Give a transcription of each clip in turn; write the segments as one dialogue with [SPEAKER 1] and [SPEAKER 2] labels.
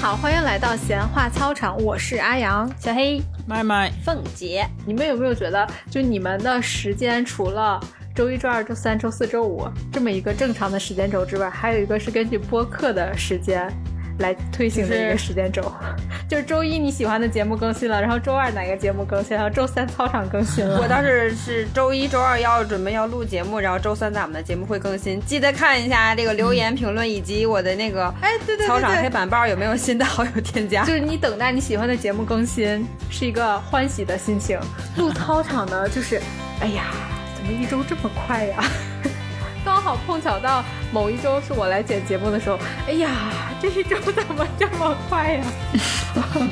[SPEAKER 1] 好，欢迎来到闲话操场，我是阿阳。
[SPEAKER 2] 小黑、
[SPEAKER 3] 麦麦，
[SPEAKER 2] 凤姐，
[SPEAKER 1] 你们有没有觉得，就你们的时间除了周一、周二、周三、周四周五这么一个正常的时间轴之外，还有一个是根据播客的时间来推行的一个时间轴， 就是周一你喜欢的节目更新了，然后周二哪个节目更新了，然后周三操场更新了。
[SPEAKER 4] 我当时是周一周二要准备要录节目，然后周三咱们的节目会更新，记得看一下这个留言评论以及我的那个
[SPEAKER 1] 哎，对对对
[SPEAKER 4] 操场黑
[SPEAKER 1] 对，
[SPEAKER 4] 板报有没有新的好友添加
[SPEAKER 1] 就。是你等待你喜欢的节目更新，是一个欢喜的心情。录操场呢，就是，哎呀，怎么一周这么快呀？ 刚好碰巧到某一周是我来剪节目的时候，哎呀，这一周怎么这么快 呀？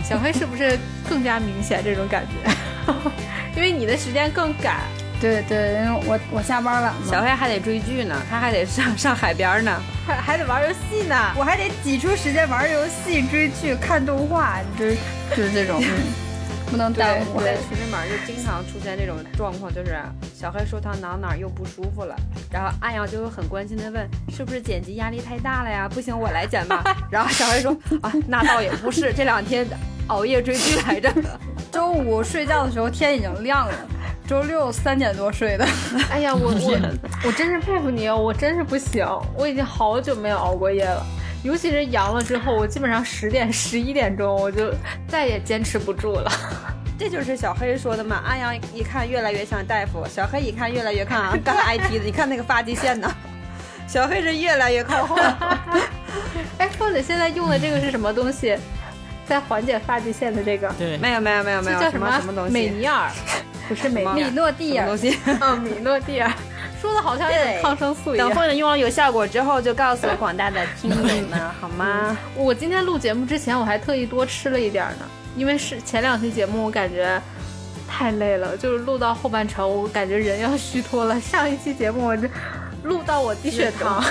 [SPEAKER 1] 小黑是不是更加明显这种感觉？ 因为你的时间更赶，
[SPEAKER 2] 对对，因
[SPEAKER 5] 哦
[SPEAKER 2] 为我我下班晚嘛，
[SPEAKER 4] 小黑还得追剧呢，他还得上上海边呢。
[SPEAKER 1] 还还得玩游戏呢。
[SPEAKER 5] 我还得挤出时间玩游戏、追剧、看动画，就是就是这种，嗯不能耽误。
[SPEAKER 4] 在群里面就经常出现这种状况，就是小黑说他哪儿哪儿又不舒服了，然后阿阳就会很关心的问，是不是剪辑压力太大了呀？不行，我来剪吧。 然后小黑说啊，那倒也不是，这两天熬夜追剧来着。
[SPEAKER 5] 周五睡觉的时候天已经亮了，周六三点多睡的，
[SPEAKER 1] 哎呀，我我我真是佩服你哦，我真是不行，我已经好久没有熬过夜了。尤其是阳了之后，我基本上十点、十一点钟我就再也坚持不住了。
[SPEAKER 4] 这就是小黑说的嘛，安阳一看越来越像大夫，小黑一看越来越看 干 IT 的，你看那个发际线呢， 小黑是越来越靠后。
[SPEAKER 1] 哎，凤姐现在用的这个是什么东西？在缓解发际线的这个，
[SPEAKER 3] 对，
[SPEAKER 4] 没有没有没有没
[SPEAKER 1] 这
[SPEAKER 4] 有
[SPEAKER 1] 叫
[SPEAKER 4] 什
[SPEAKER 1] 么
[SPEAKER 4] 么什么东
[SPEAKER 1] 美
[SPEAKER 4] 西，
[SPEAKER 1] 尼尔，不是美
[SPEAKER 4] 什么
[SPEAKER 1] 丽
[SPEAKER 5] 米诺地
[SPEAKER 4] 什么
[SPEAKER 5] 尔
[SPEAKER 4] 东。西。
[SPEAKER 1] 嗯，米诺地尔，说的好像一种
[SPEAKER 4] 对
[SPEAKER 1] 抗生素一样
[SPEAKER 4] 等。凤姐用了有效果之后，就告诉广大的听友们好 吗？
[SPEAKER 1] 我今天录节目之前，我还特意多吃了一点儿呢，因为是前两期节目我感觉太累了，就是录到后半程，我感觉人要虚脱了。上一期节目我这录到我低血糖，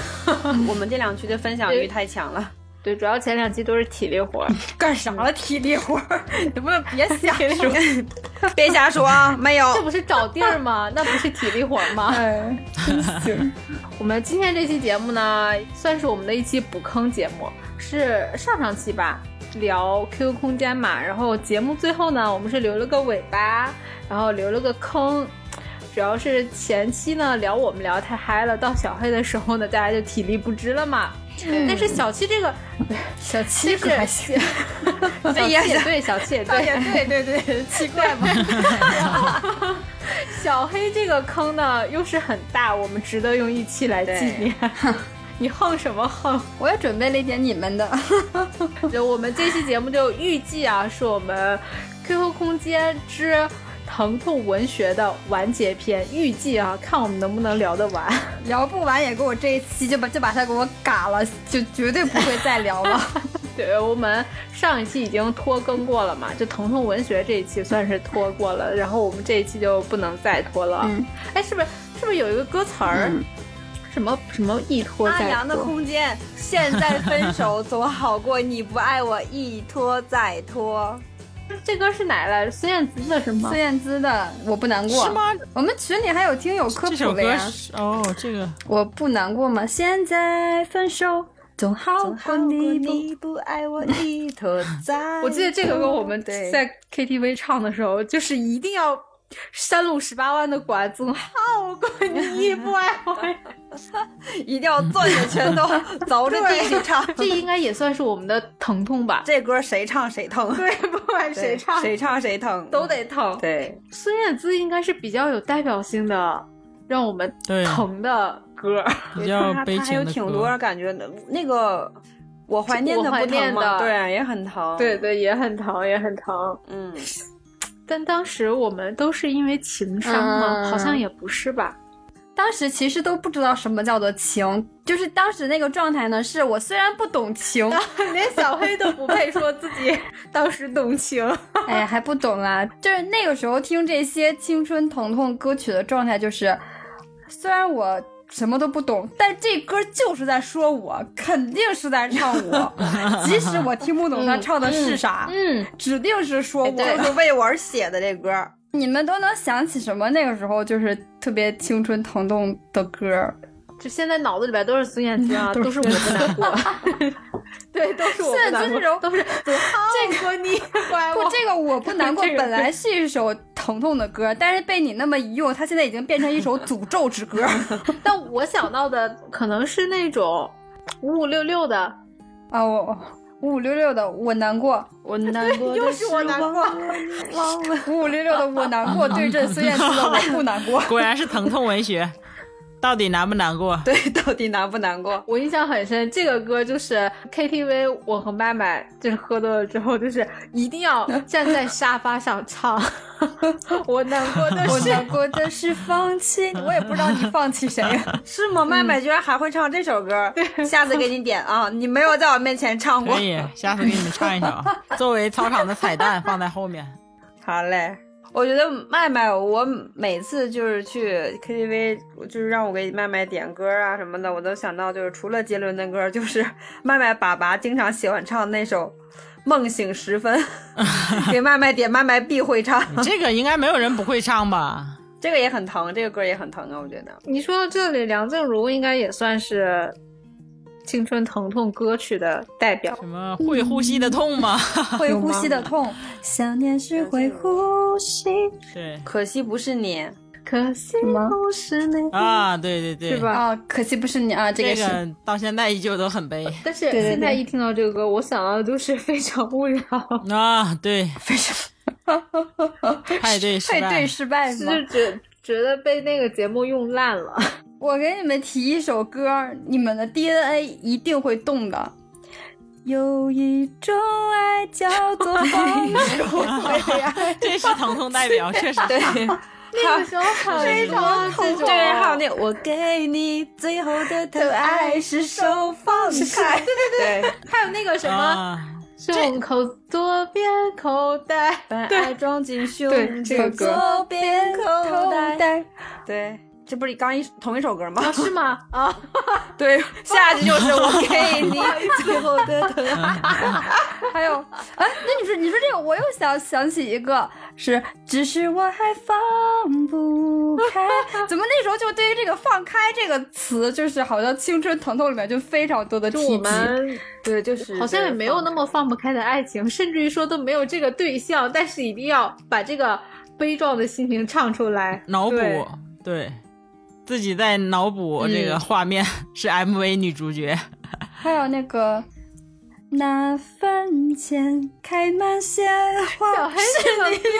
[SPEAKER 4] 我们这两区的分享欲太强了，
[SPEAKER 1] 对，主要前两期都是体力活儿，
[SPEAKER 5] 干啥了？体力活儿，能不能别瞎说？
[SPEAKER 4] 别瞎说啊，没
[SPEAKER 1] 这
[SPEAKER 4] 有。
[SPEAKER 1] 不是找地儿吗？那不是体力活儿
[SPEAKER 4] 嗯
[SPEAKER 1] 吗？
[SPEAKER 5] 哎，真行，
[SPEAKER 1] 我们今天这期节目呢，算是我们的一期补坑节目，是上上期吧，聊 QQ 空间嘛，然后节目最后呢，我们是留了个尾巴，然后留了个坑。主要是前期呢聊我们聊太嗨了，到小黑的时候呢，大家就体力不支了嘛。但是小七这个，
[SPEAKER 5] 小七
[SPEAKER 1] 就是
[SPEAKER 5] 可行，
[SPEAKER 1] 小七也对，小七 也
[SPEAKER 4] 哦
[SPEAKER 1] 对，
[SPEAKER 5] 对对对，奇怪吗？
[SPEAKER 1] 小黑这个坑呢又是很大，我们值得用一期来纪念。 你横什么横？
[SPEAKER 5] 我也准备了一点你们的，
[SPEAKER 1] 就我们这期节目就预计啊，是我们 QQ 空间之疼痛文学的完结篇，预计啊，看我们能不能聊得完。
[SPEAKER 5] 聊不完也给我这一期就把就把它给我嘎了，就绝对不会再聊 了。
[SPEAKER 1] 对我们上一期已经拖更过了嘛，就疼痛文学这一期算是拖过了，然后我们这一期就不能再拖了。
[SPEAKER 5] 嗯
[SPEAKER 1] 哎，是不是是不是有一个歌词儿？什么什么一拖
[SPEAKER 4] 阿
[SPEAKER 1] 再
[SPEAKER 4] 阳的
[SPEAKER 1] 拖，
[SPEAKER 4] 空间，现在分手总好过你不爱我一拖再 拖。
[SPEAKER 1] 这歌是哪来着？孙燕姿的是吗。
[SPEAKER 5] 孙？燕姿的我不难过
[SPEAKER 3] 是吗？
[SPEAKER 5] 我们群里还有听友科
[SPEAKER 3] 这首
[SPEAKER 5] 普了
[SPEAKER 3] 歌
[SPEAKER 5] 呀。
[SPEAKER 3] 是哦，这个
[SPEAKER 5] 我不难过吗？现在分手总好
[SPEAKER 4] 总好过
[SPEAKER 5] 过你不。
[SPEAKER 4] 你不爱我一拖再
[SPEAKER 1] 我记得这个歌我们
[SPEAKER 4] 对
[SPEAKER 1] 在 KTV 唱的时候，就是一定要山路十八弯的哦管总好过你不 爱我。
[SPEAKER 4] 一定要攥着拳头凿着地去唱。
[SPEAKER 1] 啊这应该也算是我们的疼痛吧？
[SPEAKER 4] 这歌谁唱谁疼，
[SPEAKER 1] 对，不管谁唱
[SPEAKER 4] 谁唱谁疼，
[SPEAKER 1] 都得疼。
[SPEAKER 4] 对。
[SPEAKER 1] 孙燕姿应该是比较有代表性的，让我们
[SPEAKER 3] 对
[SPEAKER 1] 疼的歌。
[SPEAKER 3] 比较
[SPEAKER 4] 他
[SPEAKER 3] 悲
[SPEAKER 4] 他还有
[SPEAKER 3] 情的
[SPEAKER 4] 挺
[SPEAKER 3] 歌。
[SPEAKER 4] 多。感觉的，那个我怀念
[SPEAKER 1] 我
[SPEAKER 4] 的
[SPEAKER 1] 怀
[SPEAKER 4] 不疼
[SPEAKER 1] 念的
[SPEAKER 4] 吗？对，也很 疼。，
[SPEAKER 1] 对，也很疼，也很疼。
[SPEAKER 4] 嗯，
[SPEAKER 1] 但当时我们都是因为情伤吗？
[SPEAKER 5] 嗯
[SPEAKER 1] 好像也不是吧。
[SPEAKER 5] 当时其实都不知道什么叫做情，就是当时那个状态呢，是我虽然不懂情，
[SPEAKER 1] 连小黑都不配说自己 当时懂情。
[SPEAKER 5] 哎，还不懂啦。就是那个时候听这些青春疼痛歌曲的状态，就是虽然我什么都不懂，但这歌就是在说我，肯定是在唱我，即使我听不懂他唱的是啥，
[SPEAKER 1] 嗯，
[SPEAKER 5] 指定是说我。
[SPEAKER 4] 就是为我而写的这歌，
[SPEAKER 5] 你们都能想起什么？那个时候就是特别青春疼痛的歌，
[SPEAKER 1] 就现在脑子里边都是孙燕姿啊，都是我不难过， 对，都是我不
[SPEAKER 5] 孙
[SPEAKER 1] 难
[SPEAKER 5] 燕姿
[SPEAKER 1] 过，
[SPEAKER 5] 这种
[SPEAKER 1] 都是这个 你怪
[SPEAKER 5] 不
[SPEAKER 1] 我，，
[SPEAKER 5] 这个我不 难过
[SPEAKER 1] 这，个
[SPEAKER 5] 本来是一首疼痛的歌，但是被你那么一用，它现在已经变成一首诅咒之歌。
[SPEAKER 1] 但我想到的可能是那种五五六六的，
[SPEAKER 5] 啊，我我五五六六的我难过，
[SPEAKER 4] 我难过，又是我难过，忘了。
[SPEAKER 5] 五五六六的我难过，对阵孙燕姿的我不难过
[SPEAKER 3] 果然是疼痛文学，到底难不难过？
[SPEAKER 4] 对，到底难不难过？
[SPEAKER 1] 我印象很深，这个歌就是 KTV，我和麦麦就是喝多了之后，就是一定要站 在沙发上唱。我难过的
[SPEAKER 5] 我
[SPEAKER 1] 是，
[SPEAKER 5] 难过的是放弃，我也不知道你放弃 谁 呀。
[SPEAKER 4] 是吗？麦麦居然还会唱这首歌，下次给你点啊！你没有在我面前唱过
[SPEAKER 3] 可。以，下次给你们唱一首，作为操场的彩蛋放在后面。
[SPEAKER 4] 好嘞，我觉得麦麦，我每次就是去 KTV，就是让我给麦麦点歌啊什么的，我都想到就是除了杰伦的歌，就是 麦麦爸爸经常喜欢唱那首《梦醒时分》， 给麦麦点，麦麦必会唱。
[SPEAKER 3] 你这个应该没有人不会唱吧？
[SPEAKER 4] 这个也很疼，这个歌也很疼啊，我觉得。
[SPEAKER 1] 你说到这里，梁静茹应该也算是青春疼痛歌曲的代表。
[SPEAKER 3] 什么会呼吸的痛吗？
[SPEAKER 5] 会呼吸的痛， 想念是会呼吸。
[SPEAKER 3] 对
[SPEAKER 4] 可惜不是你，
[SPEAKER 1] 可惜
[SPEAKER 5] 么
[SPEAKER 1] 不是你，
[SPEAKER 3] 啊，对对对，
[SPEAKER 1] 是吧？
[SPEAKER 5] 啊，可惜不是你啊，这
[SPEAKER 3] 这
[SPEAKER 5] 个是。
[SPEAKER 3] 个到现在依旧都很悲
[SPEAKER 1] 但是
[SPEAKER 5] 对对
[SPEAKER 1] 现在一听到这个歌，我想到的都是《非诚勿 扰》，
[SPEAKER 3] 啊，对，派对失
[SPEAKER 5] 配对
[SPEAKER 3] 败，
[SPEAKER 5] 失败
[SPEAKER 1] 就
[SPEAKER 5] 吗？
[SPEAKER 1] 是觉觉得被那个节目用烂了。
[SPEAKER 5] 我给你们提一首歌，你们的 DNA 一定会动的。有一种爱叫 做
[SPEAKER 4] 哎
[SPEAKER 5] 放手，
[SPEAKER 3] 这是疼痛代表，确实
[SPEAKER 4] 对，
[SPEAKER 1] 那个时候很多这种，
[SPEAKER 4] 对，还有那个我给你最后的疼
[SPEAKER 5] 的爱是手放开。
[SPEAKER 4] 对，
[SPEAKER 1] 还有那个什么
[SPEAKER 3] 啊，
[SPEAKER 1] 胸口左边口袋，
[SPEAKER 4] 把 爱装进胸
[SPEAKER 1] 对这个
[SPEAKER 4] 口
[SPEAKER 1] 歌
[SPEAKER 5] 左边口袋，
[SPEAKER 4] 对，这不是刚一同一首歌吗？
[SPEAKER 1] 是吗？啊，
[SPEAKER 4] 对， 下去就是我给你 最后的疼爱。
[SPEAKER 5] 还有，哎，那你说你说这个，我又想想起一个，是只是我还放不开。 怎么那时候就对于这个“放开”这个词，就是好像青春疼痛里面就非常多的
[SPEAKER 1] 就
[SPEAKER 5] 提
[SPEAKER 1] 我
[SPEAKER 5] 及。
[SPEAKER 1] 们
[SPEAKER 4] 对，就是
[SPEAKER 1] 好像也没有那么放不开的爱情，甚至于说都没有这个对象，但是一定要把这个悲壮的心情唱出来，
[SPEAKER 3] 脑补
[SPEAKER 1] 对，
[SPEAKER 3] 对。自己在脑补这个画面、是 MV 女主角，
[SPEAKER 5] 还有那个那坟前开满鲜
[SPEAKER 1] 小
[SPEAKER 5] 花
[SPEAKER 1] 黑。这个歌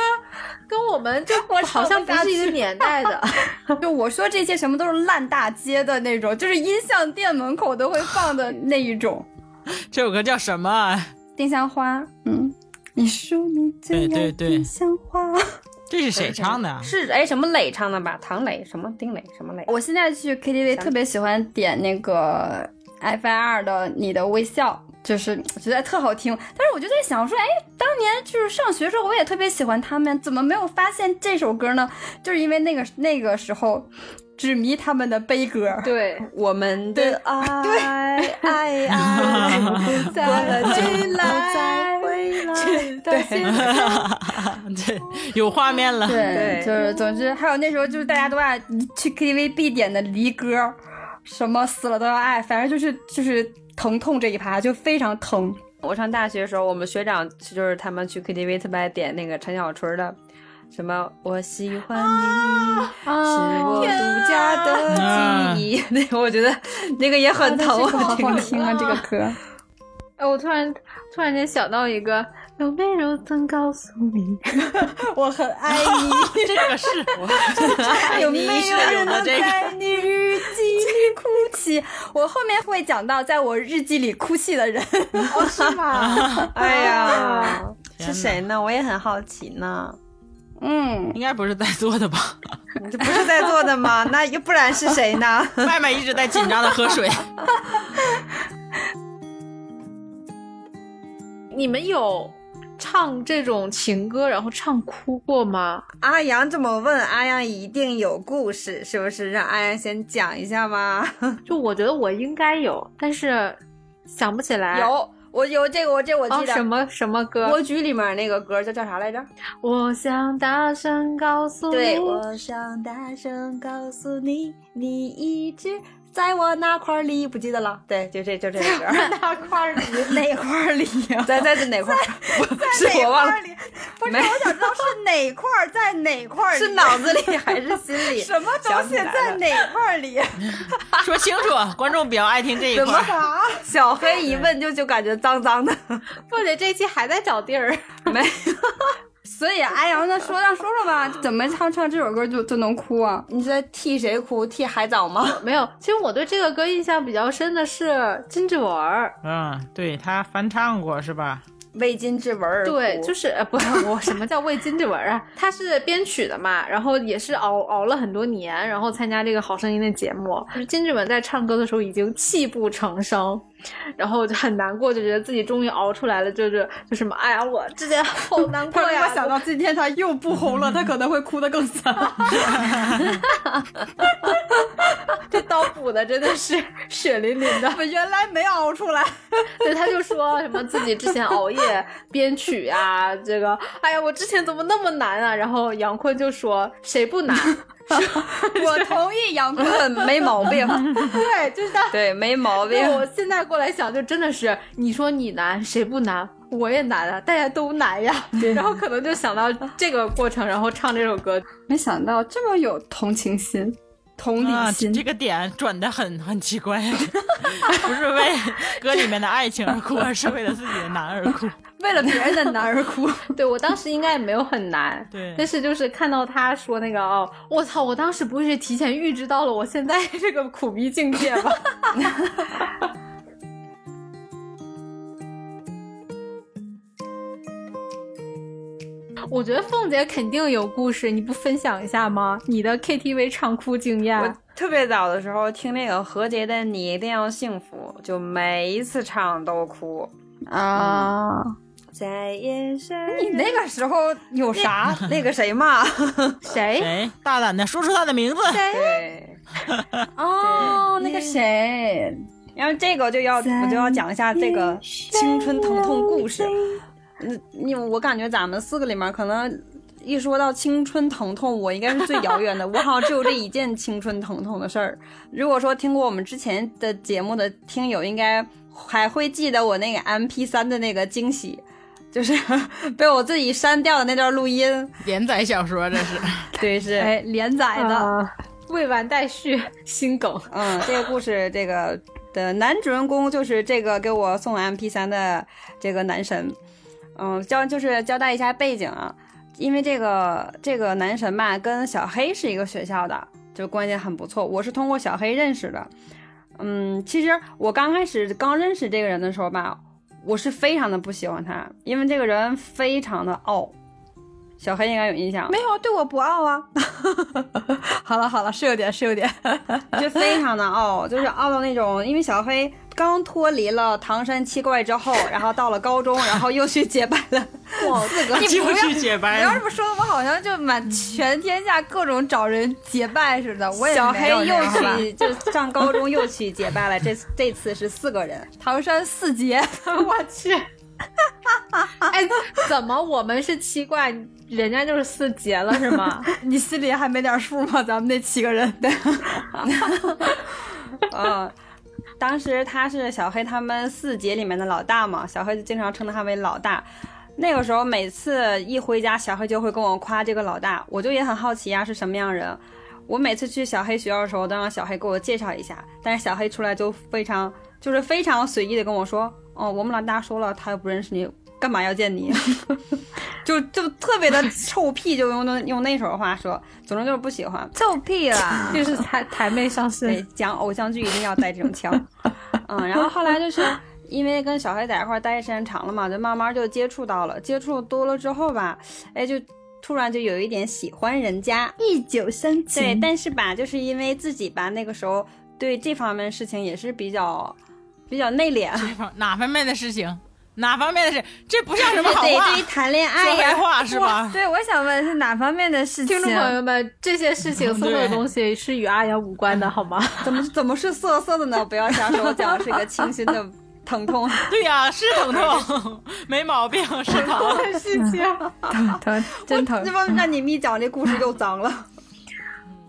[SPEAKER 1] 跟 我们就
[SPEAKER 5] 我
[SPEAKER 1] 好像不是一个年代 的，
[SPEAKER 5] 就我说这些什么都是烂大街的那种，就是音像店门口都会放的那一种。
[SPEAKER 3] 这首歌叫什么啊？
[SPEAKER 5] 丁香花，嗯，你说你最
[SPEAKER 3] 对
[SPEAKER 5] 爱
[SPEAKER 3] 对对
[SPEAKER 5] 丁香花。
[SPEAKER 3] 这是谁唱的啊？
[SPEAKER 4] 是哎什么磊唱的吧？唐磊什么丁磊什么磊？
[SPEAKER 5] 我现在去 KTV 特别喜欢点那个 FIR 的《你的微笑》，就是觉得特好听。但是我就在想说，哎，当年就是上学时候，我也特别喜欢他们，怎么没有发现这首歌呢？就是因为那个那个时候只迷他们的悲歌。
[SPEAKER 1] 对，
[SPEAKER 4] 我们的爱 爱爱，
[SPEAKER 5] 对，再
[SPEAKER 4] 回来回来。
[SPEAKER 5] 对
[SPEAKER 3] 对，有画面了。
[SPEAKER 5] 对，
[SPEAKER 4] 对
[SPEAKER 5] 就是总之，还有那时候就是大家都爱去 KTV 必点的离歌，什么死了都要爱，反正就是就是疼痛这一趴就非常疼。
[SPEAKER 4] 我上大学的时候，我们学长就是他们去 KTV 特别爱点那个陈小春的。什么？我喜欢你，
[SPEAKER 1] 啊
[SPEAKER 4] 是我独家的记
[SPEAKER 5] 啊
[SPEAKER 4] 忆。那个我觉得那个也很疼，
[SPEAKER 5] 这个好
[SPEAKER 4] 我
[SPEAKER 5] 好
[SPEAKER 4] 听。
[SPEAKER 5] 听啊，这个歌。
[SPEAKER 1] 哎，我突然突然间想到一个，有没有曾告诉你，
[SPEAKER 5] 我很爱
[SPEAKER 3] 这个是
[SPEAKER 4] 哎
[SPEAKER 5] 你，有没有人能
[SPEAKER 3] 这个
[SPEAKER 5] 在你日记里哭 泣？我后面会讲到在我日记里哭泣的人。
[SPEAKER 4] 哎呀，
[SPEAKER 3] 天哪
[SPEAKER 4] 是谁呢？我也很好奇呢。
[SPEAKER 5] 嗯，
[SPEAKER 3] 应该不是在座的吧？
[SPEAKER 4] 你这不是在做的 吗？那又不然是谁呢？
[SPEAKER 3] 麦麦一直在紧张的喝水。
[SPEAKER 1] 你们有唱这种情歌然后唱哭过吗？
[SPEAKER 4] 阿阳这么问，阿阳一定有故事，是不是？让阿阳先讲一下吗？
[SPEAKER 1] 就我觉得我应该有，但是想不起来。
[SPEAKER 4] 有，我有这个，我这我
[SPEAKER 1] 啊、
[SPEAKER 5] 哦
[SPEAKER 1] 什么什么歌？
[SPEAKER 4] 《蜗居》里面那个歌叫叫啥来着？
[SPEAKER 1] 我想大声告诉你，
[SPEAKER 4] 想大声告诉你，你一直
[SPEAKER 5] 在我那块儿里，不记得了。对，就这就这个歌儿。
[SPEAKER 1] 大块儿里
[SPEAKER 5] 哪块儿里 呀、
[SPEAKER 4] 在在哪 块儿？ 是
[SPEAKER 5] 哪
[SPEAKER 4] 我
[SPEAKER 5] 块
[SPEAKER 4] 忘了
[SPEAKER 5] 儿，里？不是，
[SPEAKER 4] 没
[SPEAKER 5] 我想知道是哪块儿在哪块儿里？
[SPEAKER 4] 是脑子里还是心 里？
[SPEAKER 5] 什么东
[SPEAKER 4] 想不起
[SPEAKER 5] 西
[SPEAKER 4] 来
[SPEAKER 5] 在
[SPEAKER 4] 了
[SPEAKER 5] 哪块儿里？
[SPEAKER 3] 说清楚，观众比较爱听这一
[SPEAKER 4] 怎
[SPEAKER 3] 块
[SPEAKER 4] 么
[SPEAKER 3] 儿。
[SPEAKER 4] 小黑一问就就感觉脏脏的，
[SPEAKER 1] 不得这期还在找地儿，
[SPEAKER 4] 没
[SPEAKER 5] 所以，哎呀，那说让说说吧，怎么唱唱这首歌就就能哭 啊？
[SPEAKER 4] 你在替谁哭？替海藻吗？
[SPEAKER 1] 没有。其实我对这个歌印象比较深的是金志文儿，
[SPEAKER 3] 嗯，对他翻唱过是吧？
[SPEAKER 4] 为金志文而哭
[SPEAKER 1] 对，就是呃不， 我什么叫为金志文儿啊？他是编曲的嘛，然后也是熬熬了很多年，然后参加这个《好声音》的节目。就是金志文在唱歌的时候已经泣不成声，然后就很难过，就觉得自己终于熬出来了，就是就什么，哎呀，我之前 好难过
[SPEAKER 5] 他如
[SPEAKER 1] 呀
[SPEAKER 5] 果，想到今天他又不 红了，他可能会哭得更惨。
[SPEAKER 1] 这刀补的真的是 血淋淋的。
[SPEAKER 5] 我原来没熬出 来，
[SPEAKER 1] 对，他就说什么自己之前熬夜编曲啊，这个，哎呀，我之前怎么那么难啊？然后杨坤就说谁不难？
[SPEAKER 5] 我同意杨坤。
[SPEAKER 4] 没毛病，
[SPEAKER 1] 对，就是他。
[SPEAKER 4] 对，没毛病
[SPEAKER 1] 对，。我现在过来想，就真的是你说你难，谁不难？我也难啊，大家都难呀。然后可能就想到这个过程，然后唱这首歌。
[SPEAKER 5] 没想到这么有同情心、同
[SPEAKER 3] 啊，
[SPEAKER 5] 理
[SPEAKER 3] 这
[SPEAKER 5] 心。
[SPEAKER 3] 这个点转的很很奇怪， 不是为歌里面的爱情而哭，而是为了自己的难而 哭。
[SPEAKER 5] 为了别人的男儿哭，
[SPEAKER 1] 对我当时应该也没有很 难，
[SPEAKER 3] 对
[SPEAKER 1] 但是就是看到他说那个哦，我操，我当时不会是提前预知到了我现在 这个苦逼境界吧？ 我觉得凤姐肯定有故事，你不分享一下吗？你的 KTV 唱哭经验
[SPEAKER 5] 啊
[SPEAKER 4] 我，特别早的时候听那个何洁的《你一定要幸福》，就每一次唱都哭。
[SPEAKER 5] 啊！
[SPEAKER 4] 在夜深，
[SPEAKER 5] 你那个时候有啥？
[SPEAKER 4] 那个谁嘛？
[SPEAKER 5] 哎
[SPEAKER 1] 谁？
[SPEAKER 3] 谁哎大胆的说出他的名字？
[SPEAKER 4] 对，
[SPEAKER 5] 哦，那个谁，
[SPEAKER 4] 然后这个就要我就要讲一下这个青春疼痛故事。嗯，你我感觉咱们四个里面可能。一说到青春疼痛，我应该是最遥远的。我好像只有这一件青春疼痛的事儿。 如果说听过我们之前的节目的听友，应该还会记得我那个 M P 三的那个惊喜，就是 被我自己删掉的那段录音。
[SPEAKER 3] 连载小说这是。
[SPEAKER 4] 对，是
[SPEAKER 5] 哎，连载的，
[SPEAKER 1] 啊未完待续，心梗。
[SPEAKER 4] 嗯，这个故事这个的男主人公就是这个给我送 MP 三的这个男神，嗯，交就是交代一下背景啊，因为这个这个男神吧跟小黑是一个学校的，就关系很不错，我是通过小黑认识的。嗯，其实我刚开始刚认识这个人的时候吧，我是非常的不喜欢他，因为这个人非常的傲。小黑应该有印象，
[SPEAKER 5] 没有哎对我不傲啊。 好了好了，是有点是有点，
[SPEAKER 4] 就非常的傲，就是傲到那种，因为小黑刚脱离了唐山七怪之后，然后到了高中，然后又去结拜了。
[SPEAKER 5] 四个你
[SPEAKER 3] 就
[SPEAKER 5] 不要
[SPEAKER 3] 去解
[SPEAKER 5] 不
[SPEAKER 3] 白
[SPEAKER 5] 要这么说，我好像就满全天下各种找人结拜似的。 我也
[SPEAKER 4] 小
[SPEAKER 5] 没
[SPEAKER 4] 黑
[SPEAKER 5] 有那
[SPEAKER 4] 又
[SPEAKER 5] 样吧
[SPEAKER 4] 去，就上高中又去结拜了。这次这次是四个人，
[SPEAKER 5] 唐山四杰，
[SPEAKER 1] 我去， 哎，怎么我们是七怪，人家就是四杰了是 吗？
[SPEAKER 5] 你心里还没点数吗？咱们那七个人，
[SPEAKER 4] 嗯。当时他是小黑他们四姐里面的老大嘛，小黑就经常称他为老大。那个时候每次一回家，小黑就会跟我夸这个老大，我就也很好奇呀、是什么样人。我每次去小黑学校的时候，都让小黑给我介绍一下，但是小黑出来就非常就是非常随意的跟我说，哦，我们老大说了，他又不认识你，干嘛要见你？就就特别的臭屁，就用那用那首话说，总之就是不喜欢。
[SPEAKER 5] 臭屁啦！
[SPEAKER 1] 就是台台妹上
[SPEAKER 4] 对
[SPEAKER 1] 身，，
[SPEAKER 4] 讲偶像剧一定要带这种腔。嗯，然后后来就是因为跟小黑在一块儿待时间长了嘛，就慢慢就接触到了，接触多了之后吧，哎，就突然就有一点喜欢人家。
[SPEAKER 5] 一九三
[SPEAKER 4] 对，但是吧，就是因为自己吧，那个时候对这方面事情也是比较比较内敛，
[SPEAKER 3] 哪方面的事情？哪方面的事？这不像什么 好
[SPEAKER 4] 对，
[SPEAKER 3] 话
[SPEAKER 4] 对于，谈恋爱
[SPEAKER 5] 哎
[SPEAKER 3] 说
[SPEAKER 4] 呀、
[SPEAKER 3] 白话是吧？
[SPEAKER 5] 对，我想问是哪方面的事情？啊
[SPEAKER 1] 听众朋友们，这些事
[SPEAKER 5] 嗯
[SPEAKER 1] 情所有的东西是与阿阳无关的，好吗？
[SPEAKER 4] 怎么怎么是色色的呢？不要瞎说，我讲的是一个清新的疼痛。
[SPEAKER 3] 对呀、是疼痛， 没毛病，是疼。
[SPEAKER 1] 事情。
[SPEAKER 5] 疼疼，真疼
[SPEAKER 4] 这！帮让你们一讲，这故事又脏了。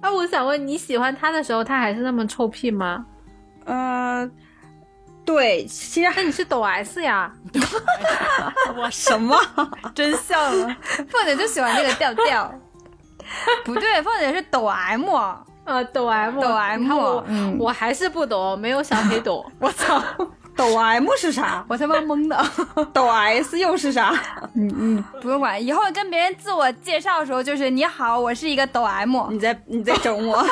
[SPEAKER 1] 哎，我想问，你喜欢他的时候，他还是那么臭屁吗？
[SPEAKER 4] 呃，对，其实
[SPEAKER 1] 那你是抖 S 呀？
[SPEAKER 3] 我
[SPEAKER 4] 什么？
[SPEAKER 5] 真像啊了。凤姐就喜欢这个调调， 不对，凤姐是抖 M， 啊
[SPEAKER 1] 呃，抖 M，
[SPEAKER 5] 抖 M
[SPEAKER 1] 你看我、
[SPEAKER 5] 嗯
[SPEAKER 1] 我还是不懂，没有小黑懂。
[SPEAKER 4] 我操，抖 M 是啥？
[SPEAKER 5] 我他妈懵的。
[SPEAKER 4] 抖 S 又是啥？
[SPEAKER 5] 不用管，以后跟别人自我介绍的时候，就是你好，我是一个抖 M。
[SPEAKER 4] 你在你在整 我。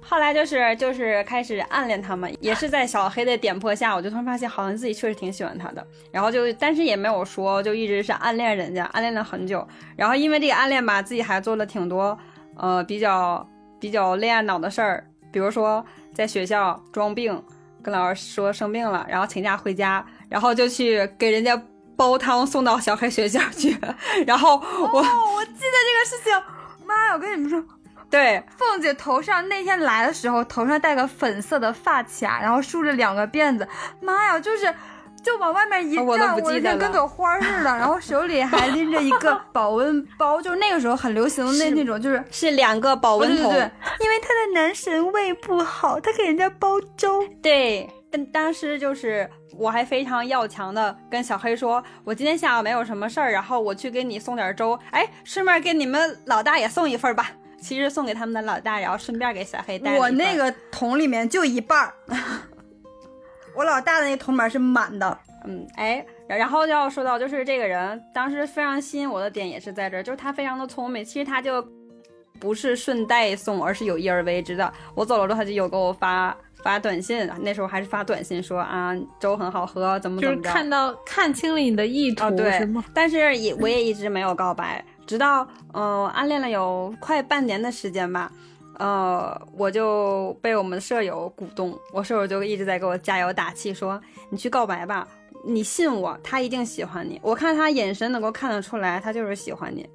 [SPEAKER 4] 后来就是就是开始暗恋他嘛，也是在小黑的点破下，我就突然发现好像自己确实挺喜欢他的，然后就但是也没有说，就一直是暗恋人家，暗恋了很久。然后因为这个暗恋吧，自己还做了挺多呃比较比较恋爱脑的事儿，比如说在学
[SPEAKER 5] 哦
[SPEAKER 4] 校装病，跟老师说生病了，然后请假回家，然后就去给人家煲汤送到小黑学校去，然后我、
[SPEAKER 5] 哦，我记得这个事情，妈呀！我跟你们说，
[SPEAKER 4] 对
[SPEAKER 5] 凤姐头上那天来的时候，头上戴个粉色的发卡，然后梳着两个辫子，妈呀，就是。就往外面一站，
[SPEAKER 4] 啊我
[SPEAKER 5] 我
[SPEAKER 4] 都不
[SPEAKER 5] 的
[SPEAKER 4] 记得
[SPEAKER 5] 天，跟
[SPEAKER 4] 了
[SPEAKER 5] 朵花似 的，然后手里还拎着一个保温包，就是那个时候很流行的那那种，就是
[SPEAKER 4] 是两个保
[SPEAKER 5] 对
[SPEAKER 4] 温
[SPEAKER 5] 对
[SPEAKER 4] 桶。
[SPEAKER 5] 对，因为她的男神胃不好，她给人家煲粥，
[SPEAKER 4] 对，但当时就是我还非常要强的跟小黑说，我今天下午没有什么事儿，然后我去给你送点粥，哎，顺便给你们老大也送一份儿吧。其实送给他们的老大，然后顺便给小黑带了
[SPEAKER 5] 我
[SPEAKER 4] 一份
[SPEAKER 5] 那个桶里面就一半儿， 我老大的那桶满是满的，
[SPEAKER 4] 嗯，哎，然然后就要说到，就是这个人当时非常吸引我的点也是在这儿，就是他非常的聪明，其实他就不是顺带送，而是有意而为之的。我走了之后，他就有给我发发短信，那时候还是发短信说啊，粥很好喝，怎么
[SPEAKER 1] 就是
[SPEAKER 4] 怎么着。
[SPEAKER 1] 看到看清了你的意图，
[SPEAKER 4] 哦，对
[SPEAKER 1] 是吗？，
[SPEAKER 4] 但是也我也一直没有告白，直到嗯、呃暗恋了有快半年的时间吧，呃，我就被我们舍友鼓动，我舍友就一直在给我加油打气说，你去告白吧，你信我，他一定喜欢你。我看他眼神能够看得出来，他就是喜欢你。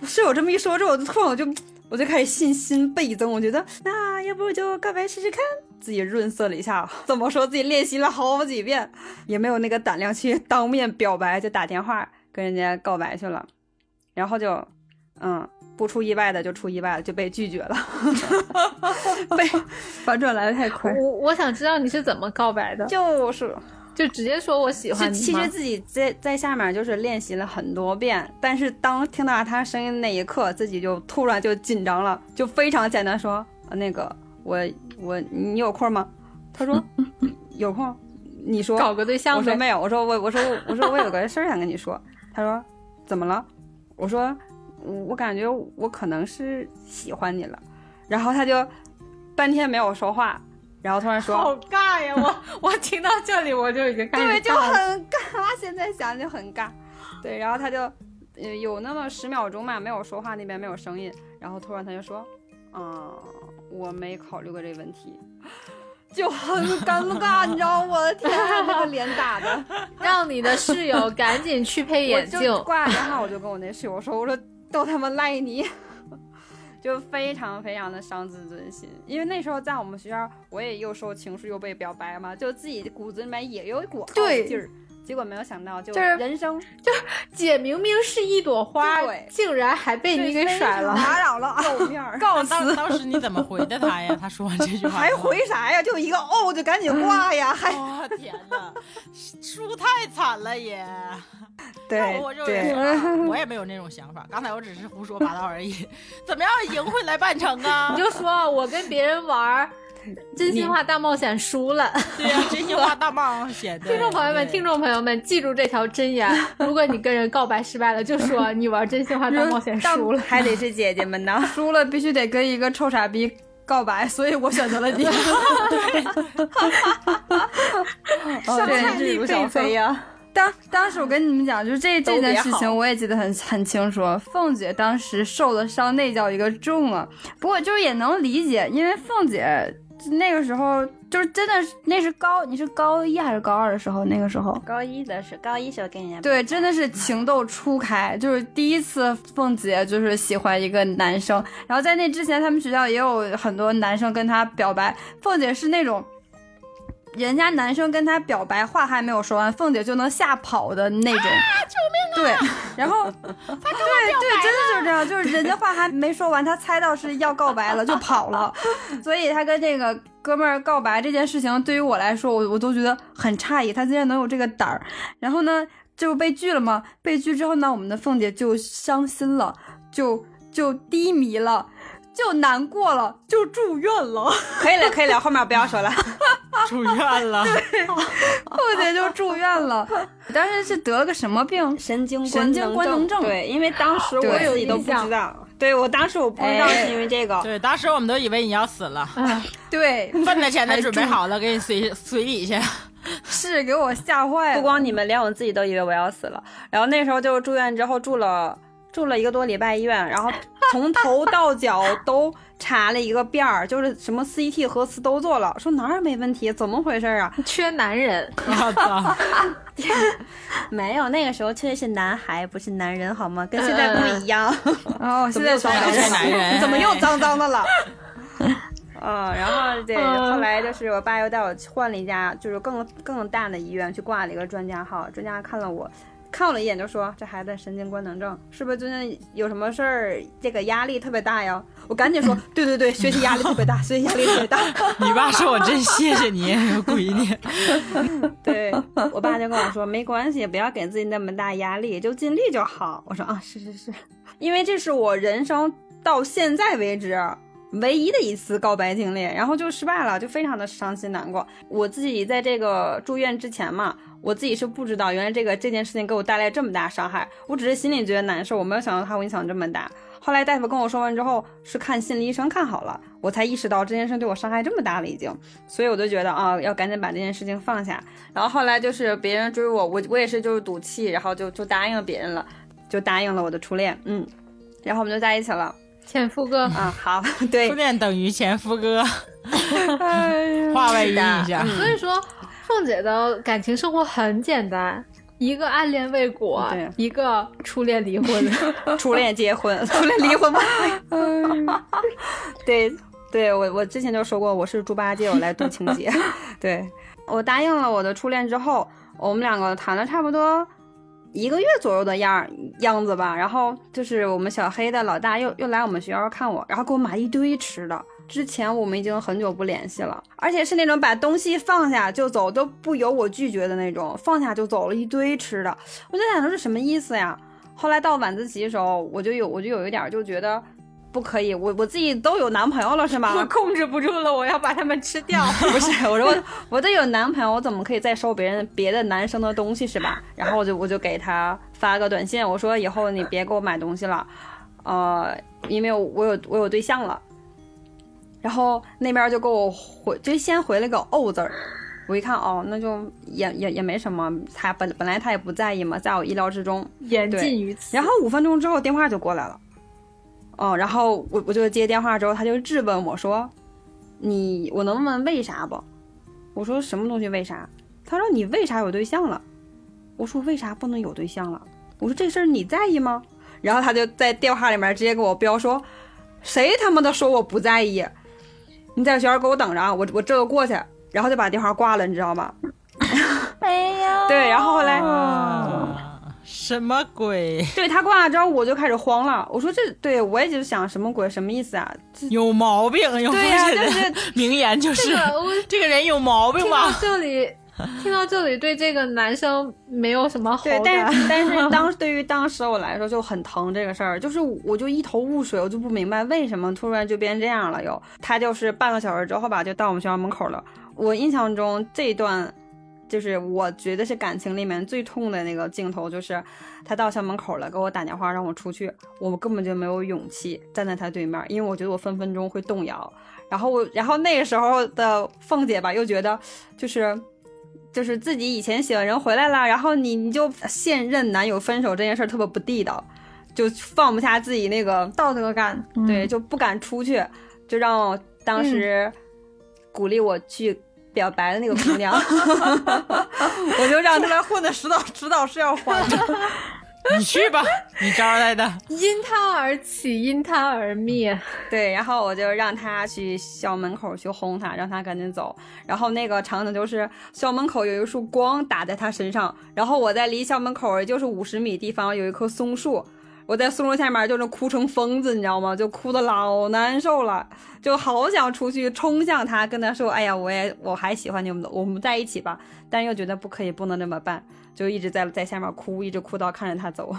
[SPEAKER 4] 我室友这么一说之后，我就突然我就我就开始信心倍增，我觉得那要不就告白试试看。自己润色了一下， 怎么说自己练习了好几遍，也没有那个胆量去当面表白，就打电话跟人家告白去了，然后就，嗯，不出意外的就出意外了，就被拒绝了， 被
[SPEAKER 5] 反转来的太 快。
[SPEAKER 1] 我我想知道你是怎么告白的，
[SPEAKER 4] 就是
[SPEAKER 1] 就直接说我喜
[SPEAKER 4] 就
[SPEAKER 1] 欢你
[SPEAKER 4] 其
[SPEAKER 1] 吗
[SPEAKER 4] 实自己在在下面就是练习了很多遍，但是当听到他声音那一刻，自己就突然就紧张了，就非常简单说，呃那个我我你有空吗？他说有空，你说
[SPEAKER 1] 搞个对象
[SPEAKER 4] 我说
[SPEAKER 1] 呗。
[SPEAKER 4] 没有，我说我我说我我说我有个事儿想跟你说。他说怎么了？我说我我感觉我可能是喜欢你了。然后他就半天没有说话，然后突然说，
[SPEAKER 1] 好尬呀！我 我听到这里我就已经开始
[SPEAKER 4] 对，就
[SPEAKER 1] 尬了
[SPEAKER 4] 很尬。 现在想就很尬。对，然后他就呃有那么十秒钟吧，没有说话，那边没有声音。然后突然他就说，嗯，我没考虑过这个问题。就很尴尬，你知道吗我的天啊，那个脸打的。
[SPEAKER 1] 让你的室 友赶紧去配眼镜
[SPEAKER 4] 我。就挂了电话，我就跟我那室友说：“我说都他妈赖你， 就非常非常的伤自尊心。因为那时候在我们学校，我也又受情书又被表白嘛，就自己骨子里面也有一股好
[SPEAKER 5] 对
[SPEAKER 4] 劲儿。结果没有想到，就
[SPEAKER 1] 就是
[SPEAKER 4] 人生
[SPEAKER 1] 姐明明是一朵花
[SPEAKER 4] 对，
[SPEAKER 1] 竟然还被你给甩了。
[SPEAKER 5] 打 扰了啊！
[SPEAKER 4] 露面儿，
[SPEAKER 5] 告
[SPEAKER 3] 当
[SPEAKER 5] 辞。
[SPEAKER 3] 当时你怎么回的他呀？他说完这句话
[SPEAKER 4] 还
[SPEAKER 3] 之后
[SPEAKER 4] 回啥呀？就一个哦，就赶紧挂呀，还
[SPEAKER 3] 我、天哪，输太惨了也。
[SPEAKER 4] 对
[SPEAKER 3] 我就
[SPEAKER 4] 对
[SPEAKER 3] 是， 我也没有那种想法。刚才我只是胡说八道而已。 怎么样赢回来半程啊
[SPEAKER 1] 你？就说我跟别人玩 儿真心话大冒险输了。
[SPEAKER 3] 对呀、真心话大冒险。对
[SPEAKER 1] 听众朋友们，
[SPEAKER 3] 对
[SPEAKER 1] 听众朋友们，记住这条真 言：如果你跟人告白失败了，就说你玩真心话大冒险输了。
[SPEAKER 4] 还得是姐姐们呢。
[SPEAKER 5] 输了必须得跟一个臭傻逼告白，所以我选择了你。
[SPEAKER 4] 伤
[SPEAKER 5] 害
[SPEAKER 4] 力小飞呀，
[SPEAKER 5] 当当时我跟你们讲，就是这这件事
[SPEAKER 4] 都别好
[SPEAKER 5] 情，我也记得很很清楚。凤姐当时受的伤那叫一个重啊，不过就是也能理解，因为凤姐那个时候就是真的是那是高，你是高一还是高二的时候？那个时候。
[SPEAKER 4] 高一的时高一时候跟人家
[SPEAKER 5] 对，真的是情窦初开，就是第一次凤姐就是喜欢一个男生，然后在那之前，他们学校也有很多男生跟她表白，凤姐是那种。人家男生跟她表白，话还没有说完，凤姐就能吓跑的那种。救命啊！对，然 后对对，真的就是这样，就是人家话还没说完，她猜到是要告白了就跑 了，所以她跟这个哥们儿告白这件事情，对于我来说，我我都觉得很诧异，她竟然能有这个胆儿。然后呢，就被拒了嘛，被拒之后呢，我们的凤姐就伤心了，就就低迷了。就难过了，就住院了。
[SPEAKER 4] 可以了，可以了，后面不要说了。
[SPEAKER 3] 住院了，
[SPEAKER 5] 凤姐就住院了，当时是得了个什么病？
[SPEAKER 4] 神经
[SPEAKER 5] 神经官能症
[SPEAKER 4] 对，因为当时我
[SPEAKER 5] 对
[SPEAKER 4] 自己都不知道，对我当时我不知道
[SPEAKER 5] 哎
[SPEAKER 4] 是因为 这个，
[SPEAKER 3] 对，当时我们都以为你要死 了，
[SPEAKER 5] 对，
[SPEAKER 3] 份子钱都准备好了，给你随随礼 去。
[SPEAKER 5] 是给我吓坏了。
[SPEAKER 4] 不光你们，连我自己都以为我要死了。然后那时候就住院之后住了住了一个多礼拜医院，然后从头到脚都查了一个遍儿，就是什么 CT 核磁都做了，说哪儿也没问题，怎么回事儿啊？
[SPEAKER 1] 缺男人，
[SPEAKER 3] 我操，
[SPEAKER 4] 没有，那个时候确实是男孩，不是男人好吗？跟现在不一样，
[SPEAKER 5] 嗯哦，现 在
[SPEAKER 4] 怎
[SPEAKER 5] 想
[SPEAKER 4] 么又
[SPEAKER 5] 起
[SPEAKER 3] 缺
[SPEAKER 5] 来了
[SPEAKER 3] 男人，
[SPEAKER 4] 怎么又脏脏的了？嗯，然后对，后来就是我爸又带我去换了一家，就是更更大的医院去挂了一个专家号，专家看了我，看了一眼就说这孩子神经官能症，是不是最近有什么事儿？这个压力特别大呀？我赶紧说，对对对，学习压力特别大，学习压力特别大。
[SPEAKER 3] 你爸说我真谢谢你，我闺 女。
[SPEAKER 4] 哎对我爸就跟我说，没关系，不要给自己那么大压力，就尽力就好。我说啊，是是是，因为这是我人生到现在为止唯一的一次告白经历，然后就失败了，就非常的伤心难过。我自己在这个住院之前嘛。我自己是不知道，原来这个这件事情给我带来这么大伤害，我只是心里觉得难受，我没有想到它会影响这么大。后来大夫跟我说完之后，是看心理医生看好了，我才意识到这件事对我伤害这么大了已经，所以我就觉得啊，要赶紧把这件事情放下。然后后来就是别人追我，我我也是就是赌气，然后就就答应了别人了，就答应了我的初恋，嗯，然后我们就在一起了
[SPEAKER 1] 前夫哥，
[SPEAKER 4] 啊。好，对
[SPEAKER 3] 初，恋等于前夫哥，
[SPEAKER 4] 哎呀
[SPEAKER 3] 话外音一下，
[SPEAKER 1] 所以说凤姐的感情生活很简单。一个暗恋未果
[SPEAKER 4] 对，
[SPEAKER 1] 一个初恋离 婚，
[SPEAKER 4] 初恋结婚， 初恋离婚吧。对，对我我之前就说过，我是猪八戒，我来读情节。 对我答应了我的初恋之后，我们两个谈了差不多一个月左右的样儿样子吧。然后就是我们小黑的老大又又来我们学校看我，然后给我买一堆吃的。之前我们已经很久不联系了，而且是那种把东西放下就走，都不由我拒绝的那种，放下就走了一堆吃的。我就想说这什么意思呀？后来到晚自习的时候，我就有我就有一点儿就觉得不可以，我我自己都有男朋友了是吗？
[SPEAKER 6] 控制不住了，我要把他们 吃掉。
[SPEAKER 4] 不是，我说我我都有男朋友，我怎么可以再收别人别的男生的东西是吧？然后我就我就给他发个短信，我说以后你别给我买东西了，呃，因为我有我有对象了。然后那边就给我回，就先回了个哦字儿。我一看哦，那就也也也没什么，他本本来他也不在意嘛，在我意料之中。
[SPEAKER 1] 言
[SPEAKER 4] 对
[SPEAKER 1] 尽于此。
[SPEAKER 4] 然后五分钟之后电话就过来了，哦，然后我我就接电话之后，他就质问我说：“你我能问为啥不？”我说：“什么东西为啥？”他说：“你为啥有对象了？”我说：“为啥不能有对象了？”我说：“这事儿你在意吗？”然后他就在电话里面直接给我飙说：“谁他妈的说我不在意？你在学校给我等着啊！我我这就过去。”然后就把电话挂了，你知道吗？
[SPEAKER 5] 哎呀，
[SPEAKER 4] 对，然后后来。
[SPEAKER 3] 啊什么鬼？
[SPEAKER 4] 对他挂了之后，我就开始慌了。我说这对我也就想什么鬼，什么意思啊？
[SPEAKER 3] 有毛病！有
[SPEAKER 4] 对呀、
[SPEAKER 3] 风
[SPEAKER 4] 就
[SPEAKER 3] 险
[SPEAKER 4] 是
[SPEAKER 3] 的名言就
[SPEAKER 1] 这
[SPEAKER 3] 是
[SPEAKER 1] 个我
[SPEAKER 3] 这个人有毛病
[SPEAKER 1] 听到
[SPEAKER 3] 吧？
[SPEAKER 1] 这里，听到这里对这个男生没有什么好
[SPEAKER 4] 对，
[SPEAKER 1] 感
[SPEAKER 4] 但。是但是当时对于当时我来说就很疼这个事儿，就是我就一头雾水，我就不明白为什么突然就变这样了又。他就是半个小时之后吧，就到我们学校门口了。我印象中这一段。就是我觉得是感情里面最痛的那个镜头，就是他到校门口了，给我打电话让我出去，我根本就没有勇气站在他对面，因为我觉得我分分钟会动摇。然后我，然后那个时候的凤姐吧，又觉得就是就是自己以前喜欢人回来了，然后你你就现任男友分手这件事儿特别不地道，就放不下自己那个
[SPEAKER 5] 道德感，
[SPEAKER 4] 对，就不敢出去，就让我当时鼓励我去表白的那个姑 娘，我就让她
[SPEAKER 6] 来混的指导指导是要还的，
[SPEAKER 3] 你去吧，你招来的。
[SPEAKER 1] 因他而起，因他而灭。
[SPEAKER 4] 对，然后我就让他去校门口去轰他，让他赶紧走。然后那个场景就是校门口有一束光打在他身上，然后我在离校门口也就是五十米地方有一棵松树，我在松树下面就是哭成疯子，你知道吗？就哭的老难受了，就好想出去冲向他，跟他说：“哎呀，我也我还喜欢你，我们我们在一起吧。”但又觉得不可以，不能这么办，就一直在在下面哭，一直哭到看着他走。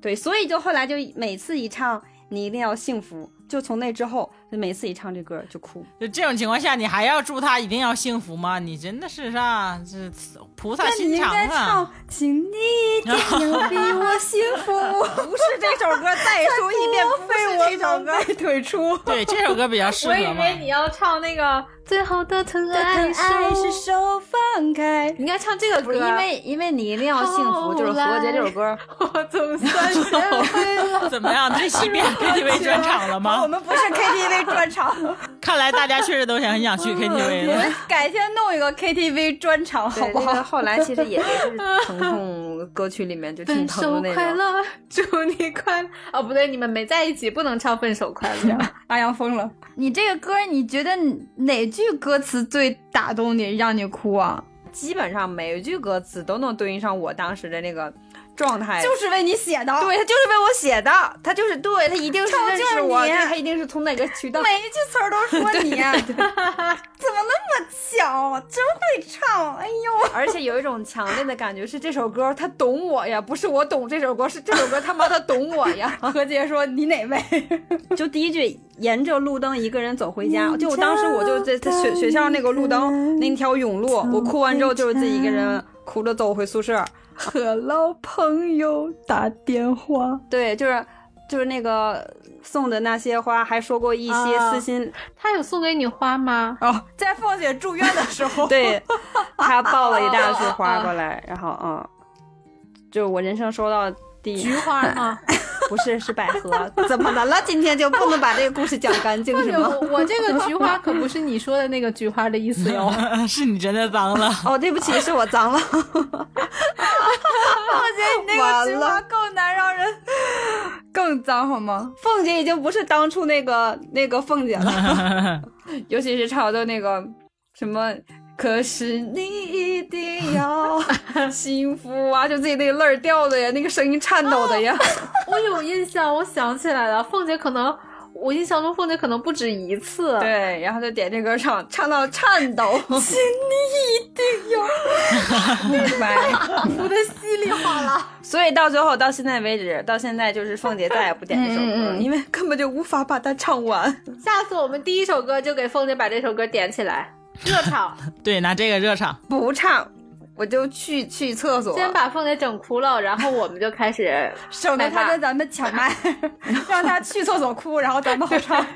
[SPEAKER 4] 对，所以就后来就每次一唱你一定要幸福，就从那之后，就每次一唱这歌就哭。
[SPEAKER 3] 就这种情况下，你还要祝他一定要幸福吗？你真的是啥？这菩萨
[SPEAKER 5] 那你
[SPEAKER 3] 心
[SPEAKER 5] 应
[SPEAKER 3] 肠
[SPEAKER 5] 该
[SPEAKER 3] 啊！
[SPEAKER 5] 唱，请你一定要比我幸福。
[SPEAKER 4] 不是这首歌，再说一遍，不是这首歌，
[SPEAKER 5] 腿出，
[SPEAKER 3] 对，这首歌比较适
[SPEAKER 1] 我以
[SPEAKER 3] 合嘛。
[SPEAKER 1] 为你要唱那个最好的疼爱
[SPEAKER 5] 疼
[SPEAKER 1] 是
[SPEAKER 5] 爱是手放开。
[SPEAKER 1] 你应该唱这个
[SPEAKER 4] 不
[SPEAKER 1] 歌，
[SPEAKER 4] 是因为因为你一定要幸福，就是何洁这首 歌。
[SPEAKER 1] 我总算学会了。
[SPEAKER 3] 怎么样？这期变 KTV 专场了 吗？
[SPEAKER 4] 们不是 KTV 专场，
[SPEAKER 3] 看来大家确实都想很想去 KTV
[SPEAKER 5] 我
[SPEAKER 3] 了。
[SPEAKER 5] 们改天弄一个 KTV 专场，好
[SPEAKER 6] 对，
[SPEAKER 5] 不
[SPEAKER 6] 这个
[SPEAKER 5] 好？
[SPEAKER 6] 后来其实也是疼痛歌曲里面就挺
[SPEAKER 1] 分
[SPEAKER 6] 疼
[SPEAKER 1] 手
[SPEAKER 6] 的
[SPEAKER 1] 快
[SPEAKER 6] 那种。
[SPEAKER 1] 乐，祝你快乐。哦，不对，你们没在一起，不能唱分手快 乐。
[SPEAKER 5] 阿阳疯了。你这个歌，你觉得哪句歌词最打动你，让你哭啊？
[SPEAKER 6] 基本上每一句歌词都能对应上我当时的那个状态，
[SPEAKER 5] 就是为你写的，
[SPEAKER 6] 对他就是为我写的，他就是对他一定是
[SPEAKER 5] 超
[SPEAKER 6] 认识
[SPEAKER 5] 就是
[SPEAKER 6] 我，
[SPEAKER 5] 你
[SPEAKER 6] 对
[SPEAKER 4] 啊
[SPEAKER 6] 他一定是从哪个渠道。
[SPEAKER 5] 每一句词儿都说你，啊 怎么那么巧？啊真会唱！哎呦，
[SPEAKER 6] 而且有一种强烈的感觉是这首歌他懂我呀，不是我懂这首歌，是这首歌他妈的懂我呀。
[SPEAKER 5] 何洁说你哪位？
[SPEAKER 4] 就第一句“沿着路灯一个人走回家”，就我当时我就在在学学校那个路灯那条甬路，我哭完之后就是自己一个人哭着走回宿舍。
[SPEAKER 5] 和老朋友打电话，
[SPEAKER 4] 对，就是就是那个送的那些花，还说过一些
[SPEAKER 1] 啊
[SPEAKER 4] 私心，
[SPEAKER 1] 他有送给你花吗？
[SPEAKER 5] 哦， 在放学住院的时 候，
[SPEAKER 4] 对他抱了一大束
[SPEAKER 1] 啊啊
[SPEAKER 4] 花
[SPEAKER 1] 啊
[SPEAKER 4] 过来，然后嗯，就是我人生收到第
[SPEAKER 1] 菊花 吗？
[SPEAKER 4] 不是是百合，怎么的了？今天就不能把这个故事讲干 净
[SPEAKER 1] 不
[SPEAKER 4] 是
[SPEAKER 1] 是，
[SPEAKER 4] 吗？
[SPEAKER 1] 我我这个菊花可不是你说的那个菊花的意思 哟。
[SPEAKER 3] 是你真的脏了，
[SPEAKER 4] 哦，对不起，是我脏了。
[SPEAKER 5] 放学你 那个菊花够难让人 更脏好吗？
[SPEAKER 4] 凤姐已经不是当初那个那个凤姐了，尤其是唱的那个什么。可是你一定 要幸福啊！就自己那个泪儿掉的呀，那个声音颤抖的呀。
[SPEAKER 5] 啊
[SPEAKER 1] 我有印象，我想起来了，凤姐可能，我印象中凤姐可能不止一次。
[SPEAKER 4] 对，然后就点这歌唱，唱到颤抖。
[SPEAKER 6] 明白。
[SPEAKER 1] 哭的稀里哗 啦。
[SPEAKER 4] 所以到最后到现在为止，到现在就是凤姐再也不点这首
[SPEAKER 5] 嗯
[SPEAKER 4] 歌，因为根本就无法把它唱完。
[SPEAKER 1] 下次我们第一首歌就给凤姐把这首歌点起来， 热场，
[SPEAKER 3] 对，拿这个热场。
[SPEAKER 4] 不唱，我就去去厕所。
[SPEAKER 1] 先把凤姐整哭了，然后我们就开始。
[SPEAKER 5] 省得他跟咱们 抢麦，让他去厕所哭，然后咱们好唱。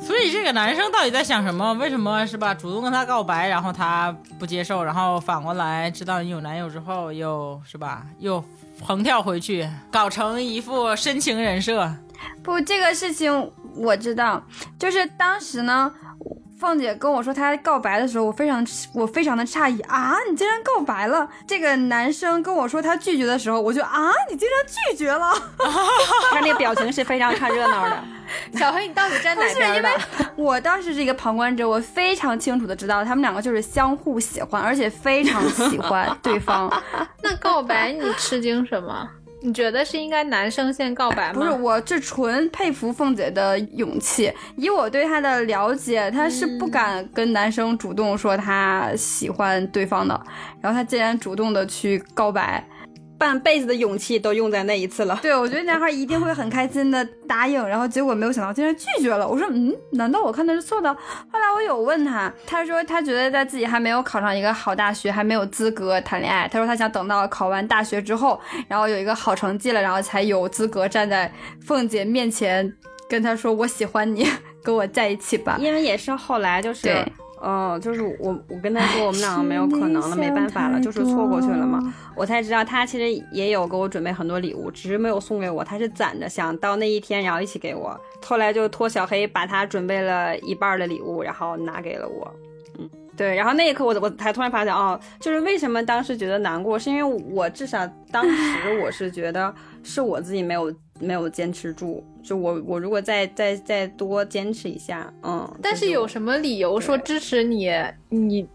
[SPEAKER 3] 所以这个男生到底在想什么？为什么是吧？主动跟他告白，然后他不接受，然后反过来知道你有男友之后，又是吧？又横跳回去，搞成一副深情人设。
[SPEAKER 5] 不，这个事情我知道，就是当时呢，凤姐跟我说她告白的时候，我非常我非常的诧异啊，你竟然告白了！这个男生跟我说他拒绝的时候，我就啊，你竟然拒绝了！
[SPEAKER 4] 他那个表情是非常看热闹 的。
[SPEAKER 1] 小黑，你到底站哪
[SPEAKER 5] 不是
[SPEAKER 1] 边
[SPEAKER 5] 因为
[SPEAKER 1] 的？
[SPEAKER 5] 我当时是一个旁观者，我非常清楚的知道他们两个就是相互喜欢，而且非常 喜欢对方。
[SPEAKER 1] 那告白你吃惊什么？你觉得是应该男生先告白吗？
[SPEAKER 5] 不是，我是纯佩服凤姐的勇气。以我对她的了解，她是
[SPEAKER 1] 嗯
[SPEAKER 5] 不敢跟男生主动说她喜欢对方的，然后她竟然主动的去告白。
[SPEAKER 4] 半辈子的勇气都用在那一次了。
[SPEAKER 5] 对，我觉得男孩一定会很开心的答应，然后结果没有想到竟然拒绝了。我说，嗯，难道我看的是错的？后来我有问他，他说他觉得在自己还没有考上一个好大学，还没有资格谈恋爱。他说他想等到考完大学之后，然后有一个好成绩了，然后才有资格站在凤姐面 前跟她说我喜欢你，跟我在一起吧。
[SPEAKER 4] 因为也是后来就是
[SPEAKER 5] 对，哎
[SPEAKER 4] 嗯，就是我我跟他说我们两个没有可能了，没办法了，就是错过去了嘛。我才知道他其实也有给我准备很多礼物，只是没有送给我，他是攒着想到那一天然后一起给我。后来就托小黑把他准备了一半的礼物，然后拿给了我。嗯，对，然后那一刻我我才突然发现哦，就是为什么当时觉得难过，是因为我至少当时我是觉得是我自己没有没有坚持住，就我我如果再再再多坚持一下，嗯，
[SPEAKER 1] 但
[SPEAKER 4] 就是
[SPEAKER 1] 有什么理由说支持你？你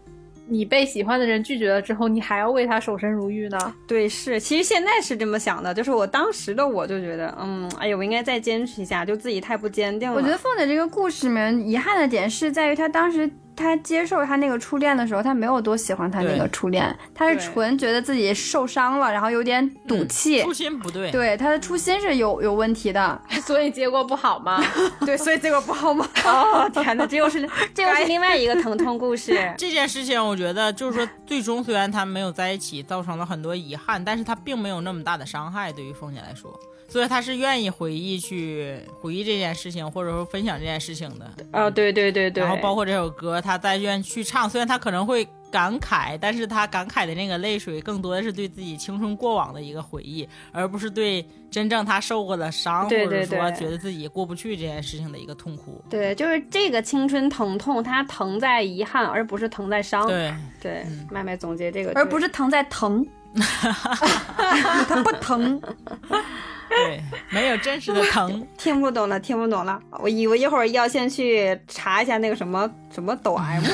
[SPEAKER 1] 你被喜欢的人拒绝了之后，你还要为他守身如玉 呢？
[SPEAKER 4] 对，是，其实现在是这么想的，就是我当时的我就觉得，嗯，哎呀，我应该再坚持一下，就自己太不坚
[SPEAKER 1] 嗯
[SPEAKER 4] 定了。
[SPEAKER 5] 我觉得凤姐这个故事里面遗憾的点是在于，她当时她接受她那个初恋的时候，她没有多喜欢她那个
[SPEAKER 3] 对
[SPEAKER 5] 初恋，她是
[SPEAKER 4] 对
[SPEAKER 5] 纯觉得自己受伤了，然后有点赌气。
[SPEAKER 3] 初心不对，。
[SPEAKER 5] 对，她的初心是有有问 题的，
[SPEAKER 1] 所以结果不好 吗？
[SPEAKER 4] 对，所以结果不好吗？哦，天哪，这又是这又是另外一个疼痛故事
[SPEAKER 3] 这件事情，我觉得就是说，最终虽然他们没有在一起，造成了很多遗憾，但是他并没有那么大的伤害对于凤姐来说，所以他是愿意回忆去回忆这件事情，或者说分享这件事情的。
[SPEAKER 4] 哦，对对对对，
[SPEAKER 3] 然后包括这首歌，他但愿去唱，虽然他可能会感慨，但是他感慨的那个泪水更多的是对自己青春过往的一个回忆，而不是对真正他受过的伤，
[SPEAKER 4] 对对
[SPEAKER 3] 或者
[SPEAKER 4] 对
[SPEAKER 3] 说觉得自己过不去这件事情的一个痛苦。
[SPEAKER 4] 对，就是这个青春疼痛，它疼在遗憾，而不是疼在伤。
[SPEAKER 3] 对，
[SPEAKER 4] 对，麦麦总结这个，
[SPEAKER 5] 而不是疼在 疼，她不疼。
[SPEAKER 3] 对，没有真实的 疼。
[SPEAKER 4] 听不懂了，听不懂了。我以我一会儿要先去查一下那个什么什么抖 M，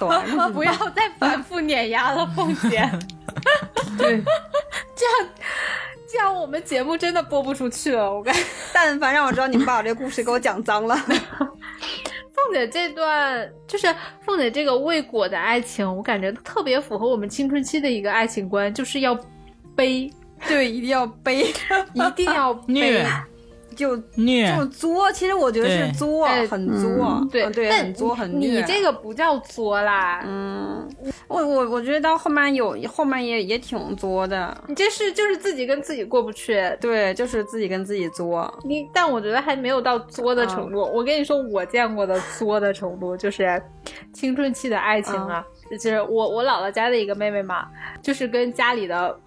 [SPEAKER 4] 抖 M
[SPEAKER 1] 不要再反复碾压了，凤姐。对，这 样 这样我们节目真的播不出去了。我感觉
[SPEAKER 4] 但凡让我知道你们把我这故事给我讲脏了，
[SPEAKER 1] 凤姐这段就是凤姐这个未果的爱情，我感觉特别符合我们青春期的一个爱情观，就是要悲，
[SPEAKER 4] 对，一定要背，
[SPEAKER 1] 一定 要悲
[SPEAKER 3] 虐。
[SPEAKER 4] 就
[SPEAKER 3] 虐
[SPEAKER 4] 这种作，其实我觉得是作
[SPEAKER 1] 对，
[SPEAKER 4] 很作，
[SPEAKER 1] 对
[SPEAKER 4] 哎嗯对，
[SPEAKER 1] 但
[SPEAKER 4] 很作，很
[SPEAKER 1] 你
[SPEAKER 4] 虐。
[SPEAKER 1] 这个不叫作啦，
[SPEAKER 4] 嗯，我我我觉得到后面有，后面也也挺作的，
[SPEAKER 1] 你这是就是自己跟自己过不去。
[SPEAKER 4] 对，就是自己跟自己作。
[SPEAKER 1] 你但我觉得还没有到作的程度。我跟你说，我见过的作的程度就是青春期的爱情啊，就是我我姥姥家的一个妹妹嘛，就是跟家里的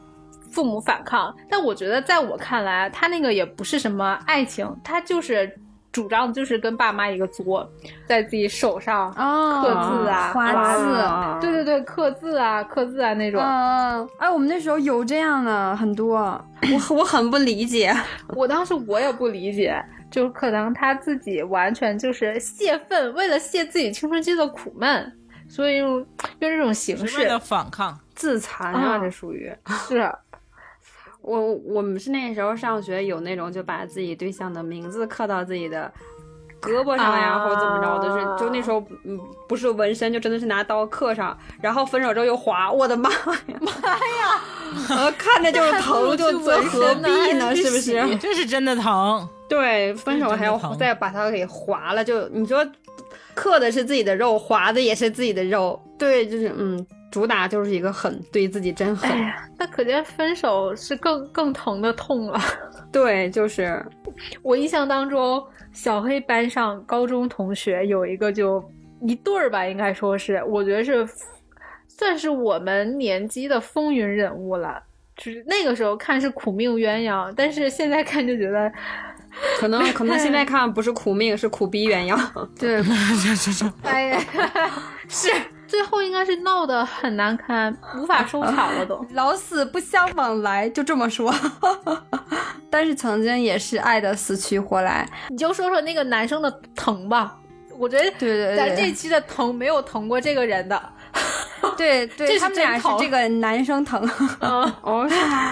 [SPEAKER 1] 父母反抗。但我觉得，在我看来，她那个也不是什么爱情，她就是主张就是跟爸妈一个作，在自己手上
[SPEAKER 5] 哦，
[SPEAKER 1] 刻字啊，
[SPEAKER 5] 花字
[SPEAKER 4] 啊
[SPEAKER 1] 对对对，刻字啊，刻字啊那种。
[SPEAKER 5] 嗯，哎，我们那时候有这样的很多，
[SPEAKER 4] 我我很不理解，
[SPEAKER 1] 我当时我也不理解，就是可能他自己完全就是泄愤，为了泄自己青春期的苦闷，所以用用这种形
[SPEAKER 3] 是为
[SPEAKER 1] 式
[SPEAKER 3] 了反抗，
[SPEAKER 4] 自残啊，
[SPEAKER 1] 啊
[SPEAKER 4] 这属于。
[SPEAKER 1] 是
[SPEAKER 4] 我我们是那时候上学有那种就把自己对象的名字刻到自己的胳膊上呀，
[SPEAKER 1] 啊
[SPEAKER 4] 或者怎么着的，是就那时候嗯不是纹身，就真的是拿刀刻上，然后分手之后又划，我的妈呀妈呀，呃看着就是疼，就这 何必呢？是不 是？
[SPEAKER 3] 这是真的 疼。
[SPEAKER 4] 对，分手还要
[SPEAKER 3] 真的疼
[SPEAKER 4] 再把它给划了，就你说刻的是自己的肉，划的也是自己的肉，对，就是嗯，主打就是一个狠，对自己真狠，
[SPEAKER 1] 那可见分手是更更疼的痛了。
[SPEAKER 4] 对，就是
[SPEAKER 1] 我印象当中，小黑班上高中同学有一个就一对儿吧，应该说是，我觉得是算是我们年级的风云人物了。就是那个时候看是苦命鸳鸯，但是现在看就觉得
[SPEAKER 4] 可 能可能现在看不是苦命，是苦逼鸳鸯。
[SPEAKER 1] 对，
[SPEAKER 3] 这这这，
[SPEAKER 1] 哎呀，是最后应该是闹得很难堪，无法收场了都。
[SPEAKER 5] 老死不相往来，就这么说。 但是曾经也是爱的死去活来，
[SPEAKER 1] 你就说说那个男生的疼吧，我觉得
[SPEAKER 5] 对对对
[SPEAKER 1] 咱这期的疼没有疼过这个人 的。
[SPEAKER 5] 对
[SPEAKER 1] 这
[SPEAKER 5] 对，
[SPEAKER 1] 是
[SPEAKER 5] 他们俩
[SPEAKER 1] 真
[SPEAKER 5] 是
[SPEAKER 1] 疼
[SPEAKER 5] 这个男生疼。
[SPEAKER 1] 嗯
[SPEAKER 4] 哦，是吗？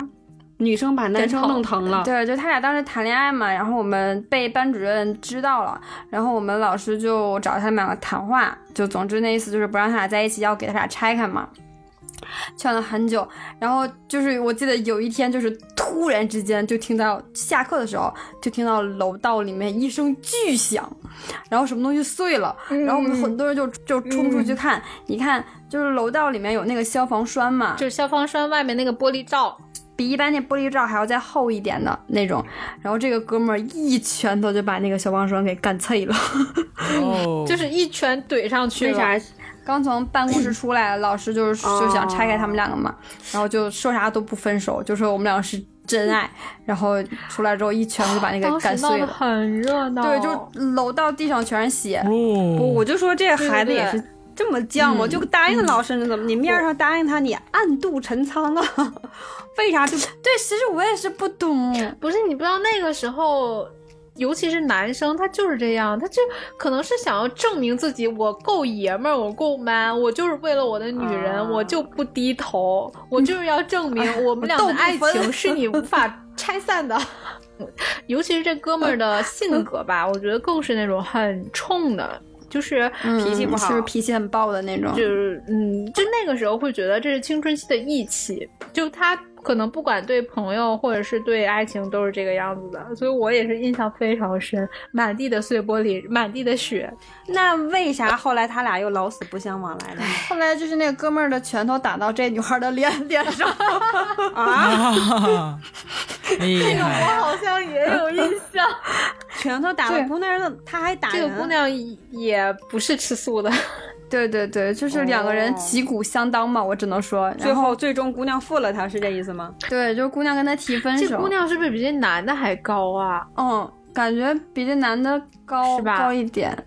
[SPEAKER 4] 女生把男生弄疼了。
[SPEAKER 5] 对，就他俩当时谈恋爱嘛，然后我们被班主任知道了，然后我们老师就找他们两个谈话，就总之那意思就是不让他俩在一起，要给他俩拆开嘛。劝了很久，然后就是我记得有一天，就是突然之间就听到下课的时候，就听到楼道里面一声巨响，然后什么东西碎了，然后我们很多人就就冲出去看，一看就是楼道里面有那个消防栓嘛，
[SPEAKER 1] 就是消防栓外面那个玻璃罩，
[SPEAKER 5] 比一般那玻璃罩还要再厚一点的那种。然后这个哥们儿一拳头就把那个消防栓给干碎了，
[SPEAKER 3] 哦
[SPEAKER 1] 就是一拳怼上去
[SPEAKER 4] 为
[SPEAKER 1] 了。
[SPEAKER 4] 啥？
[SPEAKER 5] 刚从办公室出来，老师就是就想拆开他们两个嘛，然后就说啥都不分手，就说我们俩是真爱，然后出来之后一拳就把那个
[SPEAKER 1] 当
[SPEAKER 5] 干
[SPEAKER 1] 时闹
[SPEAKER 5] 碎
[SPEAKER 1] 得
[SPEAKER 5] 了，
[SPEAKER 1] 很热闹，
[SPEAKER 5] 对，就楼到地上全是血，
[SPEAKER 4] 我
[SPEAKER 3] 不，
[SPEAKER 4] 我就说这孩子
[SPEAKER 6] 对
[SPEAKER 4] 也是嗯这么犟吗？就答应老师，你怎么你面上答应他，你暗度陈仓啊？ 为啥就
[SPEAKER 5] 对，其实我也是不懂，嗯
[SPEAKER 1] 不是你不知道那个时候，尤其是男生，他就是这样，他就可能是想要证明自己，我够爷们儿，我够 man，我就是为了我的女人，
[SPEAKER 6] 啊
[SPEAKER 1] 我就不低头，我就是要证明 我们俩
[SPEAKER 5] 斗
[SPEAKER 1] 的
[SPEAKER 5] 不
[SPEAKER 1] 爱
[SPEAKER 5] 分
[SPEAKER 1] 情是你无法拆散的。 尤其是这哥们儿的性格吧，我觉得更是那种很冲的，嗯就是
[SPEAKER 4] 脾气不好
[SPEAKER 5] 是脾气很暴的那种，
[SPEAKER 1] 就是嗯，就那个时候会觉得这是青春期的义气，就他可能不管对朋友或者是对爱情都是这个样子的，所以我也是印象非常深，满地的碎玻璃，满地的血，
[SPEAKER 4] 那为啥后来他俩又老死不相往来了呢？
[SPEAKER 5] 后来就是那个哥们儿的拳头打到这女孩的脸脸上，
[SPEAKER 3] 啊，厉 害！
[SPEAKER 1] 好像也有印象。
[SPEAKER 4] 拳头打到
[SPEAKER 5] 对
[SPEAKER 4] 姑娘那儿，他还打
[SPEAKER 1] 这
[SPEAKER 4] 人
[SPEAKER 1] 个姑娘也不是吃素的，
[SPEAKER 5] 对对对，就是两个人
[SPEAKER 4] 哦
[SPEAKER 5] 旗鼓相当嘛，我只能说，
[SPEAKER 4] 最
[SPEAKER 5] 然后
[SPEAKER 4] 后最终姑娘负了他，是这意思吗？
[SPEAKER 5] 对，就是姑娘跟他提分手，
[SPEAKER 1] 这姑娘是不是比这男的还高啊？
[SPEAKER 5] 嗯，感觉比这男的高
[SPEAKER 1] 是吧嗯
[SPEAKER 5] 高一点。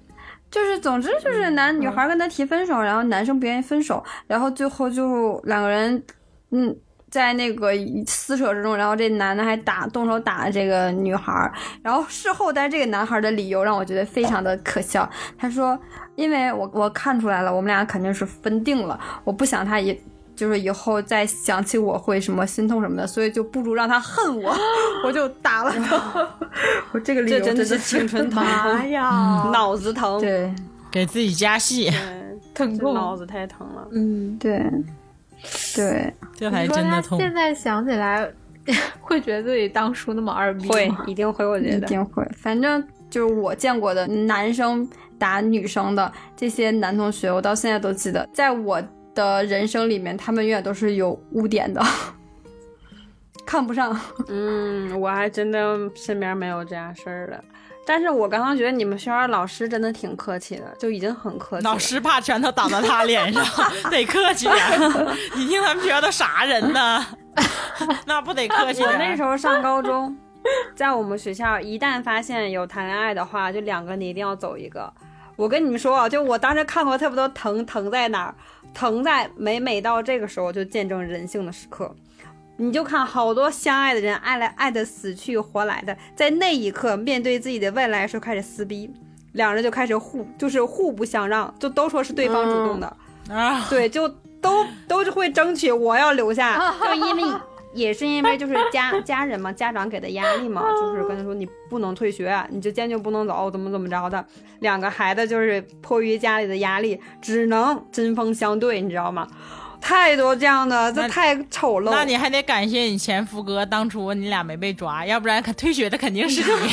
[SPEAKER 5] 就是，总之就是男女孩跟他提分手，然后男生不愿意分手，然后最后就两个人，嗯，在那个撕扯之中，然后这男的还打动手打了这个女孩，然后事后但是这个男孩的理由让我觉得非常的可笑，他说，因为我我看出来了，我们俩肯定是分定了，我不想他也。就是以后再想起我会什么心痛什么的，所以就不如让他恨我， 我就打了他。我这个理由
[SPEAKER 4] 这真
[SPEAKER 5] 的
[SPEAKER 4] 的是青春疼，
[SPEAKER 1] 呀，
[SPEAKER 4] 脑子疼，
[SPEAKER 5] 对
[SPEAKER 3] 给自己加戏，
[SPEAKER 4] 对，
[SPEAKER 1] 疼
[SPEAKER 4] 这
[SPEAKER 1] 痛
[SPEAKER 4] 脑。子太疼了。
[SPEAKER 1] 嗯，
[SPEAKER 5] 对对，
[SPEAKER 3] 这
[SPEAKER 1] 你
[SPEAKER 3] 才
[SPEAKER 1] 说
[SPEAKER 3] 真
[SPEAKER 1] 他
[SPEAKER 3] 的痛。
[SPEAKER 1] 现在想起来， 会觉得自己当初那么二逼
[SPEAKER 4] 会
[SPEAKER 1] 吗？，
[SPEAKER 4] 一定会，我觉
[SPEAKER 5] 一
[SPEAKER 4] 得。
[SPEAKER 5] 定会。反正就是我见过的男生打女生的这些男同学，我到现在都记得，在我的人生里面，他们永远都是有污点的， 看不上。
[SPEAKER 4] 嗯，我还真的身边没有这样事儿的。但是我刚刚觉得你们学校老师真的挺客气的，就已经很客气了。
[SPEAKER 3] 老师怕拳头打到他脸 上，得客气点儿。你听咱们学校都啥人呢？ 那不得客气点
[SPEAKER 4] 我
[SPEAKER 3] 儿？
[SPEAKER 4] 那时候上高中， 在我们学校，一旦发现有谈恋爱的话，就两个你一定要走一个。我跟你们说啊，就我当时看过特别多疼疼在哪儿，疼在每每到这个时候就见证人性的时刻。你就看好多相爱的人，爱来爱的死去活来的，在那一刻面对自己的未来的时候开始撕逼，两人就开始互就是互不相让，就都说是对方主动的，
[SPEAKER 3] 啊，
[SPEAKER 4] 对，就都都是会争取我要留下， 就因为也是因为就是家家人嘛，家长给的压力嘛，就是跟他说你不能退学，啊你就坚决不能走，怎么怎么着的。两个孩子就是迫于家里的压力，只能针锋相对，你知道吗？太多这样的，这
[SPEAKER 3] 那
[SPEAKER 4] 太丑陋。
[SPEAKER 3] 那你还得感谢你前夫哥，当初你俩没被抓，要不然可退学的肯定是 你。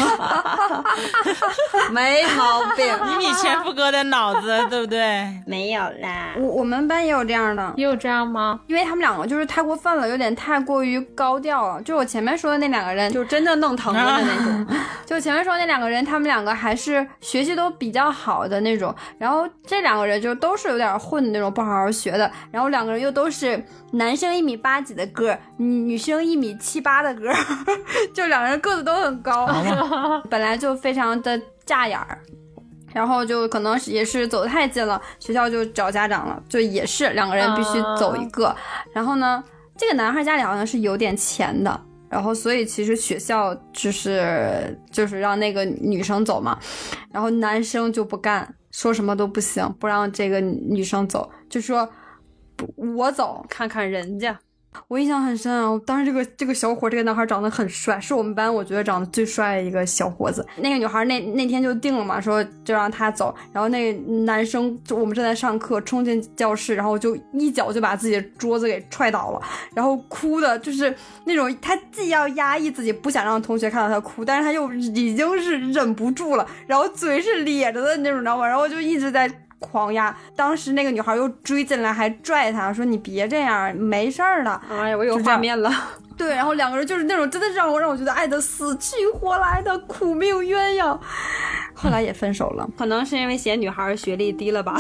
[SPEAKER 4] 没毛病，
[SPEAKER 3] 以你前夫哥的脑子，对不对？
[SPEAKER 4] 没有啦。
[SPEAKER 5] 我我们班也有这样的，
[SPEAKER 1] 也有这样吗？
[SPEAKER 5] 因为他们两个就是太过分了，有点太过于高调了。就我前面说的那两个人，就
[SPEAKER 4] 就真正弄疼了的那种，
[SPEAKER 5] 就前面说那两个人，他们两个还是学习都比较好的那种，然后这两个人就都是有点混的那种，不好好学的。然后两个人又都是男生一米八几的个儿，女女生一米七八的个儿， 就两个人个子都很高，
[SPEAKER 3] 啊
[SPEAKER 5] 本来就非常的扎眼儿。然后就可能是也是走得太近了，学校就找家长了，就也是两个人必须走一个。然后呢，这个男孩家里好像是有点钱的，然后所以其实学校就是就是让那个女生走嘛，然后男生就不干，说什么都不行，不让这个女生走，就说不我走。
[SPEAKER 4] 看看人家，
[SPEAKER 5] 我印象很深啊，我当时这个这个小伙，这个男孩长得很帅，是我们班我觉得长得最帅的一个小伙子。那个女孩那那天就定了嘛，说就让他走，然后那个男生就我们正在上课，冲进教室，然后就一脚就把自己的桌子给踹倒了，然后哭的就是那种他既要压抑自己不想让同学看到他哭，但是他又已经是忍不住了，然后嘴是咧着的那种，你知道吗？然后就一直在。狂压，当时那个女孩又追进来，还拽他说：“你别这样，没事儿的。”
[SPEAKER 4] 哎呀，我有
[SPEAKER 5] 就这
[SPEAKER 4] 画
[SPEAKER 5] 样
[SPEAKER 4] 面了。
[SPEAKER 5] 对，然后两个人就是那种真的让我让我觉得爱的死去活来的苦命鸳鸯，后来也分手了。
[SPEAKER 4] 可能是因为嫌女孩学历低了吧？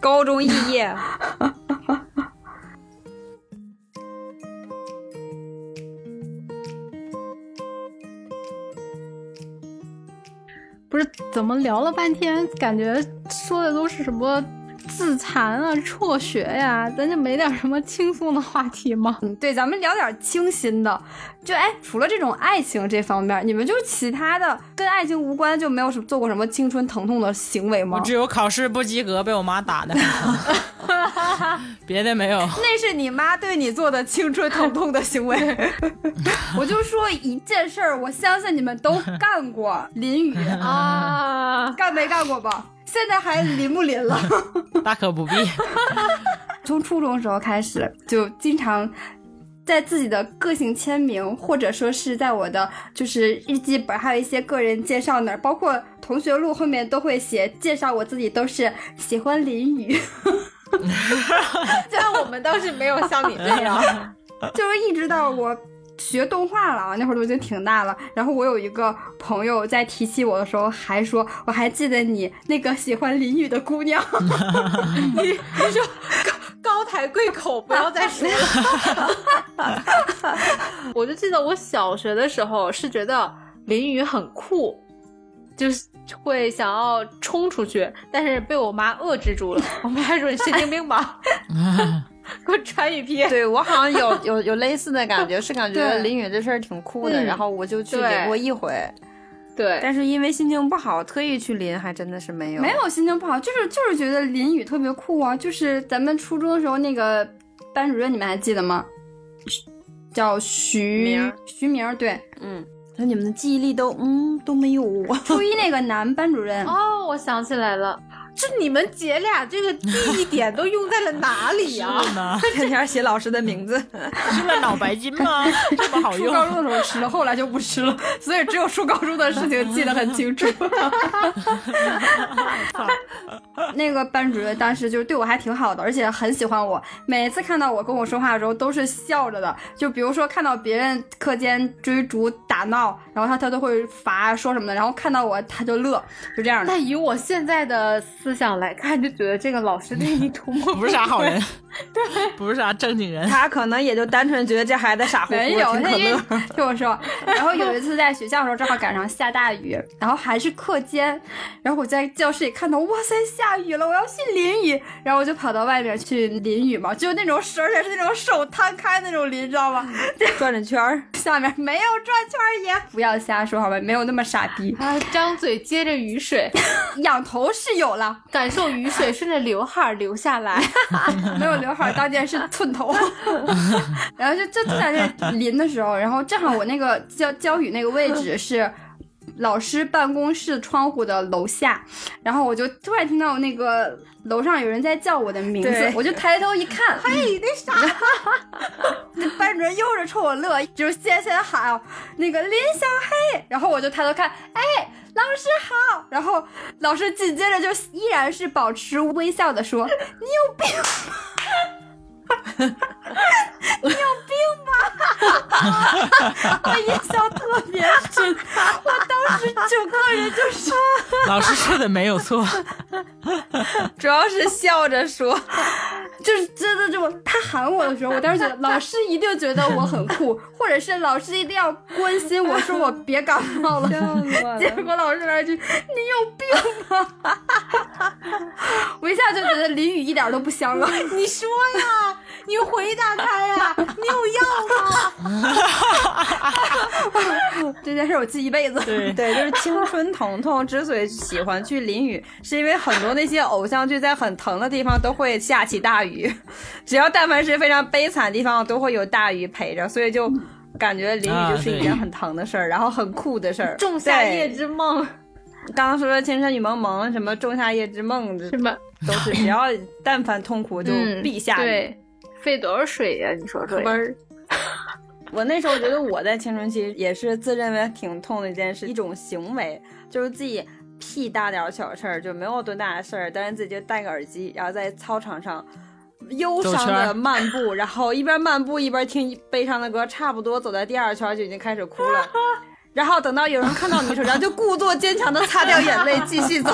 [SPEAKER 5] 高中肄业。
[SPEAKER 1] 不是怎么聊了半天，感觉说的都是什么自残啊、辍学呀、啊咱就没点什么轻松的话题吗？
[SPEAKER 4] 嗯，对，咱们聊点清新的。就哎，除了这种爱情这方面，你们就其他的跟爱情无关，就没有什么做过什么青春疼痛的行为
[SPEAKER 3] 我
[SPEAKER 4] 吗？
[SPEAKER 3] 只有考试不及格被我妈打的， 别的没有。
[SPEAKER 4] 那是你妈对你做的青春疼痛的行为。
[SPEAKER 5] 我就说一件事儿，我相信你们都干 过，淋雨
[SPEAKER 1] 啊，
[SPEAKER 4] 干没干过吧？现在还淋不淋了？
[SPEAKER 3] 大可不必。
[SPEAKER 5] 从初中时候开始，就经常在自己的个性签名，或者说是在我的就是日记本，还有一些个人介绍那儿，包括同学录后面都会写介绍我自己，都是喜欢淋雨，
[SPEAKER 7] 但我们倒是没有像你这样，
[SPEAKER 5] 就是一直到我。学动画了啊，那会儿都已经挺大了。然后我有一个朋友在提起我的时候，还说我还记得你那个喜欢淋雨的姑娘。
[SPEAKER 7] 高抬贵口，不要再说了。
[SPEAKER 1] 我就记得我小学的时候是觉得淋雨很酷，就是会想要冲出去，但是被我妈遏制住了。我妈说：“你神经病吧，给我穿雨披。”
[SPEAKER 7] 对我好像有有有类似的感觉，是感觉
[SPEAKER 5] 对
[SPEAKER 7] 淋雨这事儿挺酷的，
[SPEAKER 1] 嗯
[SPEAKER 7] 然后我就去
[SPEAKER 1] 对
[SPEAKER 7] 淋过一回，
[SPEAKER 1] 对，
[SPEAKER 7] 但是因为心情不好，特意去淋还真的是没有。
[SPEAKER 5] 没有心情不好，就是就是觉得淋雨特别酷啊！就是咱们初中的时候那个班主任，你们还记得吗？叫徐
[SPEAKER 7] 明儿
[SPEAKER 5] 徐明儿，对，
[SPEAKER 7] 嗯，
[SPEAKER 4] 那你们的记忆力都嗯都没有 我。
[SPEAKER 5] 初一那个男班主任，
[SPEAKER 1] 哦，我想起来了，
[SPEAKER 7] 这你们姐俩这个记忆点都用在了哪里啊呀、
[SPEAKER 3] 是呢，
[SPEAKER 4] 天天写老师的名 字，
[SPEAKER 3] 是了脑白金吗？这么好
[SPEAKER 4] 初高
[SPEAKER 3] 用？
[SPEAKER 4] 中的时候吃了，后来就不吃了，所以只有初高中的事情记得很清楚。
[SPEAKER 5] 那个班主任当时就是对我还挺好的，而且很喜欢我。每次看到我跟我说话的时候都是笑着的，就比如说看到别人课间追逐打闹，然后他他都会罚说什么的，然后看到我他就乐，就这样的。
[SPEAKER 1] 但以我现在的思想来看，就觉得这个老师对你图谋
[SPEAKER 3] 不是 啥好 人，对，不是啥正经人。
[SPEAKER 4] 他可能也就单纯觉得这孩子傻乎乎的，
[SPEAKER 5] 没有，
[SPEAKER 4] 挺
[SPEAKER 5] 他
[SPEAKER 4] 可
[SPEAKER 5] 因为
[SPEAKER 4] 乐。
[SPEAKER 5] 听我说，然后有一次在学校的时候，正好赶上下大雨，然后还是课间，然后我在教室里看到，哇塞，下雨了，我要去淋雨，然后我就跑到外面去淋雨嘛，就那种手，而且是那种手摊开那种淋，你知道吗？
[SPEAKER 4] 转着圈儿，
[SPEAKER 5] 下面没有转圈儿也不要瞎说好吧，没有那么傻逼，
[SPEAKER 1] 啊，张嘴接着雨水，
[SPEAKER 5] 仰头是有了，
[SPEAKER 1] 感受雨水顺着刘海儿流下来。
[SPEAKER 5] 没有刘海儿，当年是寸头。 然后就就就在那淋的时候，然后正好我那个教教雨那个位置是。老师办公室窗户的楼下，然后我就突然听到那个楼上有人在叫我的名字
[SPEAKER 4] 对，
[SPEAKER 5] 我就抬头一看，嘿，那 啥，那班主任又是冲我乐，就是先先喊哦那个林小黑，然后我就抬头看，哎，老师好，然后老师紧接着就依然是保持微笑的说，你有病吗，我印象特别深，我当时整个人就是。
[SPEAKER 3] 老师说的没有 错，
[SPEAKER 4] 主要是笑着说，
[SPEAKER 5] 就是真的这么，他喊我的时候，我当时觉得老师一定觉得我很酷，或者是老师一定要关心我说我别感冒了。 结果老师来一句：“你有病吗？” 我一下就觉得淋雨一点都不香了。
[SPEAKER 7] 你说呀，你回答他呀，你有药吗？
[SPEAKER 5] 这件事我记一辈子。
[SPEAKER 3] 对，
[SPEAKER 4] 对，就是青春疼痛。之所以喜欢去淋雨，是因为很多那些偶像剧在很疼的地方都会下起大雨，只要但凡是非常悲惨的地方，都会有大雨陪着，所以就感觉淋雨就是一件很疼的事儿，然后很酷的事儿。
[SPEAKER 1] 《仲夏夜之梦》
[SPEAKER 4] 刚刚说的《青春雨蒙蒙》，什么《仲夏夜之梦》，这
[SPEAKER 1] 是吗？
[SPEAKER 4] 都是只要但凡痛苦就
[SPEAKER 1] 嗯
[SPEAKER 4] 必下雨。
[SPEAKER 1] 对，费多少水呀、你说说
[SPEAKER 4] 啵。儿。 我那时候觉得我在青春期也是自认为挺痛的一件事，一种行为，就是自己屁大点儿小事儿，就没有多大的事儿，但是自己就戴个耳机，然后在操场上忧
[SPEAKER 3] 走
[SPEAKER 4] 伤
[SPEAKER 3] 圈
[SPEAKER 4] 的
[SPEAKER 3] 儿
[SPEAKER 4] 漫步，然后一边漫步一边听悲伤的歌，差不多走在第二圈就已经开始哭了。然后等到有人看到你的时候，然后就故作坚强的擦掉眼泪，继续走。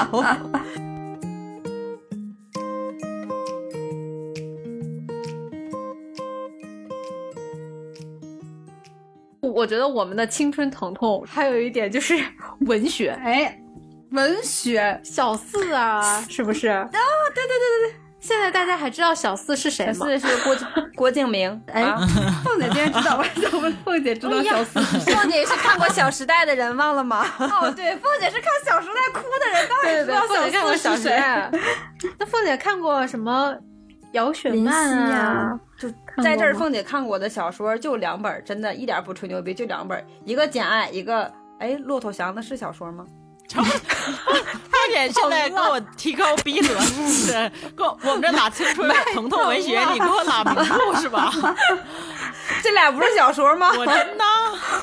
[SPEAKER 1] 我觉得我们的青春疼痛还有一点就是文学，
[SPEAKER 5] 哎，文学
[SPEAKER 1] 小四啊，是不是？啊，对对对对对，现在大家还知道小四是谁
[SPEAKER 4] 小
[SPEAKER 1] 吗？
[SPEAKER 4] 四是郭郭敬明，
[SPEAKER 5] 哎
[SPEAKER 4] 啊，
[SPEAKER 5] 凤姐竟然知道，我们凤姐知道小四是 谁？
[SPEAKER 4] 凤姐是看过《小时代》的人，忘了吗？
[SPEAKER 5] 哦，对，凤姐是看《小时代》哭的人，当然
[SPEAKER 1] 对
[SPEAKER 5] 知
[SPEAKER 1] 对
[SPEAKER 5] 道
[SPEAKER 1] 对，凤姐看过
[SPEAKER 5] 小
[SPEAKER 1] 小
[SPEAKER 5] 四是
[SPEAKER 1] 时
[SPEAKER 5] 谁。
[SPEAKER 1] 代， 那凤姐看过什么？姚雪漫
[SPEAKER 5] 林夕
[SPEAKER 1] 啊
[SPEAKER 5] 啊，
[SPEAKER 4] 就
[SPEAKER 1] 过
[SPEAKER 4] 在这儿，
[SPEAKER 1] 吗
[SPEAKER 4] 凤姐看过我的小说就两本儿，真的，一点儿不吹牛逼，就两本儿，一个《简爱》，一个哎，《骆驼祥子》是小说吗？
[SPEAKER 3] 快点，现在给我提高逼格， 是给我我们这打青春疼痛文学，你给我拉名著是 吧？
[SPEAKER 4] 这俩不是小说吗？
[SPEAKER 3] 我真的，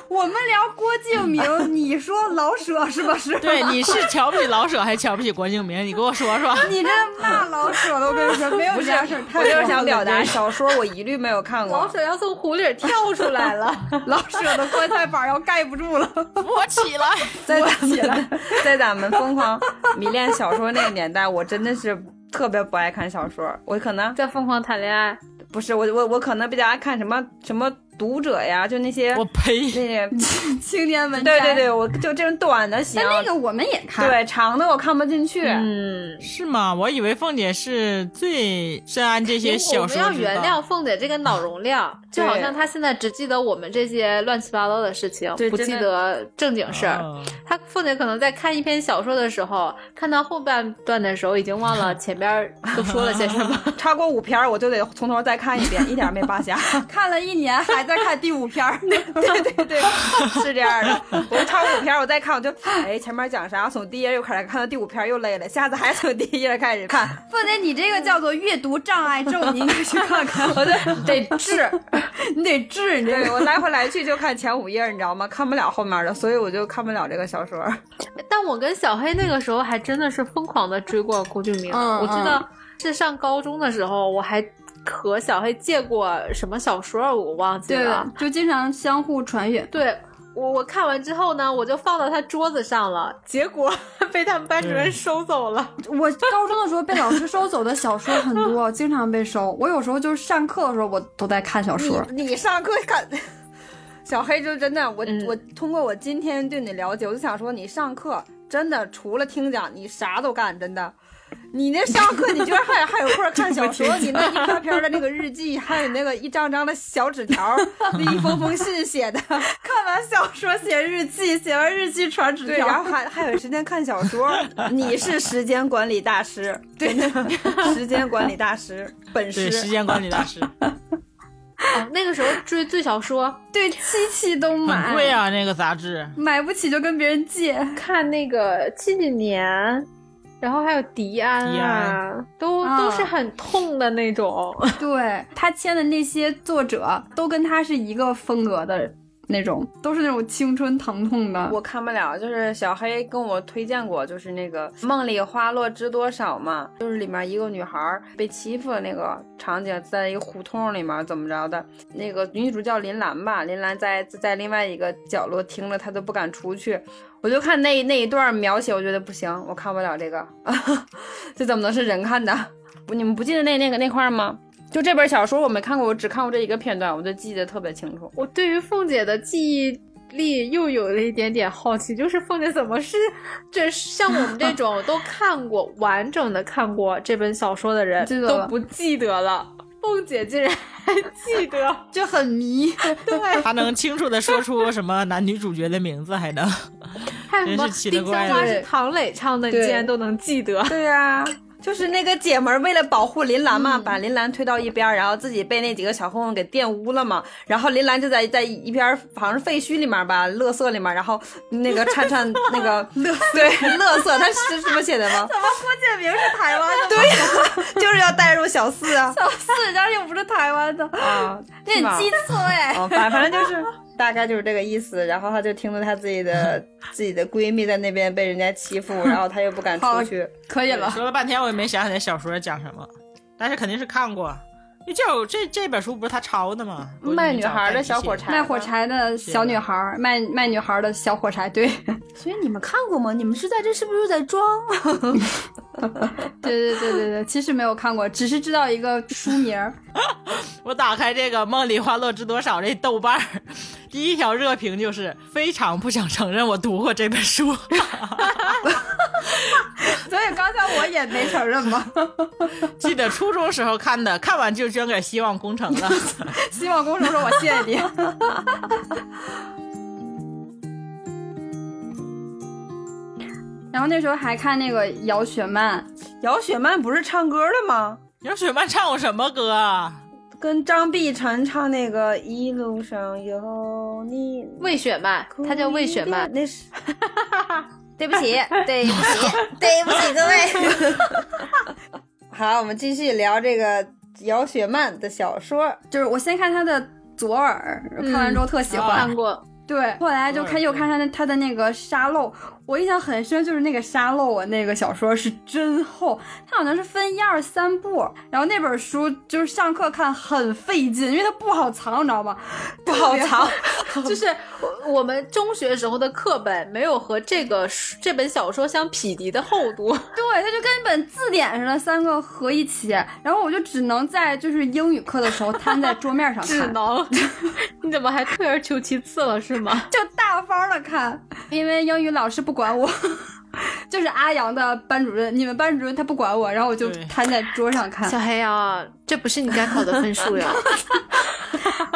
[SPEAKER 5] 我们聊郭敬 明，你说老舍是吧？是，
[SPEAKER 3] 对，你是瞧不起老舍还是瞧不起郭敬明？你给我说说。
[SPEAKER 5] 你这骂老舍了，我跟你说，没有这样事儿。太
[SPEAKER 4] 我就是
[SPEAKER 5] 过分
[SPEAKER 4] 想
[SPEAKER 5] 了
[SPEAKER 4] 表达，
[SPEAKER 5] 这
[SPEAKER 4] 小说我一律没有看过。
[SPEAKER 1] 老舍要从湖里儿跳出来了。
[SPEAKER 5] 个老舍的棺材板要盖不住了。
[SPEAKER 3] 我起来，
[SPEAKER 4] 在咱们在咱们疯狂迷恋小说那个年代，我真的是特别不爱看小说。我可能
[SPEAKER 1] 在疯狂谈恋爱，
[SPEAKER 4] 不是我我我可能比较爱看什么什么读者呀，就那些
[SPEAKER 3] 我呸！
[SPEAKER 4] 那些
[SPEAKER 5] 青年文
[SPEAKER 4] 对
[SPEAKER 5] 摘，
[SPEAKER 4] 对对，我就这种短的行
[SPEAKER 5] 但，那个我们也看，
[SPEAKER 4] 对长的我看不进去。
[SPEAKER 1] 嗯，
[SPEAKER 3] 是吗？我以为凤姐是最深谙这些
[SPEAKER 1] 我
[SPEAKER 3] 小
[SPEAKER 1] 们
[SPEAKER 3] 说
[SPEAKER 1] 要
[SPEAKER 3] 之
[SPEAKER 1] 原
[SPEAKER 3] 道
[SPEAKER 1] 谅凤姐这个脑容量，就好像她现在只记得我们这些乱七八糟的事情，
[SPEAKER 4] 对
[SPEAKER 1] 不记
[SPEAKER 4] 真
[SPEAKER 1] 得正经事儿。
[SPEAKER 3] 哦
[SPEAKER 1] 她凤姐可能在看一篇小说的时候，看到后半段的时候，已经忘了前边都说了些什么。
[SPEAKER 4] 超过五篇儿我就得从头再看一遍，一点儿没扒瞎。
[SPEAKER 5] 看了一年还在看第五篇儿。
[SPEAKER 4] 对 对对， 是这样的。我超过五篇儿我再看，我就哎前面讲啥，从第一页又开始看，看到第五篇儿又累了，下次还从第一页开始看。
[SPEAKER 5] 凤姐，你这个叫做阅读障碍症，你应该去看看。我得得治， 你得治你这
[SPEAKER 4] 对
[SPEAKER 5] 个。
[SPEAKER 4] 我来回来去就看前五页，你知道吗？看不了后面的，所以我就看不了这个小说。
[SPEAKER 1] 但我跟小黑那个时候还真的是疯狂的追过郭敬明，
[SPEAKER 5] 嗯
[SPEAKER 1] 我记得是上高中的时候，我还和小黑借过什么小说，我忘记
[SPEAKER 5] 对
[SPEAKER 1] 了。，
[SPEAKER 5] 就经常相互传阅。
[SPEAKER 1] 对我我看完之后呢，我就放到他桌子上了，结果 被他们班主任收走了。
[SPEAKER 5] 我高中的时候被老师收走的小说很 多，经常被收。我有时候就是上课的时候，我都在看小说。
[SPEAKER 4] 你上课看。小黑就真的，我、
[SPEAKER 1] 嗯
[SPEAKER 4] 我通过我今天对你了解，我就想说，你上课真的除了听讲，你啥都干，真的。你那上课，你居然 还还有空看小说，你那一篇篇的那个日记，还有你那个一张张的小纸条，那一封封信写的，
[SPEAKER 5] 看完小说写日记，写完日记传纸
[SPEAKER 4] 对，然后还还有时间看小说，你是时间管理大 师，真的，时间管理大师，本
[SPEAKER 3] 对，
[SPEAKER 4] 师，
[SPEAKER 3] 时间管理大 师
[SPEAKER 1] 哦，那个时候追最小说，
[SPEAKER 5] 对七期都买，
[SPEAKER 3] 很贵啊，那个杂志。
[SPEAKER 5] 买不起就跟别人借。
[SPEAKER 1] 看那个近几年。然后还有迪安
[SPEAKER 3] 迪安，
[SPEAKER 1] 都
[SPEAKER 5] 啊
[SPEAKER 1] 都是很痛的那种。
[SPEAKER 5] 对他签的那些作者，都跟他是一个风格的那种，都是那种青春疼痛的。
[SPEAKER 4] 我看不了，就是小黑跟我推荐过，就是那个《梦里花落知多少》嘛，就是里面一个女孩儿被欺负的那个场景，在一个胡同里面怎么着的，那个女主叫林兰吧，林兰在在另外一个角落听着，她都不敢出去。我就看那那一段描写，我觉得不行，我看不了这个， 这怎么能是人看的？不，你们不记得那那个那块儿吗？就这本小说我没看过，我只看过这一个片段，我就记得特别清楚。
[SPEAKER 1] 我对于凤姐的记忆力又有了一点点好奇，就是凤姐怎么是，这像我们这种都看过完整的看过这本小说的人
[SPEAKER 5] 记得
[SPEAKER 1] 都
[SPEAKER 5] 了
[SPEAKER 1] 不记得了，凤姐竟然还记得。
[SPEAKER 5] 就很 迷，
[SPEAKER 3] 他能清楚的说出什么男女主角的名字，还能
[SPEAKER 1] 还有什么
[SPEAKER 3] 真是奇了
[SPEAKER 1] 丁香
[SPEAKER 3] 怪了
[SPEAKER 1] 花是唐磊唱的，你
[SPEAKER 4] 对
[SPEAKER 1] 竟然都能记得。
[SPEAKER 4] 对呀、就是那个姐们儿为了保护林兰嘛，把林兰推到一边儿，然后自己被那几个小混混给玷污了嘛。然后林兰就在在一边儿，好像是废墟里面吧，垃圾里面，然后那个颤颤那个对 垃圾，他是这么写的 吗？
[SPEAKER 5] 这明明是台湾的，
[SPEAKER 4] 对 呀、就是要带入小四啊
[SPEAKER 5] 小四人家又不是台湾的，
[SPEAKER 4] 啊，
[SPEAKER 5] 这很鸡
[SPEAKER 4] 促 哎。哦，反反正就是。大概就是这个意思，然后她就听着她自己 的自己的闺蜜在那边被人家欺负，然后她又不敢出
[SPEAKER 5] 好
[SPEAKER 4] 去。
[SPEAKER 5] 可以 了。
[SPEAKER 3] 说了半天，我也没想起来小说讲什么，但是肯定是看过。因为这有这这本书不是他抄的吗？
[SPEAKER 4] 卖女孩的小火柴，
[SPEAKER 5] 卖火柴的小女孩儿，卖卖女孩儿的小火柴，对，
[SPEAKER 4] 所以你们看过吗？你们是在这是不是在装？
[SPEAKER 5] 对对对对对，其实没有看过，只是知道一个书名儿，
[SPEAKER 3] 我打开这个《梦里花落知多少》这豆瓣儿，第一条热评就是非常不想承认我读过这本书。
[SPEAKER 4] 所以刚才我也没承认嘛。
[SPEAKER 3] 记得初中时候看的，看完就捐给希望工程了。
[SPEAKER 4] 希望工程说：“我谢谢 你。
[SPEAKER 5] 然后那时候还看那个姚雪漫，”
[SPEAKER 4] 姚雪漫不是唱歌的吗？
[SPEAKER 3] 杨雪漫唱过什么歌啊？
[SPEAKER 4] 跟张碧晨唱那个《一路上有你》，
[SPEAKER 1] 魏雪漫，她叫魏雪漫，
[SPEAKER 4] 那是
[SPEAKER 8] 对不 起，对不起，对不起，各位。
[SPEAKER 4] 好，我们继续聊这个姚雪漫的小说。
[SPEAKER 5] 就是我先看他的《左耳》，看完之后特喜欢。
[SPEAKER 3] 啊
[SPEAKER 1] 看过。
[SPEAKER 5] 对，后来就
[SPEAKER 3] 左耳
[SPEAKER 5] 看又看他的他的那个沙漏，我印象很深，就是那个沙漏啊，那个小说是真厚，它好像是分一二三部，然后那本书就是上课看很费劲，因为它不好藏，你知道吗？
[SPEAKER 4] 不好藏，
[SPEAKER 1] 就是我我们中学时候的课本没有和这个书这本小说相匹敌的厚度，
[SPEAKER 5] 对，它就跟一本字典似的，三个合一起，然后我就只能在就是英语课的时候摊在桌面 上
[SPEAKER 1] 只
[SPEAKER 5] 看，
[SPEAKER 1] 能。你怎么还退而求其次了是吗？
[SPEAKER 5] 就大方的看，因为英语老师不管我， 就是阿阳的班主任，你们班主任他不管我，然后我就
[SPEAKER 3] 对
[SPEAKER 5] 摊在桌上看，
[SPEAKER 1] 小黑啊，这不是你该考的分数呀！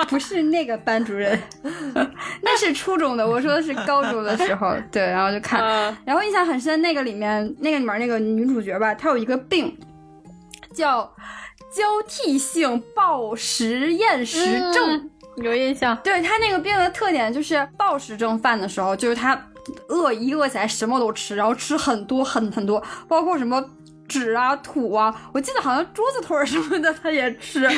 [SPEAKER 5] 不是那个班主任， 那是初中的，我说的是高中的时候，对，然后就看，
[SPEAKER 1] 啊，
[SPEAKER 5] 然后印象很深，那个里面那个里面那个女主角吧，她有一个病叫交替性暴食厌食症。
[SPEAKER 1] 嗯有印象。
[SPEAKER 5] 对他那个病的特点就是暴食症犯的时候，就是他饿一饿起来什么都吃，然后吃很多很很多，包括什么。纸啊、土啊，我记得好像桌子腿儿什么的他也吃。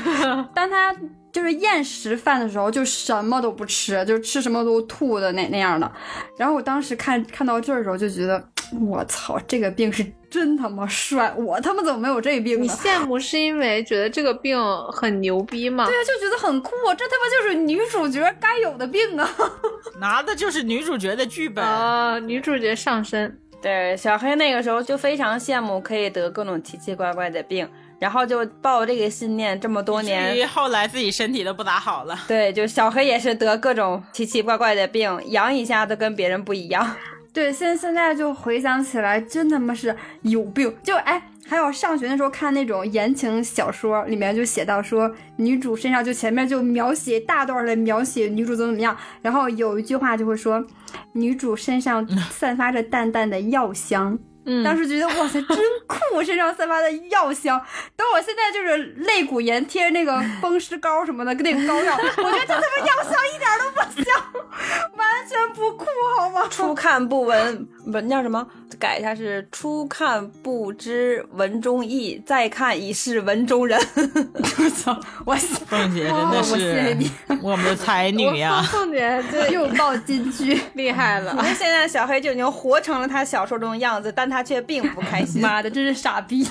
[SPEAKER 5] 当他就是厌食饭的时候，就什么都不吃，就是吃什么都吐的那那样的。然后我当时看看到这儿的时候，就觉得我操，这个病是真他妈帅！我他妈怎么没有这病
[SPEAKER 1] 你
[SPEAKER 5] 呢？哎
[SPEAKER 1] 羡慕是因为觉得这个病很牛逼吗？
[SPEAKER 5] 对呀，就觉得很酷，啊这他妈就是女主角该有的病啊！
[SPEAKER 3] 拿的就是女主角的剧本。
[SPEAKER 4] 哦
[SPEAKER 1] 啊、女主角上身，
[SPEAKER 4] 对，小黑那个时候就非常羡慕可以得各种奇奇怪怪的病，然后就抱这个信念，这么多
[SPEAKER 3] 至
[SPEAKER 4] 年
[SPEAKER 3] 于。后来自己身体都不咋好了，
[SPEAKER 4] 对，就小黑也是得各种奇奇怪怪的病，阳一下都跟别人不一样。
[SPEAKER 5] 对，现现在就回想起来，真他妈是有病。就哎，还有上学的时候看那种言情小说，里面就写到说，女主身上就前面就描写一大段的描写女主怎么怎么样，然后有一句话就会说，女主身上散发着淡淡的药香。
[SPEAKER 1] 嗯
[SPEAKER 5] 当时觉得哇塞，真酷！身上散发的药香，等我现在就是肋骨炎贴那个风湿膏什么的，跟那个膏药，我觉得这他妈药香一点都不香，完全不酷，好吗？
[SPEAKER 4] 初看不闻闻叫什么？改一下是初看不知文中意，再看已是文中人。
[SPEAKER 5] 我操！我
[SPEAKER 3] 凤姐真
[SPEAKER 5] 哇
[SPEAKER 4] 哦
[SPEAKER 3] 的
[SPEAKER 5] 我谢谢
[SPEAKER 3] 是
[SPEAKER 5] 你
[SPEAKER 3] 我们的才女呀
[SPEAKER 1] 我！凤姐这
[SPEAKER 5] 又爆金句，
[SPEAKER 1] 厉害了
[SPEAKER 4] 你，看现在小黑就已经活成了他小说中的样子，但他却并不开心。
[SPEAKER 5] 妈的，真是傻逼！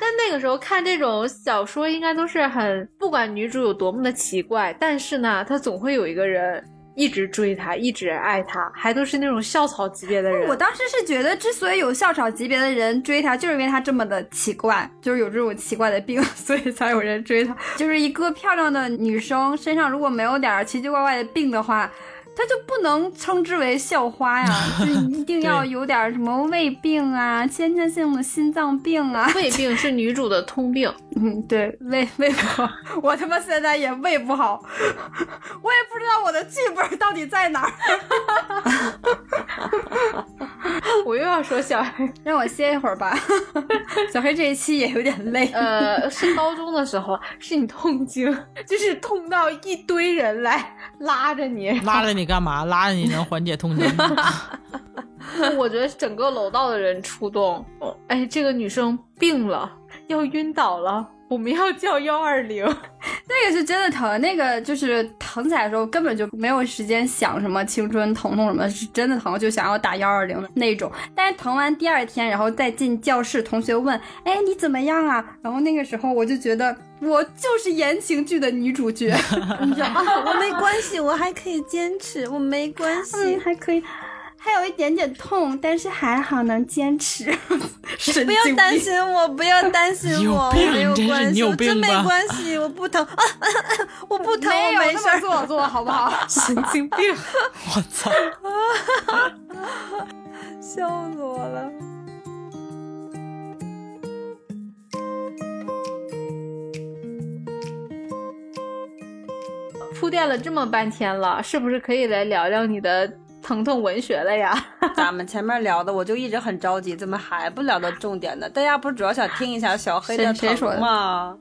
[SPEAKER 1] 但那个时候看这种小说，应该都是很不管女主有多么的奇怪，但是呢，她总会有一个人一直追她，一直爱她，还都是那种校草级别的人。
[SPEAKER 5] 我当时是觉得，之所以有校草级别的人追他，就是因为他这么的奇怪，就是有这种奇怪的病， 所以才有人追他。就是一个漂亮的女生身上如果没有点儿奇奇怪怪的病的话。她就不能称之为校花 呀，就是一定要有点儿什么胃病啊、先天性的心脏病啊，
[SPEAKER 1] 胃病是女主的通病，
[SPEAKER 5] 嗯，对，胃胃不好， 我他妈现在也胃不好， 我也不知道我的剧本到底在哪儿。
[SPEAKER 1] 我又要说小孩
[SPEAKER 5] 让我歇一会儿吧， 小黑这一期也有点累。
[SPEAKER 1] 呃，是高中的时候，是你痛经，就是痛到一堆人来拉着你。
[SPEAKER 3] 拉着你干嘛？拉着你能缓解痛经 吗？
[SPEAKER 1] 我觉得整个楼道的人出动，哦哎，这个女生病了，要晕倒了，我们要叫幺二零。
[SPEAKER 5] 那个是真的疼，那个就是疼起来的时候根本就没有时间想什么青春疼痛什么，是真的疼，就想要打幺二零那种。但是疼完第二天，然后再进教室，同学问：“哎，你怎么样啊？”然后那个时候我就觉得我就是言情剧的女主 角，你知道吗？
[SPEAKER 4] 我没关系，我还可以坚持，我没关
[SPEAKER 5] 嗯，。还可以。还有一点点痛，但是还好能坚 持。
[SPEAKER 4] 不要担心我，不要担心我，我
[SPEAKER 3] 你有病真
[SPEAKER 4] 没有
[SPEAKER 3] 是
[SPEAKER 4] 关
[SPEAKER 3] 你
[SPEAKER 4] 系，
[SPEAKER 3] 有
[SPEAKER 4] 我真
[SPEAKER 3] 病
[SPEAKER 4] 没
[SPEAKER 3] 吧
[SPEAKER 4] 关系，我不疼，啊、我不疼，
[SPEAKER 5] 没
[SPEAKER 4] 我
[SPEAKER 5] 有
[SPEAKER 4] 没事
[SPEAKER 5] 那么
[SPEAKER 4] 儿。
[SPEAKER 5] 做作，好不好？
[SPEAKER 3] 神经病！我操！
[SPEAKER 4] 笑死我了。
[SPEAKER 1] 铺垫了这么半天了，是不是可以来聊聊你的疼痛文学了呀？
[SPEAKER 4] 咱们前面聊的，我就一直很着急，怎么还不聊到重点呢？大家不是主要想听一下小黑的
[SPEAKER 5] 谁谁说的
[SPEAKER 4] 疼吗？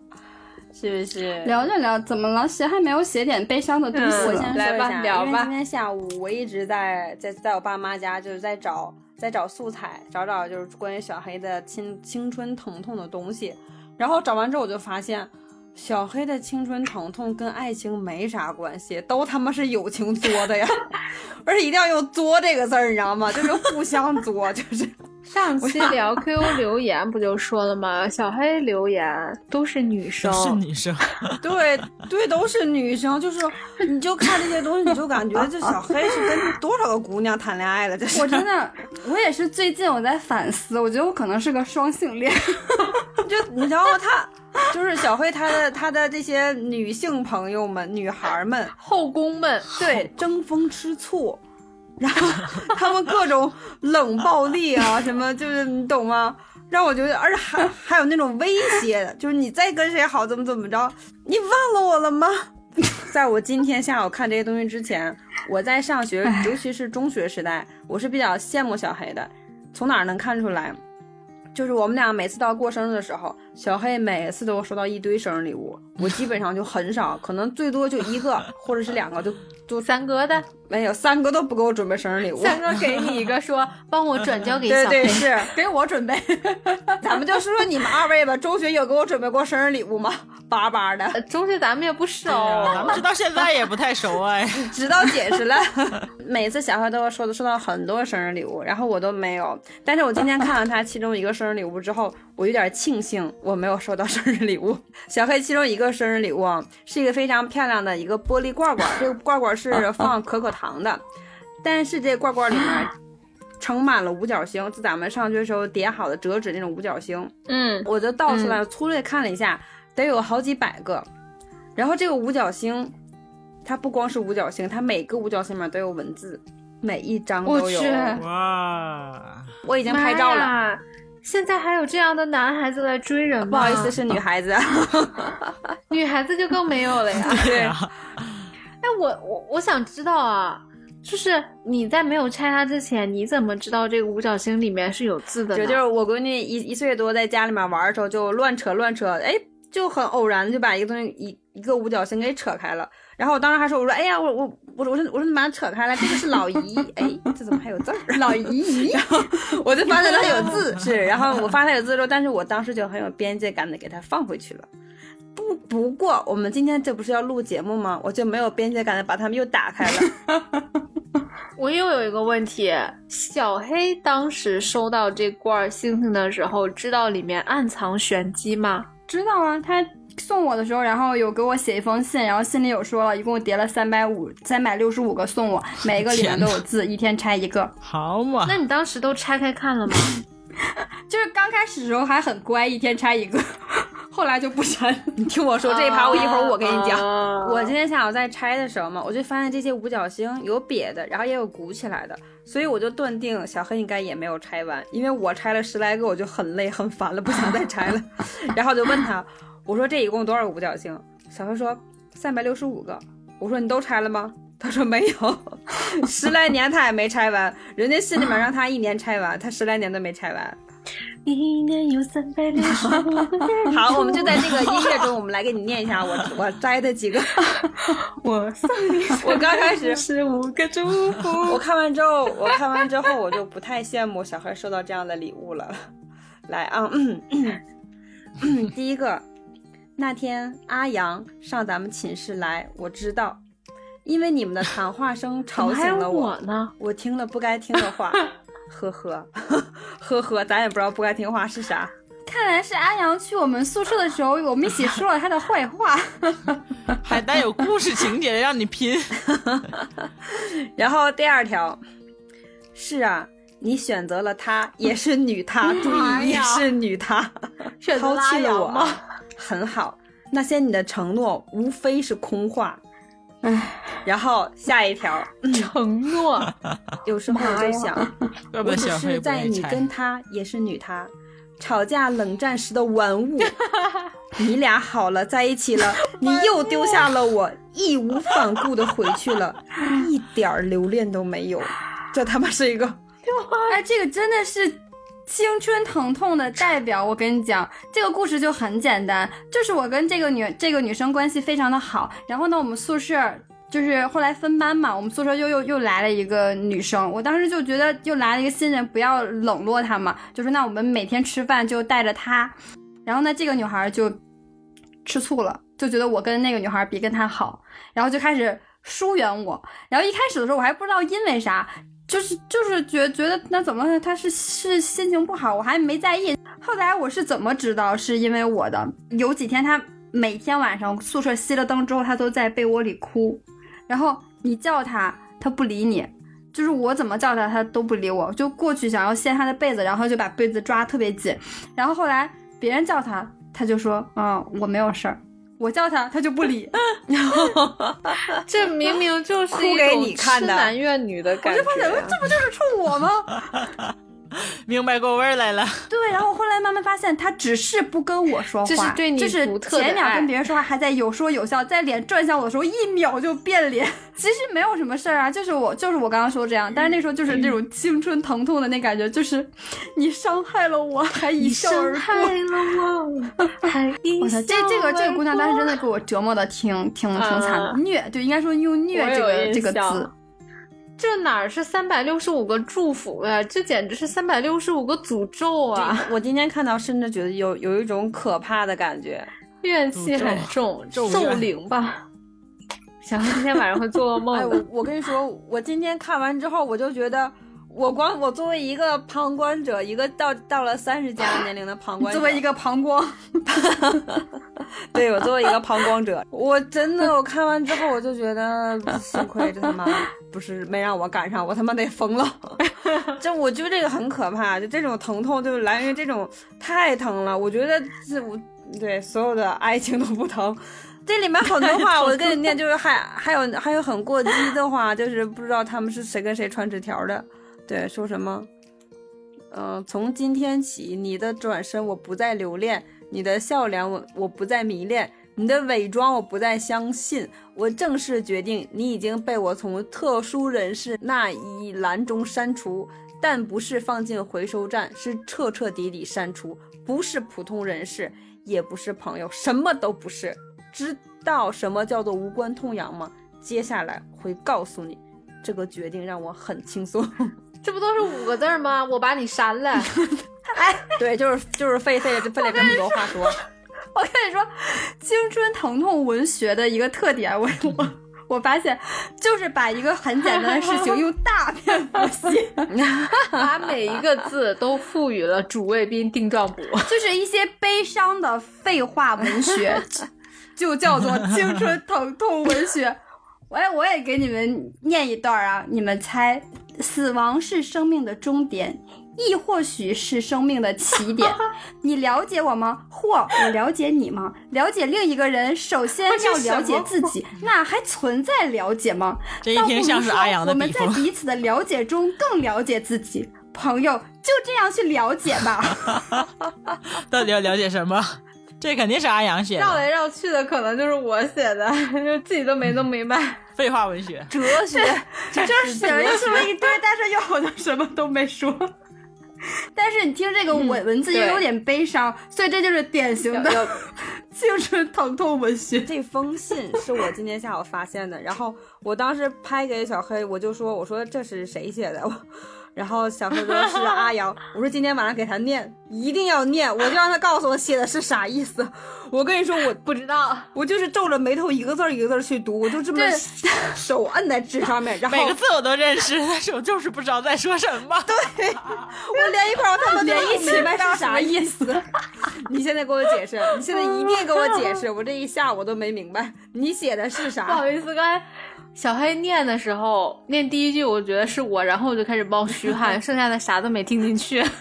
[SPEAKER 4] 是不是？
[SPEAKER 5] 聊着聊，怎么了？谁还没有写点悲伤的东西
[SPEAKER 1] 嗯
[SPEAKER 5] 呢？
[SPEAKER 4] 我先说
[SPEAKER 1] 来
[SPEAKER 4] 一
[SPEAKER 1] 吧
[SPEAKER 4] 下，
[SPEAKER 1] 聊
[SPEAKER 4] 因为
[SPEAKER 1] 吧
[SPEAKER 4] 今天下午我一直在在在我爸妈家，就是在找在找素材，找找就是关于小黑的青青春疼痛的东西。然后找完之后，我就发现小黑的青春疼痛跟爱情没啥关系，都他妈是友情作的呀！ 而且一定要用“作”这个字儿，你知道吗？就是互相 作，就是
[SPEAKER 1] 上期聊 QQ 留言不就说了吗？小黑留言都是女生，
[SPEAKER 3] 是女生，
[SPEAKER 4] 对对，都是女生，就是你就看这些东西，你就感觉这小黑是跟多少个姑娘谈恋爱了，这是
[SPEAKER 5] 我真的，我也是最近我在反思，我觉得我可能是个双性恋。
[SPEAKER 4] 就你知道吗？他就是小黑，他的他的这些女性朋友们、女孩们，
[SPEAKER 1] 后宫们，
[SPEAKER 4] 对争风吃醋，然后他们各种冷暴力啊，什么就是你懂吗？让我觉得，而且还还有那种威胁的，就是你再跟谁好怎么怎么着，你忘了我了吗？ 在我今天下午看这些东西之前，我在上学，尤其是中学时代，我是比较羡慕小黑的。从哪儿能看出来？就是我们俩每次到过生日的时候，小黑每次都收到一堆生日礼物，我基本上就很少，可能最多就一个或者是两个，就
[SPEAKER 1] 三哥的，
[SPEAKER 4] 没有三个都不给我准备生日礼物。
[SPEAKER 1] 三哥给你一个说，帮我转交给
[SPEAKER 4] 对
[SPEAKER 1] 小黑
[SPEAKER 4] 对。是，
[SPEAKER 5] 给我准备，
[SPEAKER 4] 咱们就说说你们二位吧。中学有给我准备过生日礼物吗？巴巴的，
[SPEAKER 1] 呃中学咱们也不熟，
[SPEAKER 3] 啊咱们直到现在也不太熟哎。
[SPEAKER 4] 知道解释了。 每次小黑都收到收到很多生日礼物，然后我都没有。但是我今天看了他其中一个生日礼物之后，我有点庆幸我没有收到生日礼物。小黑其中一个生日礼物啊，是一个非常漂亮的一个玻璃罐罐，这个罐罐是放可可糖的，但是这罐罐里面盛满了五角星，就咱们上学时候叠好的折纸那种五角星。
[SPEAKER 1] 嗯，
[SPEAKER 4] 我就倒出来粗略看了一下，得有好几百个。然后这个五角星，它不光是五角星，它每个五角星里面都有文字，每一张都有
[SPEAKER 5] 我去。
[SPEAKER 3] 哇，
[SPEAKER 4] 我已经拍照了，
[SPEAKER 1] 妈呀。现在还有这样的男孩子来追人吗？
[SPEAKER 4] 不好意思，，是女孩 子。啊
[SPEAKER 1] 女孩子就更没有了呀。
[SPEAKER 4] 对，
[SPEAKER 1] 哎，我我我想知道啊，就是你在没有拆它之前，你怎么知道这个五角星里面是有字的
[SPEAKER 4] 就
[SPEAKER 1] 呢？
[SPEAKER 4] 就是我闺女一一岁多，在家里面玩的时候就乱扯乱扯，哎，就很偶然就把一个东西一一个五角星给扯开了。然后我当时还说，我说，哎呀，我我我说我说我说你把它扯开了，这个是老姨，哎，这怎么还有字 儿？老姨，然后我就发现它有字，是，然后我发现它有字之后，但是我当时就很有边界感的给它放回去了。不不过，我们今天这不是要录节目吗？我就没有边界感的把它们又打开了。
[SPEAKER 1] 我又有一个问题，小黑当时收到这罐星星的时候，知道里面暗藏玄机吗？
[SPEAKER 5] 知道啊，他送我的时候，然后有给我写一封信，然后信里有说了，一共叠了三百五三百六十五个送我，每一个里面都有字，一天拆一个。
[SPEAKER 3] 好嘛，
[SPEAKER 1] 那你当时都拆开看了吗？
[SPEAKER 5] 就是刚开始的时候还很乖，一天拆一个， 后来就不拆了。
[SPEAKER 4] 你听 我说这一
[SPEAKER 1] 哦
[SPEAKER 4] 趴，我一会儿我跟你讲。
[SPEAKER 1] 啊
[SPEAKER 4] 我今天下午在拆的时候嘛，我就发现这些五角星有瘪的，然后也有鼓起来的，所以我就断定小黑应该也没有拆完，因为我拆了十来个，我就很累很烦了，不想再 拆了。然后我就问他，我说这一共多少个五角星？小黑说三百六十五个。我说你都拆了吗？他说没有，十来年他也没拆完，人家心里面让他一年拆完，他十来年都没拆完。
[SPEAKER 1] 一年有三百六十
[SPEAKER 4] 好，我 们就在这个音乐中，我们来给你念一下我我摘的几个。
[SPEAKER 5] 我送你
[SPEAKER 4] 我刚开始
[SPEAKER 5] 十五个祝福。
[SPEAKER 4] 我看完之后，我看完之后，我就不太羡慕小黑收到这样的礼物了。来啊，嗯嗯第一个，那天阿阳上咱们寝室来，我知道，因为你们的谈话声 吵
[SPEAKER 1] 还有
[SPEAKER 4] 醒了
[SPEAKER 1] 我呢，
[SPEAKER 4] 我听了不该听的话，呵呵， 呵呵，咱也不知道不该听话是啥。
[SPEAKER 5] 看来是阿阳去我们宿舍的时候，我们一起说了他的坏话。
[SPEAKER 3] 还带有 故事情节的让你拼，
[SPEAKER 4] 然后第二条，是啊，你选择了他，也是女 他，注
[SPEAKER 1] 哎
[SPEAKER 4] 意也是女他，
[SPEAKER 1] 选择
[SPEAKER 4] 抛弃了我啊
[SPEAKER 1] 拉羊吗，
[SPEAKER 4] 很好。那些你的承诺无非是空话，唉。然后下一条，
[SPEAKER 1] 承诺，
[SPEAKER 4] 有时候我在想，
[SPEAKER 3] 怪不得
[SPEAKER 4] 我只
[SPEAKER 3] 小黑
[SPEAKER 4] 是
[SPEAKER 3] 不
[SPEAKER 4] 在
[SPEAKER 3] 愿意
[SPEAKER 4] 你
[SPEAKER 3] 拆
[SPEAKER 4] 跟他也是女他吵架冷战时的玩 物。你俩好了，在一起了， 你又丢下了我，义无反顾的回去了， 一点儿留恋都没有。这他妈是一个
[SPEAKER 5] 哎，这个真的是青春疼痛的代表。我跟你讲，这个故事就很简单，就是我跟这个女这个女生关系非常的好，然后呢，我们宿舍。就是后来分班嘛，我们宿舍又又又来了一个女生，我当时就觉得又来了一个新人，不要冷落她嘛，就说那我们每天吃饭就带着她，然后呢，这个女孩就吃醋了，就觉得我跟那个女孩比跟她好，然后就开始疏远我，然后一开始的时候我还不知道因为啥，就是就是觉觉得那怎么他是是心情不好，我还没在意。后来我是怎么知道是因为我的？有几天他每天晚上宿舍熄了灯之后，他都在被窝里哭，然后你叫他，他不理你。就是我怎么叫他，他都不理我，就过去想要掀他的被子，然后就把被子抓特别紧，然后后来别人叫他，他就说，嗯，我没有事儿，我叫他，他就不理，
[SPEAKER 1] 这明明就是
[SPEAKER 4] 哭
[SPEAKER 1] 一
[SPEAKER 4] 给
[SPEAKER 1] 种
[SPEAKER 4] 你看
[SPEAKER 1] 痴
[SPEAKER 4] 的
[SPEAKER 1] 男怨女的感
[SPEAKER 5] 我
[SPEAKER 1] 觉
[SPEAKER 5] 就发现，哎这不就是冲我吗？
[SPEAKER 3] 明白过味儿来 了，
[SPEAKER 5] 对，然后后来慢慢发现，他只是不跟我说话，
[SPEAKER 1] 这是对你
[SPEAKER 5] 就是
[SPEAKER 1] 独特的
[SPEAKER 5] 前秒
[SPEAKER 1] 爱
[SPEAKER 5] 跟别人说话还在有说有笑，在脸转向我的时候，一秒就变脸。其实没有什么事儿啊，就是我就是我刚刚说这样，但是那时候就是那种青春疼痛的那感觉，就是你伤害了我，还一笑而过。
[SPEAKER 1] 了我，还一
[SPEAKER 5] 我操，这这个这个姑娘当时真的给我折磨的挺挺挺惨的，
[SPEAKER 1] 啊
[SPEAKER 5] 虐就应该说用虐
[SPEAKER 1] 我
[SPEAKER 5] 这
[SPEAKER 1] 有
[SPEAKER 5] 个
[SPEAKER 1] 印
[SPEAKER 5] 这个
[SPEAKER 1] 象
[SPEAKER 5] 字。
[SPEAKER 1] 这哪儿是三百六十五个祝福啊？这简直是三百六十五个诅咒啊！
[SPEAKER 4] 我今天看到，甚至觉得有有一种可怕的感觉。
[SPEAKER 1] 怨气很重，
[SPEAKER 3] 咒
[SPEAKER 1] 咒
[SPEAKER 3] 怨
[SPEAKER 1] 灵吧。想到今天晚上会做噩梦
[SPEAKER 4] 哎，
[SPEAKER 1] 的
[SPEAKER 4] 我我跟你说，我今天看完之后，我就觉得，我光我作为一个旁观者，一个到到了三十加年龄的旁观者，
[SPEAKER 5] 作为一个膀胱，
[SPEAKER 4] 对我作为一个旁观者，我真的我看完之后，我就觉得幸亏这他妈不是没让我赶上，我他妈得疯了。 这我觉得这个很可怕，就这种疼痛就是来源于这种太疼了。我觉得这我对所有的爱情都不疼。这里面很多话，我跟你念，就是还还有还有很过激的话，就是不知道他们是谁跟谁传纸条的，对，说什么？嗯、从今天起，你的转身我不再留恋，你的笑脸我我不再迷恋，你的伪装我不再相信，我正式决定你已经被我从特殊人士那一栏中删除，但不是放进回收站，是彻彻底底删除，不是普通人士，也不是朋友，什么都不是。知道什么叫做无关痛痒吗？接下来会告诉你。这个决定让我很轻松，
[SPEAKER 1] 这不都是五个字儿吗？我把你删了。
[SPEAKER 4] 对，就是就是费费费了这么多话说，
[SPEAKER 5] 我跟你说，青春疼痛文学的一个特点，我我我发现就是把一个很简单的事情用大篇幅写，
[SPEAKER 1] 把每一个字都赋予了主谓宾定状补。
[SPEAKER 5] 就是一些悲伤的废话文 学，就叫做青春疼痛文学。哎，我也给你们念一段啊，你们猜，死亡是生命的终点，亦或许是生命的 起点。你了解我吗？或我了解你吗？了解另一个人，首先
[SPEAKER 1] 这什么
[SPEAKER 5] 要了解自 己，那还存在了解吗？
[SPEAKER 3] 这一
[SPEAKER 5] 倒不
[SPEAKER 3] 听
[SPEAKER 5] 如
[SPEAKER 3] 像是阿
[SPEAKER 5] 说
[SPEAKER 3] 阳
[SPEAKER 5] 我
[SPEAKER 3] 的
[SPEAKER 5] 们
[SPEAKER 3] 笔
[SPEAKER 5] 在
[SPEAKER 3] 锋。
[SPEAKER 5] 彼此的了解中更了解自己。朋友，就这样去了解 吧。
[SPEAKER 3] 到底要了解什么？这肯定是阿阳 写
[SPEAKER 1] 绕
[SPEAKER 3] 的，
[SPEAKER 1] 来绕去的，可能就是我写的， 就自己都没弄明白。
[SPEAKER 3] 废话文学。
[SPEAKER 4] 哲学，
[SPEAKER 5] 就是写了说了一堆，但是又好像什么都没说。但是你听这个文文字又
[SPEAKER 1] 对
[SPEAKER 5] 有点悲伤，所以这就是典型
[SPEAKER 1] 要
[SPEAKER 5] 的
[SPEAKER 1] 要
[SPEAKER 5] 青春疼痛文学。
[SPEAKER 4] 这封信是我今天下午发现的，然后我当时拍给小黑，我就说我说这是谁写的， 我然后小黑说是阿瑶，我说今天晚上给他念，一定要念，我就让他告诉我写的是啥意思。我跟你说，我
[SPEAKER 1] 不知道，
[SPEAKER 4] 我就是皱着眉头一个字儿一个字儿去读，我就这么
[SPEAKER 5] 对
[SPEAKER 4] 手摁在纸上面，然后
[SPEAKER 3] 每个字我都认识，但是我就是不知道在说什 么。
[SPEAKER 4] 我连一块儿他们连一起来是啥意思？ 你现在给我解释，你现在一定给我解释，我这一下午都没明白你写的是
[SPEAKER 1] 不好
[SPEAKER 4] 啥。
[SPEAKER 1] 意思，刚才小黑念的时候，念第一句我觉得是我，然后我就开始冒虚 汗，剩下的啥都没听进去。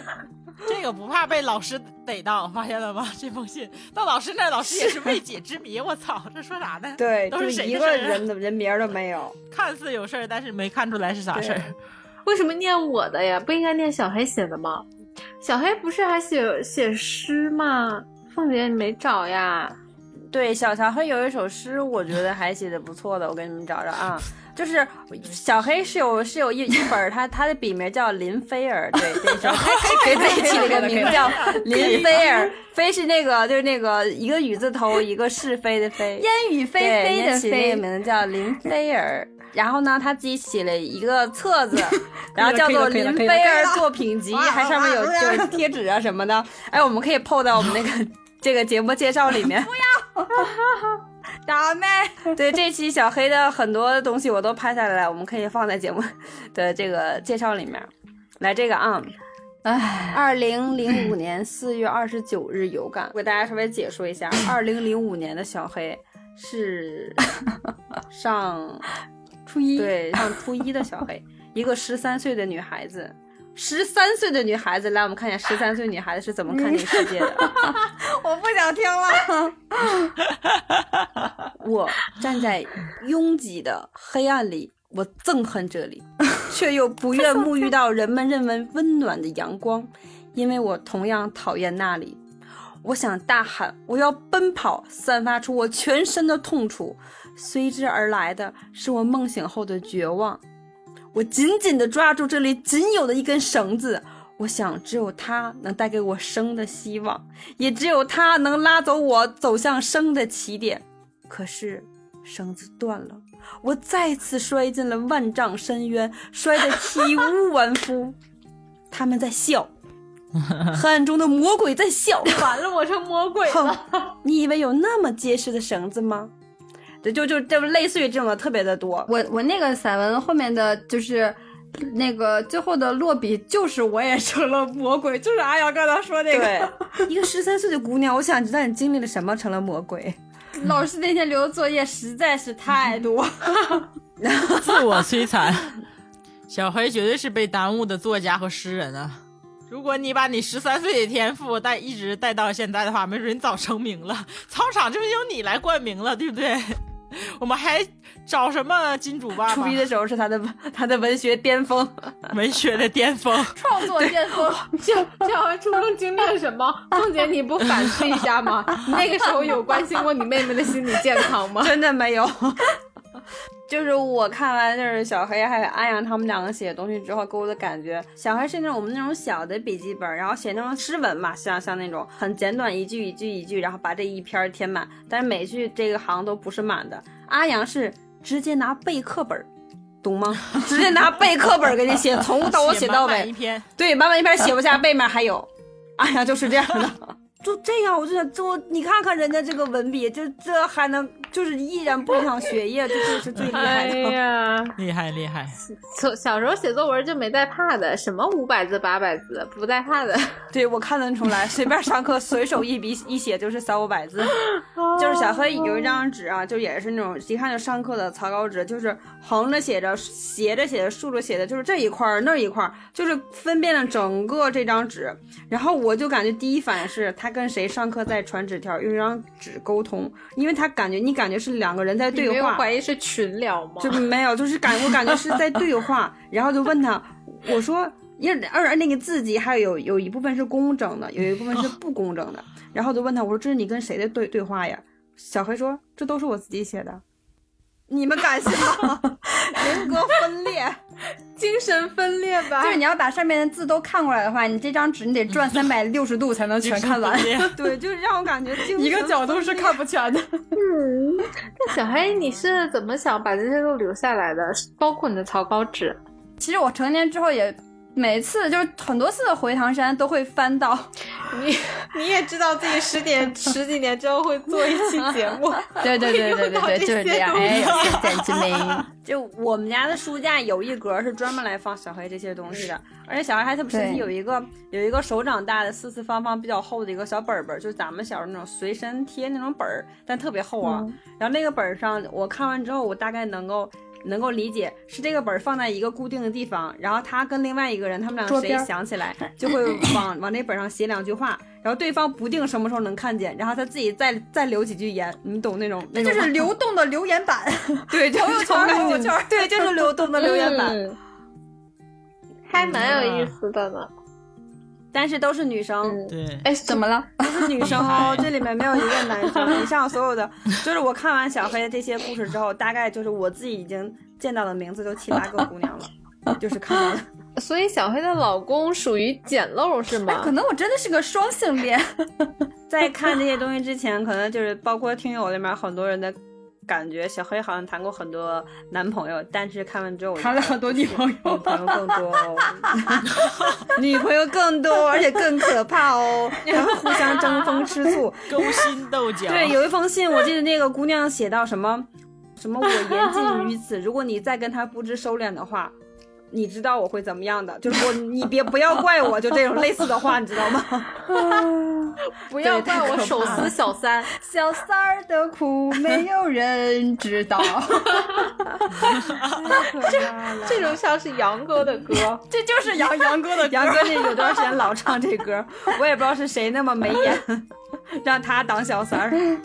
[SPEAKER 3] 这个不怕被老师逮到，发现了吗？这封信到老师那儿，老师也是未解之谜。我操，这说啥呢？
[SPEAKER 9] 对，
[SPEAKER 3] 都
[SPEAKER 9] 就是
[SPEAKER 3] 谁
[SPEAKER 9] 一
[SPEAKER 3] 的
[SPEAKER 9] 个
[SPEAKER 3] 事儿啊
[SPEAKER 9] 人的人名儿都没有。
[SPEAKER 3] 看似有事儿，但是没看出来是啥事儿。
[SPEAKER 1] 为什么念我的呀？不应该念小黑写的吗？小黑不是还写写诗吗？凤姐你没找呀？
[SPEAKER 4] 对，小小黑有一首诗，我觉得还写的不错的，我给你们找找啊。就是小黑是有是有一一本儿，他他的笔名叫林菲尔，对，这首给自己起了一个名叫林菲尔，菲是那个就是那个一个雨字头一个是非的非，
[SPEAKER 5] 烟雨霏
[SPEAKER 4] 对，
[SPEAKER 5] 霏
[SPEAKER 4] 人家
[SPEAKER 5] 的
[SPEAKER 4] 起那个
[SPEAKER 5] 飞，
[SPEAKER 4] 名字叫林菲尔。然后呢，他自己写了一个 册子，然后叫做《
[SPEAKER 9] 可以了
[SPEAKER 4] 林
[SPEAKER 9] 可以了
[SPEAKER 4] 菲尔
[SPEAKER 9] 可以了
[SPEAKER 4] 作品集》，还上面有有贴纸啊什么的。哎，我们可以 PO 到我们那 个这个节目介绍里面。
[SPEAKER 5] 倒霉。
[SPEAKER 4] 对，这期小黑的很多东西我都拍下来了，我们可以放在节目的这个介绍里面。来这个啊，
[SPEAKER 5] 唉，
[SPEAKER 4] 二零零五年四月二十九日有感，我给大家稍微解说一下，二零零五年的小黑是上
[SPEAKER 5] 初一
[SPEAKER 4] 对上初一的小黑，一个十三岁的女孩子。十三岁的女孩子，来，我们看一下十三岁女孩子是怎么看这个世界的。
[SPEAKER 5] 我不想听了。
[SPEAKER 4] 我站在拥挤的黑暗里，我憎恨这里，却又不愿 沐浴到人们认为温暖的阳光，因为我同样讨厌那里。我想大喊，我要奔跑，散发出我全身的痛楚，随之而来的是我梦醒后的绝望。我紧紧地抓住这里仅有的一根绳子，我 想只有它能带给我生的希望，也只有它能拉走我走向生的起点。可是绳子断了，我再次摔进了万丈深渊，摔得体无完 肤。他们在 笑，黑暗中的魔鬼在 笑。
[SPEAKER 1] 完了，我成魔鬼
[SPEAKER 4] 哼
[SPEAKER 1] 了。，
[SPEAKER 4] 你以为有那么结实的绳子吗？对，就就就类似于这种的特别的多。
[SPEAKER 5] 我我那个散文后面的就是。那个最后的落笔就是我也成了魔鬼，就是阿瑶刚才说那个
[SPEAKER 4] 对， 一个十三岁的姑娘，我想知道你经历了什么成了魔鬼。
[SPEAKER 5] 老师那天留的作业实在是太多，
[SPEAKER 3] 自我摧残，小黑绝对是被耽误的作家和诗人啊！如果你把你十三岁的天赋带一直带到现在的话，没准你早成名了。操场就是由你来冠名了，对不对？ 我们还找什么金主爸
[SPEAKER 4] 初
[SPEAKER 3] 爸
[SPEAKER 4] 一？的时候是她的她的文学巅 峰，
[SPEAKER 3] 文学的巅峰，
[SPEAKER 5] 创作巅峰。
[SPEAKER 1] 这这好像初中经历了什 么？凤姐，你不反思一下吗？你那个时候有关心过你妹妹的心理健康 吗？
[SPEAKER 4] 真的没有。 就是我看完就是小黑还有安阳他们两个写的东西之后，给我的感觉，小黑是那种我们那种小的笔记本，然后写那种诗文嘛，像像那种很简短一句一句一句，然后把这一篇儿填满，但是每句这个行都不是满的。阿阳是直接拿备课本儿，懂吗？ 直接拿备课本儿给你写，从头 写到
[SPEAKER 3] 满满
[SPEAKER 4] 尾
[SPEAKER 3] 一。篇。
[SPEAKER 4] 对，满满一篇写不下，背面还有。哎呀，就是这样的， 就这样，我就想，就你看看人家这个文笔，就这还能就是依然不影响学业，这就是最厉害
[SPEAKER 1] 哎
[SPEAKER 4] 的。
[SPEAKER 1] 呀，
[SPEAKER 3] 厉害厉害！
[SPEAKER 1] 从小时候写作文就没带怕的，什么五百字八百字不带怕的。
[SPEAKER 4] 对，我看得出来，随便上课随手一笔一写就是三五百字。
[SPEAKER 1] 哦
[SPEAKER 4] 就是小黑有一张纸啊，就也是那种一看就上课的草稿纸，就是横着写着、斜着写的、竖着写的，就是这一块儿那一块儿，就是分辨了整个这张纸。然后我就感觉第一反应是他跟谁上课在传纸条，用一张纸沟通，因为他感觉你感觉是两个人在
[SPEAKER 1] 你没
[SPEAKER 4] 对
[SPEAKER 1] 有
[SPEAKER 4] 话，
[SPEAKER 1] 怀疑是群聊吗？
[SPEAKER 4] 就没 有，就是感我感觉是在对话，然后就问他，我说，因为而那个字迹还有有一部分是工整的，有一部分是不工整的，然后就问他，我说这是你跟谁的对对话呀？小黑说这都是我自己写的，你们敢信吗？ 人格分裂，
[SPEAKER 1] 精神分裂吧
[SPEAKER 5] 就是你要把上面的字都看过来的话，你这张纸你得转三百六十度才能全看完，
[SPEAKER 4] 对，就是让我感觉精神
[SPEAKER 5] 度是看不全的。
[SPEAKER 1] 那小黑，你是怎么想把这些都留下来的？包括你的草稿 纸，
[SPEAKER 5] 其实我成年之后也。每次就是很多次的回唐山都会翻到，
[SPEAKER 1] 你你也知道自己十点十几年之后会做一期节目，
[SPEAKER 5] 对对对对对对，就是这样。哎， 有现在之明，
[SPEAKER 4] 就我们家的书架有一格是专门来放小黑这些东
[SPEAKER 5] 嗯
[SPEAKER 4] 西的，而且小黑还特别神奇，
[SPEAKER 5] 对
[SPEAKER 4] 有一个有一个手掌大的四四方方比较厚的一个小本儿本儿，就是咱们小时候那种随
[SPEAKER 5] 嗯
[SPEAKER 4] 身贴那种本儿，但特别厚啊。然后那个本儿上我看完之后，我大概能够能够理解，是这个本儿放在一个固定的地方，然后他跟另外一个人，他们俩
[SPEAKER 5] 桌
[SPEAKER 4] 谁
[SPEAKER 5] 边儿
[SPEAKER 4] 想起 来，就会往往那本上写两句话，然后对方不定什么时候能看见，然后他自己再再留几句言，你懂那种？那
[SPEAKER 5] 这就
[SPEAKER 4] 种
[SPEAKER 5] 是
[SPEAKER 4] 吗
[SPEAKER 5] 流动的留言 板，
[SPEAKER 4] 对就是
[SPEAKER 5] 朋
[SPEAKER 4] 这种
[SPEAKER 5] 友圈朋友
[SPEAKER 4] 感觉
[SPEAKER 5] 圈
[SPEAKER 4] 对，就是流动的留言板，
[SPEAKER 1] 嗯，还蛮有意思的呢。
[SPEAKER 4] 但是都是女生，
[SPEAKER 1] 嗯，
[SPEAKER 3] 对，
[SPEAKER 5] 哎，怎么了？
[SPEAKER 4] 是女 生哦，这里面没有一个男生。以上所有的，就是我看完小黑的这些故事之后，大概就是我自己已经见到的名字都七八个姑娘了，就是看完了。
[SPEAKER 1] 所以小黑的老公属于捡漏是
[SPEAKER 5] 哎，可
[SPEAKER 1] 吗？
[SPEAKER 5] 能我真的是个双性恋。
[SPEAKER 4] 在看这些东西之前，可能就是包括听友里面很多人的感觉，小黑好像谈过很多男朋友，但是看完之后我就
[SPEAKER 5] 谈了很多女朋友
[SPEAKER 4] 女朋友更多哦， 女朋友更多，而且更可怕哦， 然后互相争风吃醋。
[SPEAKER 3] 勾心斗角，
[SPEAKER 4] 对，有一封信，我记得那个姑娘写到什么什么，我言尽于此，如果你再跟他不知收敛的话。你知道我会怎么样的？就是我，你别不要怪我，就这种类似的话，你知道吗？
[SPEAKER 1] 不要怪我
[SPEAKER 4] 对太可
[SPEAKER 1] 手
[SPEAKER 4] 怕了
[SPEAKER 1] 撕小 三，
[SPEAKER 5] 小三儿的苦没有人知道，
[SPEAKER 1] 这种像是杨哥的歌。
[SPEAKER 5] 这 就是杨杨哥的
[SPEAKER 4] 杨哥那有段时间老唱这歌，我也不知道是谁那么没眼，让他当小三儿。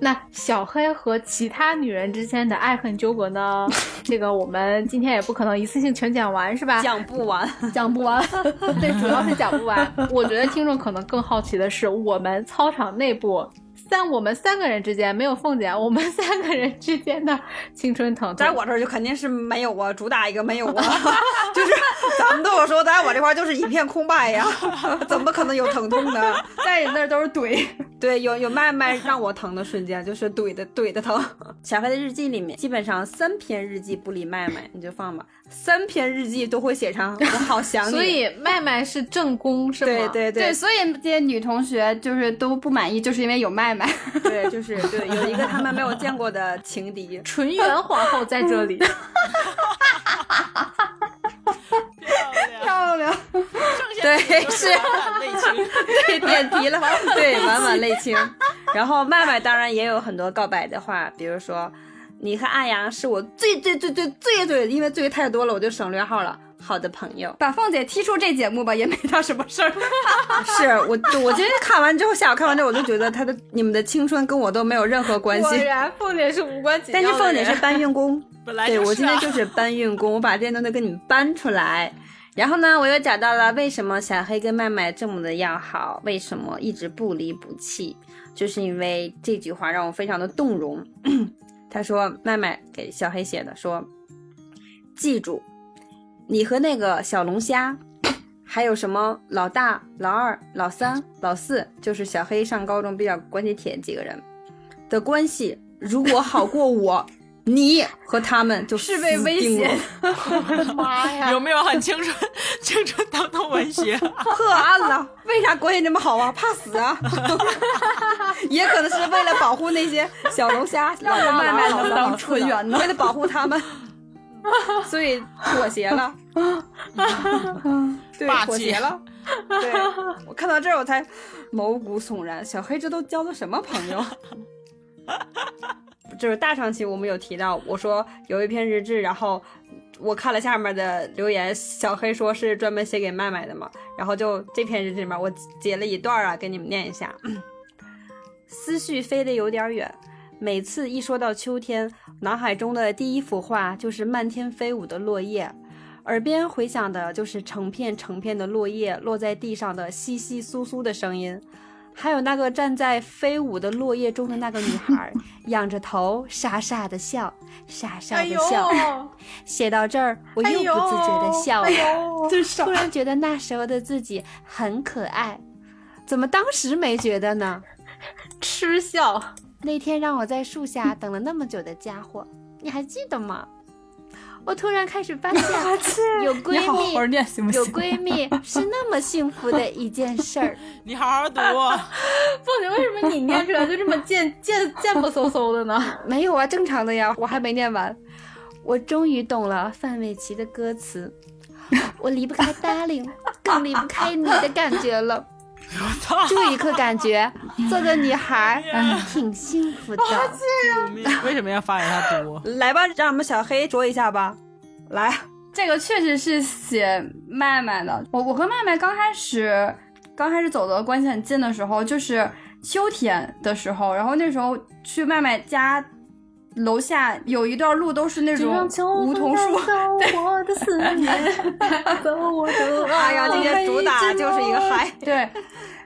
[SPEAKER 1] 那小黑和其他女人之间的爱恨纠葛 呢？这个我们今天也不可能一次性全讲完，是吧？
[SPEAKER 4] 讲不完，
[SPEAKER 1] 讲不 完，对，主要是讲不完。我觉得听众可能更好奇的是，我们操场内部三我们三个人之间没有凤姐，我们三个人之间的青春疼痛
[SPEAKER 4] 在。我这儿就肯定是没有啊，主打一个没有啊， 就是咱们都有说，在我这块儿就是一片空白呀，怎么可能有疼痛呢？
[SPEAKER 5] 在你那儿都是怼。
[SPEAKER 4] 对，有有麦麦让我疼的瞬间，就是怼的怼的疼。小黑的日记里面，基本上三篇日记不理麦麦，你就放吧，三篇日记都会写上我好想你。
[SPEAKER 1] 所以麦麦是正宫是
[SPEAKER 4] 对
[SPEAKER 1] 吗？
[SPEAKER 4] 对
[SPEAKER 5] 对，所以这些女同学就是都不满意，就是因为有麦 麦。
[SPEAKER 4] 对，就是对，有一个他们没有见过的情敌。
[SPEAKER 1] 纯元皇后在这 里，
[SPEAKER 3] 漂亮，
[SPEAKER 5] 漂亮，
[SPEAKER 3] 剩下
[SPEAKER 4] 对
[SPEAKER 3] 的就是满满内情。
[SPEAKER 4] 对，点题了，对，晚晚泪清。然后麦麦当然也有很多告白的话，比如说，你和阿阳是我最最最最最最，因为最太多了，我就省略号了。好的朋友，
[SPEAKER 5] 把凤姐踢出这节目吧，也没她什么事儿。
[SPEAKER 4] 是我， 我今天看完之后，下午看完之后，我就觉得他的你们的青春跟我都没有任何关
[SPEAKER 1] 果
[SPEAKER 4] 系。
[SPEAKER 1] 然凤姐是无关紧要
[SPEAKER 4] 但
[SPEAKER 1] 的
[SPEAKER 4] 是
[SPEAKER 1] 人。
[SPEAKER 4] 凤姐是搬运 工，
[SPEAKER 3] 本来
[SPEAKER 4] 对
[SPEAKER 3] 就
[SPEAKER 4] 我
[SPEAKER 3] 是
[SPEAKER 4] 今天
[SPEAKER 3] 啊，
[SPEAKER 4] 就是搬运工，我把这些东西给你们搬出来。然后呢，我又找到了为什么小黑跟麦麦这么的要好，为什么一直不离不弃，就是因为这句话让我非常的动容。 他说麦麦给小黑写的，说记住，你和那个小龙虾，还有什么老大、老二、老三、老四，就是小黑上高中比较关系铁几个人的关系，如果好过我，你和他们就
[SPEAKER 5] 是被
[SPEAKER 4] 死
[SPEAKER 5] 威
[SPEAKER 4] 定
[SPEAKER 5] 胁
[SPEAKER 4] 了。
[SPEAKER 1] 妈呀，
[SPEAKER 3] 有没有很青春青春疼痛文学？啊
[SPEAKER 4] 破案了，为啥关系这么好啊？怕死啊？ 也可能是为了保护那些小龙虾，让
[SPEAKER 5] 我
[SPEAKER 4] 慢
[SPEAKER 5] 慢
[SPEAKER 4] 慢
[SPEAKER 5] 慢能当纯元呢
[SPEAKER 4] 为了保护他们， 所以妥协了。 对
[SPEAKER 3] 霸，气
[SPEAKER 4] 妥 协了。对，我看到这儿我才毛骨悚然，小黑这都交的什么朋友？ 就是大上期我们有提到，我说有一篇日志，然后我看了下面的留言，小黑说是专门写给麦麦的嘛，然后就这篇日志里面我截了一段儿啊，给你们念一下。思绪飞得有点远，每次一说到秋天，脑海中的第一幅画就是漫天飞舞的落叶，耳边回响的就是成片成片的落叶落在地上的窸窸窣窣的声音，还有那个站在飞舞的落叶中的那个女孩，仰着头傻傻的笑，傻傻
[SPEAKER 1] 哎
[SPEAKER 4] 的
[SPEAKER 1] 呦，
[SPEAKER 4] 笑。写到这儿，我又不自觉的笑
[SPEAKER 1] 哎
[SPEAKER 4] 了，
[SPEAKER 5] 真傻
[SPEAKER 4] 突然觉得那时候的自己很可爱，怎么当时没觉得呢？
[SPEAKER 1] 吃笑。
[SPEAKER 4] 那天让我在树下等了那么久的家伙，你还记得吗？我突然开始发 现，有闺
[SPEAKER 5] 你好
[SPEAKER 4] 蜜
[SPEAKER 5] 好念行不
[SPEAKER 4] 有
[SPEAKER 5] 行？
[SPEAKER 4] 闺 蜜是那么幸福的一件事儿。
[SPEAKER 3] 你好好读，哦
[SPEAKER 1] 凤姐，为什么你念出来就这么 贱贱贱不嗖嗖的呢？
[SPEAKER 4] 没有啊，正常的呀，我还没念完。我终于懂了范玮琪的歌词，
[SPEAKER 6] 我离不开 darling，更离不开你的感觉了。
[SPEAKER 3] 操！哎
[SPEAKER 6] 这一刻感觉做个女
[SPEAKER 4] 哎
[SPEAKER 6] 孩儿挺幸福的。
[SPEAKER 5] 啊
[SPEAKER 3] 救命！为什么要发给他读？
[SPEAKER 4] 来吧，让我们小黑啄一下吧。来，
[SPEAKER 5] 这个确实是写麦麦的。我我和麦麦刚开始刚开始走的关系很近的时候，就是秋天的时候，然后那时候去麦麦家楼下有一段路都是那种 梧桐树。
[SPEAKER 1] 走我的思念，走我的
[SPEAKER 4] 哎呀，今天主打
[SPEAKER 5] 黑之
[SPEAKER 4] 就是一个嗨。
[SPEAKER 5] 对，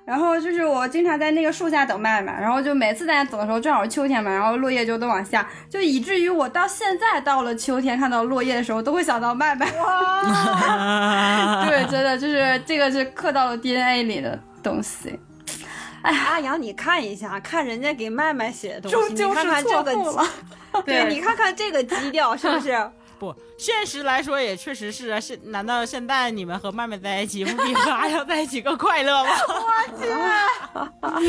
[SPEAKER 5] 然后就是我经常在那个树下等麦麦，然后就每次在那等的时候，正好是秋天嘛，然后落叶就都往下，就以至于我到现在到了秋天看到落叶的时候，都会想到麦麦。
[SPEAKER 3] 啊
[SPEAKER 5] 对，真的就是这个是刻到了 DNA 里的东西。
[SPEAKER 4] 阿阳，你看一下，看人家给麦麦写的东西，
[SPEAKER 5] 终究
[SPEAKER 4] 你看看
[SPEAKER 5] 是
[SPEAKER 4] 这
[SPEAKER 5] 错
[SPEAKER 4] 个
[SPEAKER 5] 付了
[SPEAKER 4] 基，， 对你看看这个基调是不是？
[SPEAKER 3] 不，现实来说也确实是啊。现难道现在你们和麦麦在一起，不比和阿阳在一起更快乐吗？阿